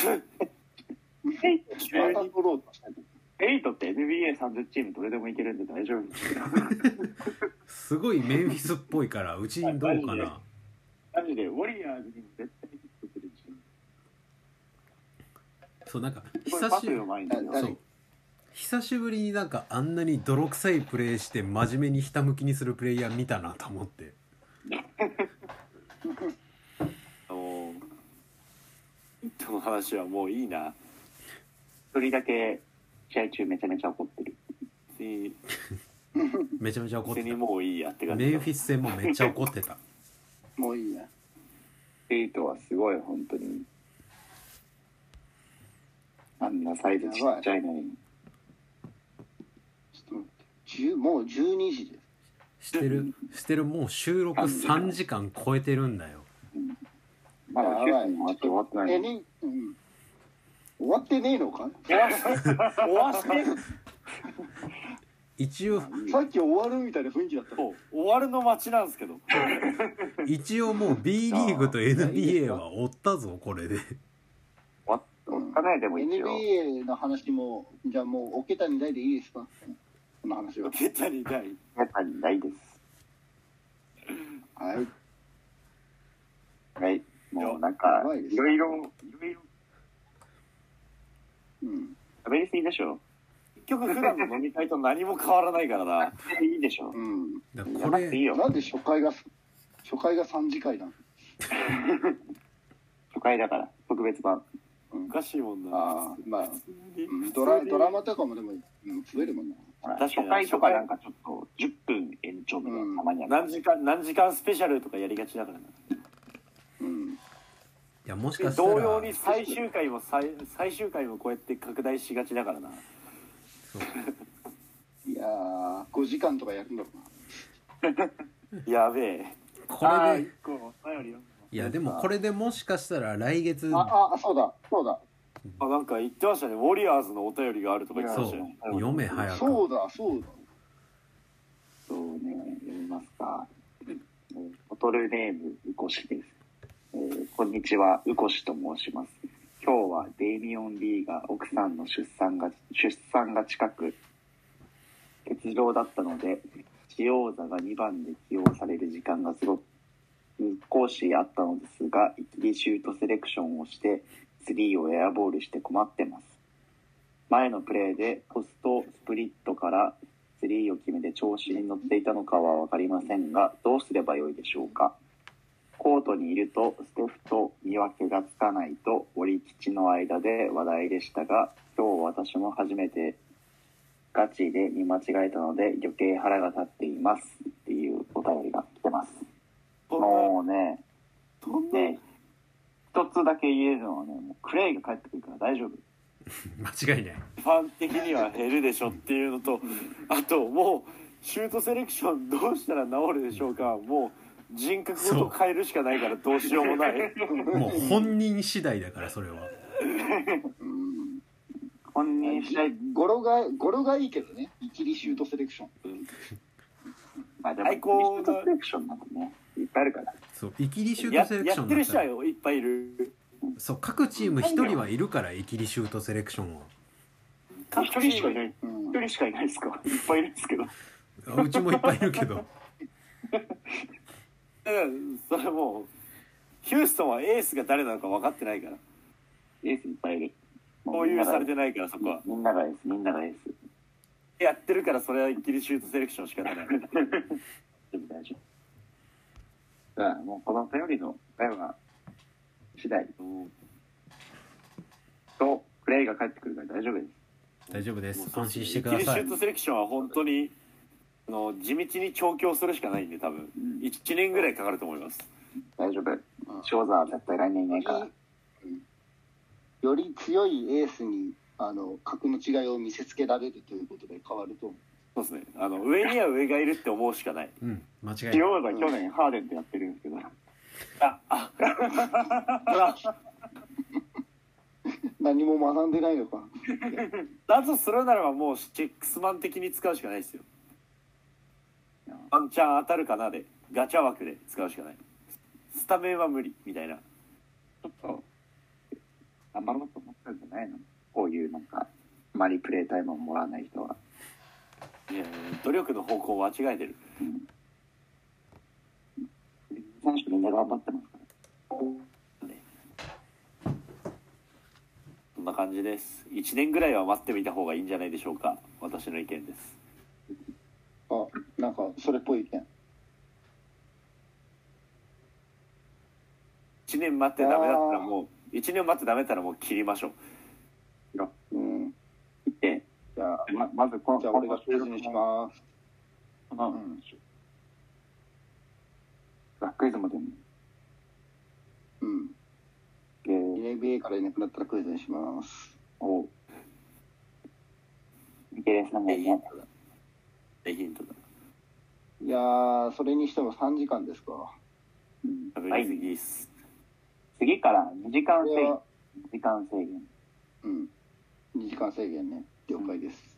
Speaker 1: また取ろうとしたけど
Speaker 6: ヘイトって NBA30 チームどれでもいけるんで大丈夫
Speaker 3: すごいメンフィスっぽい
Speaker 6: <laughs>
Speaker 3: からうちにどうかな
Speaker 6: マジで、ウォリアーズにも絶対ヒットするし。
Speaker 3: そうなんか
Speaker 6: こ
Speaker 3: 久
Speaker 6: れパ
Speaker 3: し
Speaker 6: ス
Speaker 3: ぶり
Speaker 6: うまいんですよ。
Speaker 1: 誰
Speaker 3: そう久しぶりになんかあんなに泥臭いプレーして真面目にひたむきにするプレイヤー見たなと思って
Speaker 4: あのヒットの話はもういいな。
Speaker 6: 一人だけ試合中めちゃめちゃ怒ってる。
Speaker 4: 別に
Speaker 3: めちゃめちゃ怒っ
Speaker 4: 別
Speaker 3: て
Speaker 4: に
Speaker 3: た
Speaker 4: もういいやって感じ
Speaker 3: メ
Speaker 4: だ。
Speaker 3: ンフィス戦もめっちゃ怒ってた
Speaker 1: もういいや。
Speaker 6: ヘイトはすごい、本当に。あんなサイズちっちゃいのに。
Speaker 1: ちょっと待って10。もう12時です。
Speaker 3: してるしてるもう収録3時間超えてるんだよ
Speaker 6: まだ9分もあって終わってない
Speaker 1: え、
Speaker 6: のに。
Speaker 1: ね、うん。終わってねえのか
Speaker 4: 終わって
Speaker 3: 一応
Speaker 1: さっき終わるみたいな雰囲気だった。
Speaker 4: そう終わるの待ちなんですけど。
Speaker 3: 一応もう B リーグと NBA は追ったぞこれで
Speaker 6: 終わっ
Speaker 1: うん
Speaker 6: たね、でも一応。
Speaker 1: NBA の話も、じゃあもう、桶谷大でいいですかこの話は。
Speaker 4: 出たりたい。
Speaker 6: やっぱりないです。
Speaker 1: はい。
Speaker 6: はい。もうなんか
Speaker 1: やばい、です
Speaker 6: いろいろ、いろいろ
Speaker 1: うん。
Speaker 6: 喋りすぎでしょ。
Speaker 4: 結局普段の飲み会と何も変わらないからな。
Speaker 6: いいでしょ。
Speaker 1: うん。
Speaker 3: だ
Speaker 6: や
Speaker 3: から
Speaker 6: ら
Speaker 3: こ
Speaker 6: なくていい
Speaker 3: れ
Speaker 6: よ。
Speaker 1: なんで初回が、初回が3次会なの
Speaker 6: 初回だから、特別版。
Speaker 4: おかしいもんな。
Speaker 1: ああ、まあ、
Speaker 4: 普通に
Speaker 1: うんドラ、ドラマとかもでも、うん、増えるもんな。
Speaker 6: ほら
Speaker 4: 確か
Speaker 6: 初
Speaker 4: に
Speaker 6: 回とかなんかちょっと10分延長みたいなのたまにある。
Speaker 4: 何時間何時間スペシャルとかやりがちだからな。
Speaker 1: うん。
Speaker 3: いやもし
Speaker 4: で
Speaker 3: かした
Speaker 4: 同様
Speaker 3: ら
Speaker 4: に最終回も最最終回もこうやって拡大しがちだからな。
Speaker 1: いやー、5時間とかやるんだろうな。
Speaker 4: やべえ。
Speaker 3: これで
Speaker 6: 個お便りよ。
Speaker 3: いやでもこれでもしかしたら来月
Speaker 1: あ、あ、そうだ、そうだ。
Speaker 4: あなんか言ってましたね。ウォリアーズのお便りがあるとか言って
Speaker 3: そ
Speaker 4: ま
Speaker 3: う
Speaker 4: したよね。
Speaker 3: 読め早
Speaker 1: そ
Speaker 3: く
Speaker 1: うだ、そうだ。
Speaker 6: そうね、読みますか。えーボトルネーム、うこしです。えーこんにちは、うこしと申します。今日はデイミオン・リーが奥さんの出産が、出産が近く、欠場だったので、使用座が2番で起用される時間がすごく、講師あったのですが、いきりシュートセレクションをして、スリーをエアボールして困ってます。前のプレーでポストスプリットからスリーを決めて調子に乗っていたのかは分かりませんがどうすればよいでしょうかコートにいるとステフと見分けがつかないと折吉の間で話題でしたが今日私も初めてガチで見間違えたので余計腹が立っていますっていうお便りが来てます
Speaker 4: こんな
Speaker 6: もうね
Speaker 4: そんな
Speaker 6: ね一つだけ言えるのはねもうクレイが帰ってくるから大丈夫
Speaker 3: 間違いない
Speaker 4: ファン的には減るでしょっていうのと <laughs> あともうシュートセレクションどうしたら治るでしょうかもう人格ごと変えるしかないからどうしようもない
Speaker 3: もう本人次第だからそれは
Speaker 1: うん。
Speaker 6: 本人次第
Speaker 1: 語呂が、語呂がいいけどね。イキリシュートセレクション。
Speaker 6: まあで
Speaker 4: 最高
Speaker 6: リ
Speaker 4: な
Speaker 6: ストセレクションなんてね、いっぱいあるから。
Speaker 3: そうイキリシュー
Speaker 4: や
Speaker 3: トセレクシ
Speaker 4: や
Speaker 3: ョ
Speaker 4: っ
Speaker 3: ン
Speaker 4: て
Speaker 3: だ
Speaker 4: る
Speaker 3: っ
Speaker 4: 人は
Speaker 3: たら
Speaker 4: いっぱいいる
Speaker 3: そう各チーム一人はいるからイキリシュートセレクションは
Speaker 4: 各
Speaker 6: 一人しかいない。
Speaker 1: うん
Speaker 6: 一。人しかいないですか。いっぱいいるんですけど。
Speaker 3: あうちもいっぱいいるけど
Speaker 4: だからそれもうヒューストンはエースが誰なのか分かってないから
Speaker 6: エースいっぱいいる。
Speaker 4: 保有されて
Speaker 6: る。
Speaker 4: ないからそこは
Speaker 6: みんながエース、みんながエース。
Speaker 4: やってるからそれは一気にシュートセレクションしかない
Speaker 6: 大丈夫、大丈夫。さあ、もうこの頼りの答えは、次第
Speaker 4: も
Speaker 6: と、プレイが返ってくるから大丈夫です。
Speaker 3: 大丈夫で
Speaker 4: う
Speaker 3: す
Speaker 4: もう
Speaker 3: 安心してくださ
Speaker 4: 一気にシュ
Speaker 3: い
Speaker 4: ートセレクションは本当にあの地道に調教するしかないんで多分1年ぐらいかかると思います
Speaker 6: 大丈夫。ショーザーは絶対来年いないから。
Speaker 1: より強いエースにあの格の違いを見せつけられるということで変わると思う
Speaker 4: そうですねあの上には上がいるって思うしかない
Speaker 3: うん間違いない
Speaker 6: ジオーダ去年ハーデンとやってるんですけど、
Speaker 1: 何も学んでないのか
Speaker 4: だとするならばもうシックスマン的に使うしかないですよワンチャン当たるかなでガチャ枠で使うしかないスタメンは無理みたいな
Speaker 6: ちょっと、頑張ろうと思ったんじゃないのこういうなんか、あまりプレイタイムをもらわない人は。
Speaker 4: いや努力の方向を間違えてる
Speaker 6: 選手みんな頑張ってますから。
Speaker 4: そんな感じです1年ぐらいは待ってみた方がいいんじゃないでしょうか私の意見です
Speaker 1: あなんかそれっぽい意見
Speaker 4: 1年待ってダメだったらもう1年待ってダメだったらもう切りましょう
Speaker 1: うん
Speaker 6: で、
Speaker 1: じゃあ
Speaker 6: ままずこの、
Speaker 1: じゃあ俺がプレゼンし
Speaker 6: す。
Speaker 1: ます
Speaker 6: この、
Speaker 1: うん
Speaker 6: ザックイズムでも、
Speaker 1: うん
Speaker 6: えー
Speaker 1: NBA からいなくなったらプレゼンします
Speaker 6: を、ミケレスさんが
Speaker 4: え
Speaker 6: い
Speaker 4: ヒ
Speaker 6: な
Speaker 4: ントだえヒントだ
Speaker 1: いやーそれにしても3時間ですか
Speaker 4: 食
Speaker 6: は
Speaker 4: べ
Speaker 6: い
Speaker 4: 過ぎっす
Speaker 6: 次から2時間
Speaker 1: こ
Speaker 6: 制
Speaker 1: れ
Speaker 6: 限
Speaker 1: は、
Speaker 6: 2時間制限。
Speaker 1: うん2時間制限ね了解です、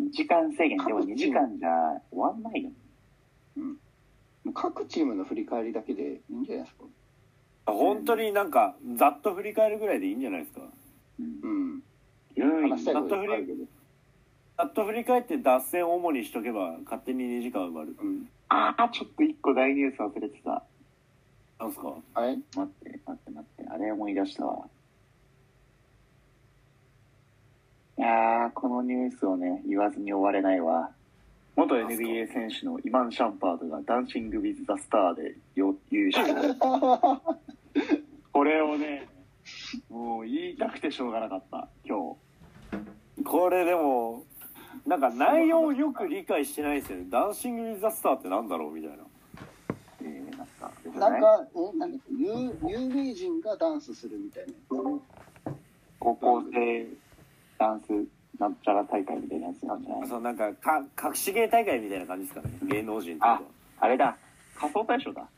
Speaker 6: 2時間制限。でも
Speaker 1: 各チーム
Speaker 6: 2時間じゃ終わんないよ。
Speaker 1: もう各チームの振り返りだけでいいんじゃないですか
Speaker 4: 本当になんかざっと振り返るぐらいでいいんじゃないですか
Speaker 1: うん
Speaker 6: 順
Speaker 1: 話
Speaker 6: 位
Speaker 1: したいこといっぱいあるけど
Speaker 4: ざっと振り返って脱線を主にしとけば勝手に2時間埋まる
Speaker 1: うん
Speaker 6: ああ、ちょっと1個大ニュース忘れてた。
Speaker 4: なんすか
Speaker 1: あれ
Speaker 6: 待って、待って、待って。あれ思い出したわ。いやー、このニュースをね、言わずに終われないわ。元 NBA 選手のイマン・シャンパードがダンシング・ウィズ・ザ・スターでよ優勝。これをね、もう言いたくてしょうがなかった、今
Speaker 4: これでもなんか内容をよく理解してないですよね「ダンシング・ウィズ・ザ・スター」ってなんだろうみたいな
Speaker 6: 日。えー、なんか、
Speaker 1: なんか、え、なんだっけ、有有名人がダンスするみたいな。
Speaker 6: 高校生ダンスなんちゃら大会みたいなやつなんじゃない
Speaker 4: そうなんかか隠し芸大会みたいな感じですかね芸能人とか
Speaker 6: あ、あれだ。仮想大賞だ。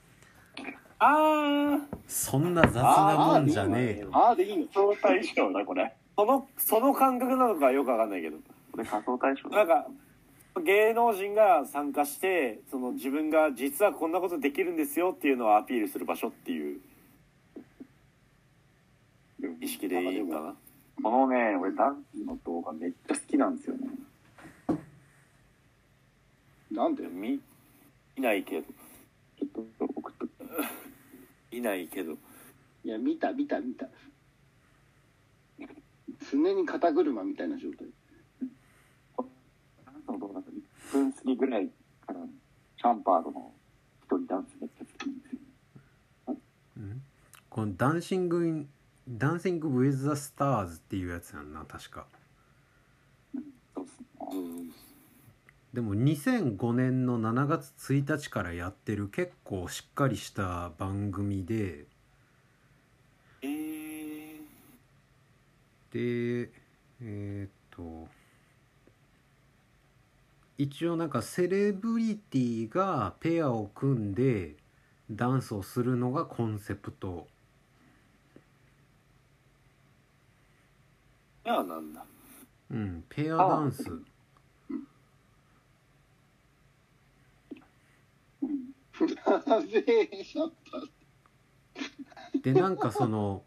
Speaker 4: あー
Speaker 3: そんな雑なもんじゃねえよ
Speaker 1: ああ、でいいの。
Speaker 6: 仮想大賞だ、これ。
Speaker 4: そのその感覚なのかよくわかんないけど
Speaker 6: これ仮想大賞
Speaker 4: な
Speaker 6: だ
Speaker 4: ん。か芸能人が参加してその自分が実はこんなことできるんですよっていうのをアピールする場所っていう意識でいいのかな
Speaker 6: このね、俺ダンスの動画めっちゃ好きなんですよね。
Speaker 1: なんで、
Speaker 4: 見いないけど
Speaker 6: ちょっと送っとく
Speaker 4: いないけど
Speaker 1: いや、見た、見た、見た。常に肩車みたいな状態。
Speaker 6: ダンスの動画が1分過ぎぐらいから、シャンパードの一人ダンスめっちゃ好きなんですよ。
Speaker 3: うんこのダンシング・インダンシング・ウィズ・ザ・スターズっていうやつやんな確か
Speaker 6: そうっすね。
Speaker 3: でも2005年の7月1日からやってる結構しっかりした番組で
Speaker 4: えー、
Speaker 3: でえーっと一応なんかセレブリティがペアを組んでダンスをするのがコンセプト
Speaker 4: いやなんだ
Speaker 3: うんペアダンス
Speaker 1: なぜ、シャンパー
Speaker 3: でなんかその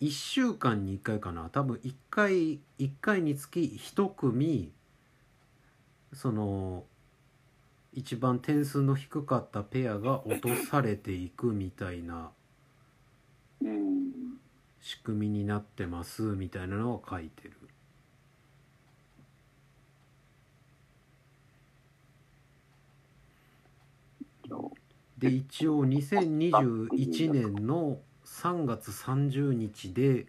Speaker 3: 1週間に1回かな多分1回1回につき1組その一番点数の低かったペアが落とされていくみたいな
Speaker 6: うん。
Speaker 3: 仕組みになってますみたいなのを書いてるで一応2021年の3月30日で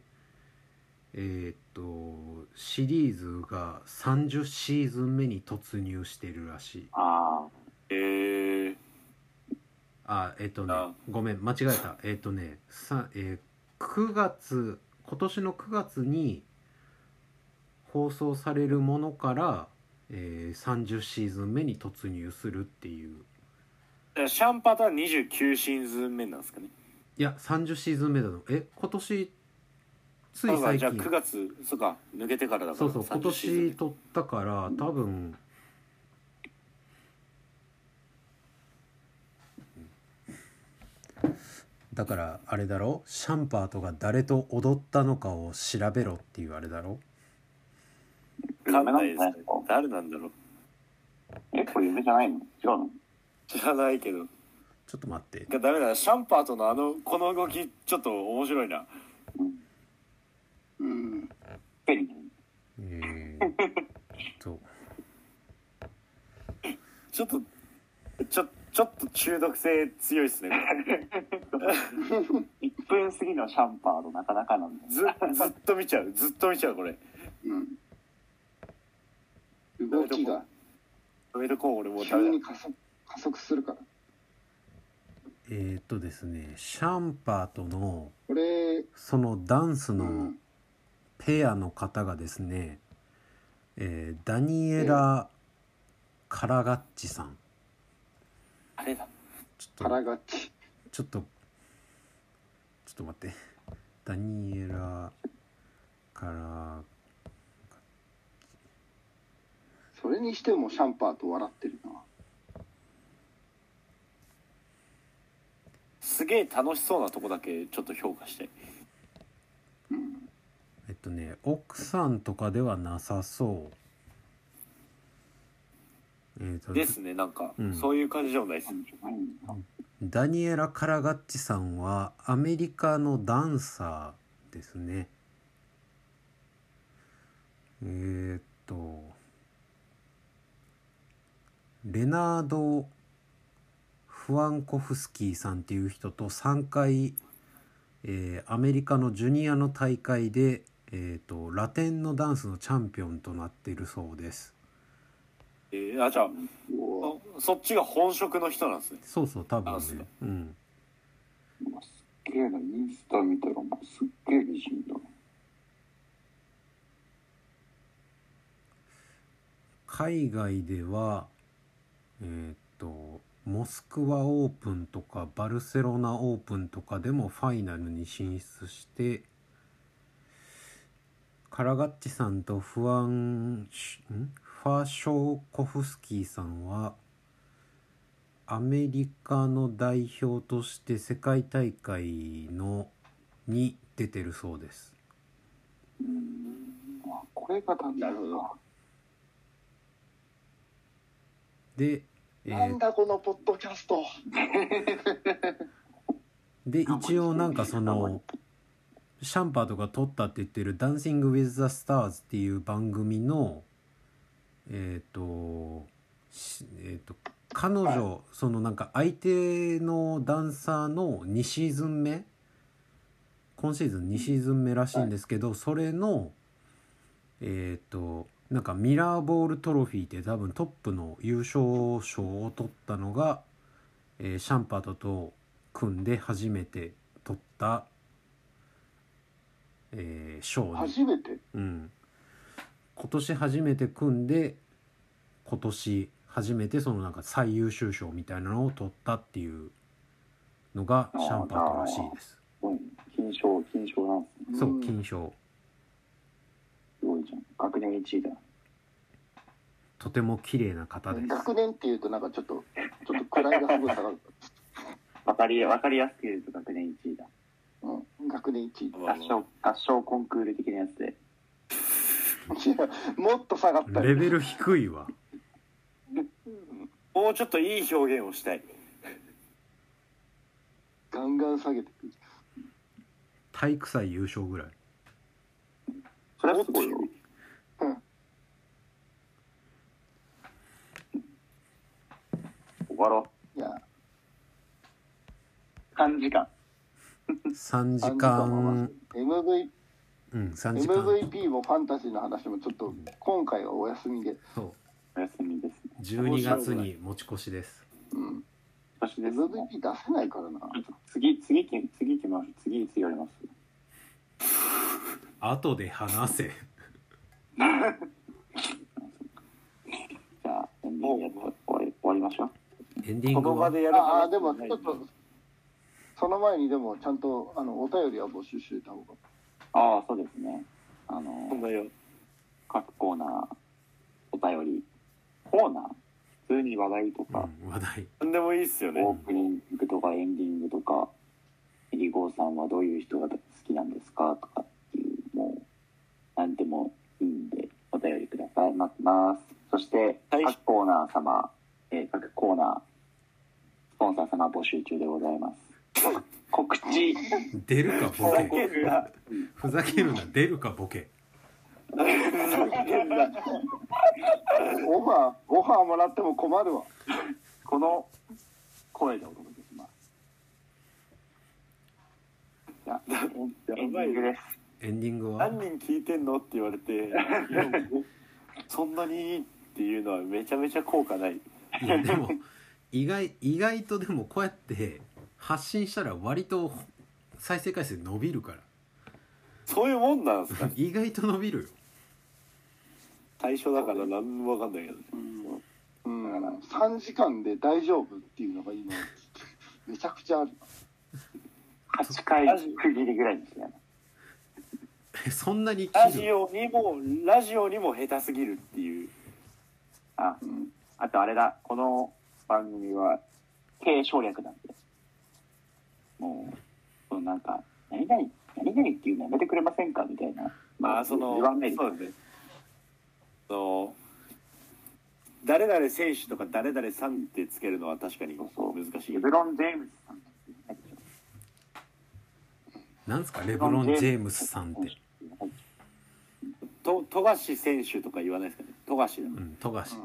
Speaker 3: えーっとシリーズが30シーズン目に突入してるらしい
Speaker 6: あ
Speaker 4: えー、
Speaker 3: あえっとね
Speaker 4: あ
Speaker 3: ごめん間違えたえっとねさ、えー9月今年の9月に放送されるものから、えー30シーズン目に突入するっていう
Speaker 4: えシャンパターン29シーズン目なんですかね
Speaker 3: いや30シーズン目だのえ今年つ
Speaker 4: あ
Speaker 3: い最
Speaker 4: じゃあ
Speaker 3: 近
Speaker 4: 9月そうか抜けてからだから
Speaker 3: そうそう今
Speaker 4: 30シーズン
Speaker 3: 年
Speaker 4: 目
Speaker 3: 撮ったから多分だからあれだろシャンパートが誰と踊ったのかを調べろっていうあれだろ
Speaker 4: わかんないですね
Speaker 6: 夢なん
Speaker 4: 誰なんだろう
Speaker 6: え、これ夢じゃないの違うの
Speaker 4: 知らないけど
Speaker 3: ちょっと待って
Speaker 4: がダメだなシャンパーとのあのこの動きちょっと面白いな
Speaker 1: うん
Speaker 6: ペリー
Speaker 3: えー、っ
Speaker 4: <laughs>
Speaker 3: と
Speaker 4: ちょっとちょちょっと中毒性強いですねこれ
Speaker 6: 1分過ぎのシャンパーとなかなかなんだよ。
Speaker 4: ずずっと見ちゃうずっと見ちゃうこれ
Speaker 1: うん動きが
Speaker 4: やめとこう俺もうダ
Speaker 1: 急
Speaker 4: メ
Speaker 1: に
Speaker 4: だ
Speaker 1: 加速加速するから
Speaker 3: えー、っとですねシャンパートの
Speaker 1: これ
Speaker 3: そのダンス
Speaker 1: う
Speaker 3: の
Speaker 1: ん
Speaker 3: ペアの方がですね、えーダニエラ・カラガッチさん
Speaker 4: あれだ
Speaker 3: ちょっと
Speaker 1: 腹がち
Speaker 3: ちょっとちょっと待ってダニエラから
Speaker 1: それにしてもシャンパーと笑ってるな
Speaker 4: すげえ楽しそうなとこだけちょっと評価して
Speaker 3: えっとね奥さんとかではなさそうえっと
Speaker 4: ですねなんか、
Speaker 3: うん
Speaker 4: そういう感じでもないです
Speaker 3: ダニエラ・カラガッチさんはアメリカのダンサーですねえーっとレナード・フワンコフスキーさんっていう人と3回、えーアメリカのジュニアの大会で、えーっとラテンのダンスのチャンピオンとなっているそうです
Speaker 4: えーあじゃあ
Speaker 1: うわ
Speaker 4: あそっちが本職の人なんですね
Speaker 3: そうそう多分
Speaker 4: あそう
Speaker 3: ねうん
Speaker 6: うわすっげえな、インスタ見たら、もうすっげえ美人だ。
Speaker 3: 海外ではえーっとモスクワオープンとかバルセロナオープンとかでもファイナルに進出してカラガッチさんとフアンシュんファショーコフスキーさんはアメリカの代表として世界大会のに出てるそうです。
Speaker 6: あこれがダニエ
Speaker 1: な
Speaker 6: ラ
Speaker 1: るほど
Speaker 3: で、え
Speaker 1: な
Speaker 3: ー
Speaker 1: んだこのポッドキャスト
Speaker 3: で一応なんかそのシャンパーとか撮ったって言ってる「ダンシング・ウィズ・ザ・スターズ」っていう番組のえっ、としえっ、と彼女そのなんか相手のダンサーの2シーズン目今シーズン2シーズン目らしいんですけどそれのえっ、となんかミラーボールトロフィーって多分トップの優勝賞を取ったのが、えーシャンパートと組んで初めて取った、えー、賞に
Speaker 1: <laughs> 初めて
Speaker 3: うん、今年初めて組んで今年初めてそのなんか最優秀賞みたいなのを取ったっていうのがシャンパートらしいです
Speaker 6: うん金賞、金賞なんですね。
Speaker 3: そ
Speaker 1: うん
Speaker 3: う金賞
Speaker 6: すごいじゃん。学年1位だ。
Speaker 3: とても綺麗な方です
Speaker 1: 学年っていうとなんかちょっとちょっと位がすごい下がる、
Speaker 6: わかり、わかりやすく言うと学年1位だ。
Speaker 1: うん、学年1位
Speaker 4: まあ
Speaker 6: 合
Speaker 4: まあ
Speaker 6: 唱、合唱コンクール的なやつで。
Speaker 1: いやもっと下がった
Speaker 3: レ
Speaker 1: よ
Speaker 3: ベル低いわ
Speaker 4: もうちょっといい表現をしたい
Speaker 1: ガンガン下げてくる
Speaker 3: 体育祭優勝ぐらい
Speaker 6: それはすごいよ。終わろ
Speaker 1: いや
Speaker 6: う。3時間。
Speaker 3: 3時
Speaker 1: あの
Speaker 3: 間
Speaker 1: MV
Speaker 3: うん3時間
Speaker 1: MVP もファンタジーの話もちょっと今回はお休みで、
Speaker 3: そ
Speaker 6: お休みですね。
Speaker 3: う12月に持ち越しです
Speaker 1: うん、
Speaker 6: 私ですね。
Speaker 1: MVP 出せないからな
Speaker 6: 次、次、次行きます。次、次やります。
Speaker 3: 後で話
Speaker 4: <laughs>
Speaker 3: せ
Speaker 6: じゃあ、エンディングやって終わり終わりましょう。
Speaker 3: エンディン
Speaker 4: こ
Speaker 3: グ
Speaker 4: の場
Speaker 3: は
Speaker 4: でやる
Speaker 1: あ
Speaker 4: 話
Speaker 1: あでも
Speaker 4: じゃ
Speaker 1: ちょっとその前にでもちゃんとあのお便りは募集していた方が
Speaker 6: ああ、そうですね。あ
Speaker 4: な、
Speaker 6: の
Speaker 4: いんだよ
Speaker 6: 各コーナー、お便り、コーナー、普通に話題とか、
Speaker 3: うん、話題
Speaker 4: なんでもいいっすよね
Speaker 6: オープニングとかエンディングとか、エリゴーさんはどういう人が好きなんですかとかっていう、もう、なんでもいいんで、お便りください。待ってます。そして、
Speaker 4: はい
Speaker 6: 各コーナー様、えー各コーナー、スポンサー様募集中でございます。
Speaker 4: <laughs>
Speaker 6: 告知
Speaker 3: 出るかボ
Speaker 4: ふざ
Speaker 3: ケ
Speaker 4: けるな
Speaker 3: ふざけるな出るかボケ
Speaker 1: オファーオファーもらっても困るわ
Speaker 6: この声でお届けします。じゃあ、エンディングです。
Speaker 3: エンディングは
Speaker 4: 何人聞いてんのって言われ
Speaker 1: <laughs>
Speaker 4: ていやそんなにっていうのはめちゃめちゃ効果ない
Speaker 3: いやでも意外意外とでもこうやって発信したら割と再生回数伸びるか
Speaker 4: そういうもんなんですから
Speaker 3: 意外と伸び
Speaker 4: <laughs>
Speaker 3: るよ
Speaker 4: 最初だから何もわかんないけどね
Speaker 1: うん3時間で大丈夫っていうのが今めちゃくちゃある
Speaker 6: 8回区切りぐらいにしてやる
Speaker 3: えそんなに
Speaker 4: ラ
Speaker 3: 切
Speaker 4: ジ
Speaker 3: る
Speaker 4: オにもラジオにも下手すぎるっていう
Speaker 6: あ、あとあれだ、この番組は、低省略なんで。もう、そのなんか、何々、何々っていうのやめてくれませんかみたいな。
Speaker 4: まあその
Speaker 6: 言わないで
Speaker 4: そうですねその誰々選手とか誰々さんってつけるのは確かに難しい
Speaker 6: レブロン・ジェームズさんなんて言わないでしょ
Speaker 3: なんすかレブロン・ジェームスさんって、
Speaker 4: と富樫選手とか言わないですかね富樫だ
Speaker 3: うん、富樫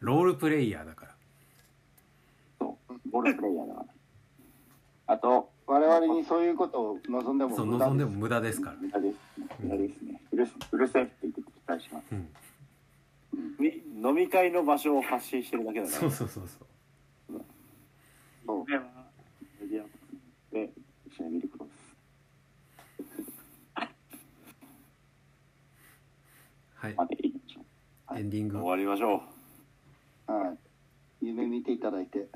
Speaker 3: ロールプレイヤーだから
Speaker 6: そう、ボールプレイヤーだから。あと、
Speaker 1: 我々にそういうことを望んでも
Speaker 3: そう
Speaker 1: 無駄
Speaker 3: 望んで
Speaker 1: です
Speaker 3: も無駄ですから、
Speaker 6: 無駄ですね。無駄ですね。うるせうるせえって言って期待します。
Speaker 3: うん、
Speaker 4: み飲み会の場所を発信してるだけだか
Speaker 3: そう
Speaker 4: ら
Speaker 3: そうそうそう
Speaker 6: そう。メディアで一緒に見ることです。
Speaker 3: はい
Speaker 6: までいいでしょう。
Speaker 3: エンディング
Speaker 4: 終わりましょう
Speaker 1: はい、夢見ていただいて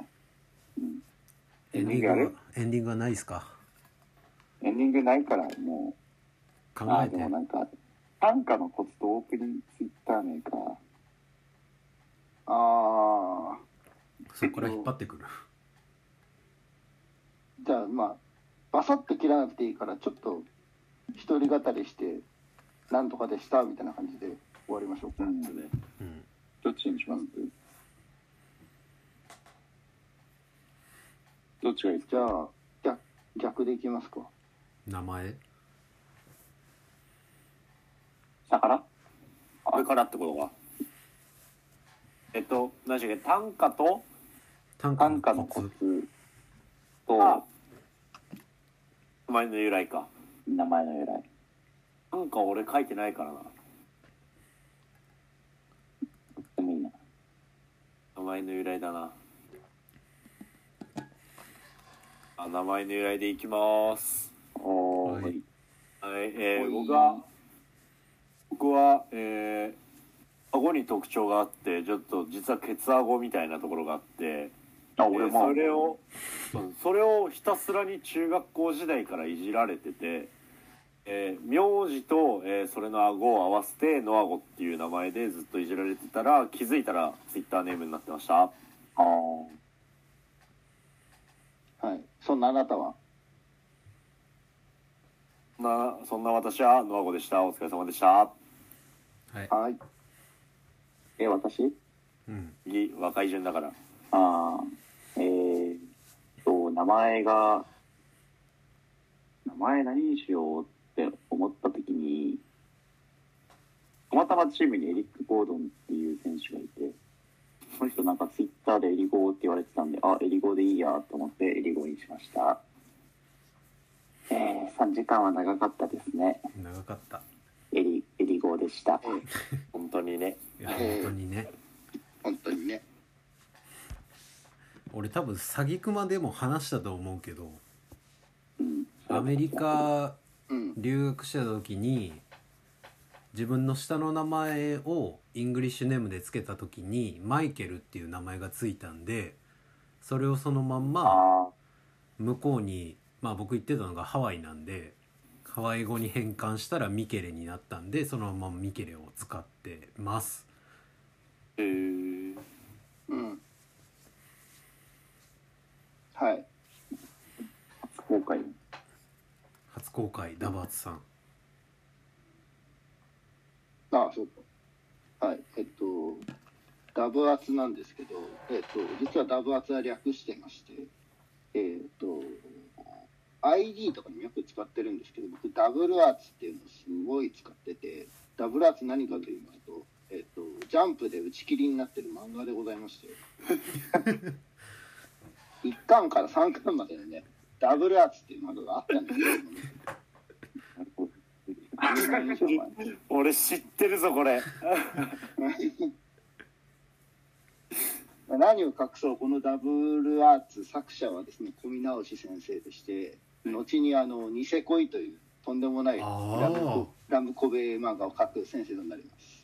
Speaker 3: エンディングはエンディングはないですか
Speaker 6: エンディングないから、もう。
Speaker 3: 考
Speaker 6: あ
Speaker 3: え
Speaker 6: で
Speaker 3: て
Speaker 6: もなんか短歌のコツとオープニングツイッター名か
Speaker 1: ああ
Speaker 3: そこから引っ張ってくる
Speaker 1: じゃあまあバサッと切らなくていいからちょっと一人語りしてなんとかでしたみたいな感じで終わりましょうか、
Speaker 6: うん
Speaker 3: うん
Speaker 6: どっちにしますどっちがいいです
Speaker 1: じゃあ逆逆でいきますか
Speaker 3: 名前
Speaker 6: か魚
Speaker 4: これからってことかえっと何でしたっけ短歌と
Speaker 3: 短
Speaker 6: 短歌のコツ
Speaker 4: あ
Speaker 6: と
Speaker 4: 名前の由来か
Speaker 6: 名前の由来
Speaker 4: 短歌俺書いてないからな
Speaker 6: でもいいな
Speaker 4: 名前の由来だなあ名前の由来でいきます
Speaker 6: おー
Speaker 3: はい
Speaker 6: い
Speaker 4: はい、えー、
Speaker 1: おい
Speaker 4: 僕は僕はえー、顎に特徴があってちょっと実はケツ顎みたいなところがあって
Speaker 6: あ俺
Speaker 4: えー
Speaker 6: も
Speaker 4: それをうんそれをひたすらに中学校時代からいじられてて、えー、名字と、えーそれの顎を合わせて「の顎」っていう名前でずっといじられてたら気づいたらツイッターネームになってました
Speaker 6: あ
Speaker 1: はいそんなあなたは
Speaker 4: そんなそんな私は「の顎」でしたお疲れ様でした
Speaker 3: はい、
Speaker 1: はい
Speaker 6: ーえ私
Speaker 3: うん、
Speaker 4: 次若い順だから
Speaker 6: あーえーっと名前が名前何にしようって思った時にたまたまチームにエリック・ゴードンっていう選手がいてその人なんかツイッターでエリゴーって言われてたんであエリゴーでいいやと思ってエリゴーにしましたえー、3時間は長かったですね
Speaker 3: 長かった
Speaker 6: エリエリゴーでした
Speaker 4: 本当にね
Speaker 3: いや本当にね
Speaker 1: 本当にね
Speaker 3: 俺多分詐欺クマでも話したと思うけど
Speaker 6: うん
Speaker 3: アメリカ
Speaker 1: うん
Speaker 3: 留学してた時に自分の下の名前をイングリッシュネームで付けた時にマイケルっていう名前がついたんでそれをそのまんま
Speaker 6: あ
Speaker 3: 向こうにまあ僕行ってたのがハワイなんでハワイ語に変換したらミケレになったんでそのままミケレを使ってます
Speaker 4: えー、
Speaker 1: うん。はい。
Speaker 6: あ、後悔。
Speaker 3: 初公開ダバーツさん
Speaker 1: ああ、そうか。はい。えっと、ダブアツなんですけど、えっと、実はダブアツは略してまして、えっと、ID とかにもよく使ってるんですけど、僕、ダブルアーツっていうのをすごい使ってて、ダブルアーツ何かと言いますと、えっと、ジャンプで打ち切りになってる漫画でございまして、1巻から3巻までのね、ダブルアーツっていう漫画があったんですけど、ね、20年以上前
Speaker 4: 俺知ってるぞこれ
Speaker 1: 何を隠そうこのダブルアーツ作者はですね小見直し先生でして後にあの「ニセ恋」というとんでもないラ
Speaker 3: あー
Speaker 1: ムコラムコベ漫画を描く先生となります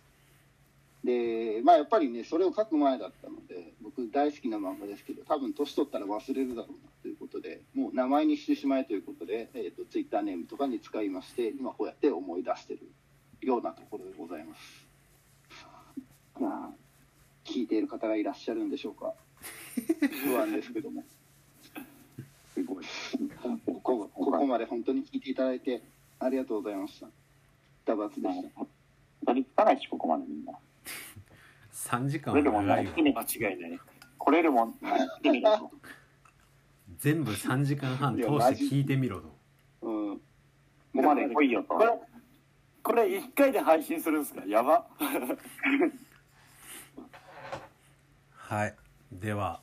Speaker 1: でまあやっぱりねそれを描く前だったので僕大好きな漫画ですけど多分年取ったら忘れるだろうなということでもう名前にしてしまえということで、えー、とツイッターネームとかに使いまして今こうやって思い出してるようなところでございますまあ聞いている方がいらっしゃるんでしょうか不安ですけども
Speaker 6: すごい。
Speaker 1: ここここまで本当に聞いていただいてありがとうございましたダバツでした
Speaker 6: 本当に聞かないし、ここまでみんな。
Speaker 3: 3時間
Speaker 6: 来れるも
Speaker 3: は
Speaker 6: んな
Speaker 3: 長
Speaker 6: い
Speaker 3: いよ。
Speaker 4: 間違いない
Speaker 6: 来れるもんない。来てみると。
Speaker 3: 全部3時間半通して聞いてみろと
Speaker 1: うん
Speaker 6: ここまで来いよと
Speaker 4: こ。れこれ1回で配信するんですかやば
Speaker 3: はいでは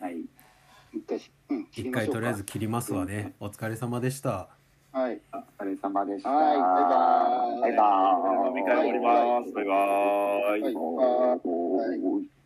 Speaker 6: はい。
Speaker 1: 一回しうん切
Speaker 3: 一
Speaker 1: りま
Speaker 3: 回
Speaker 1: しょうか
Speaker 3: とりあえず切りますわねお疲れ様でした
Speaker 1: はい
Speaker 6: お疲れ様でした。
Speaker 1: はいバイバイ
Speaker 6: バイバーイ。
Speaker 4: 飲み会終わりますバイバーイ
Speaker 1: はい
Speaker 6: おーおーおー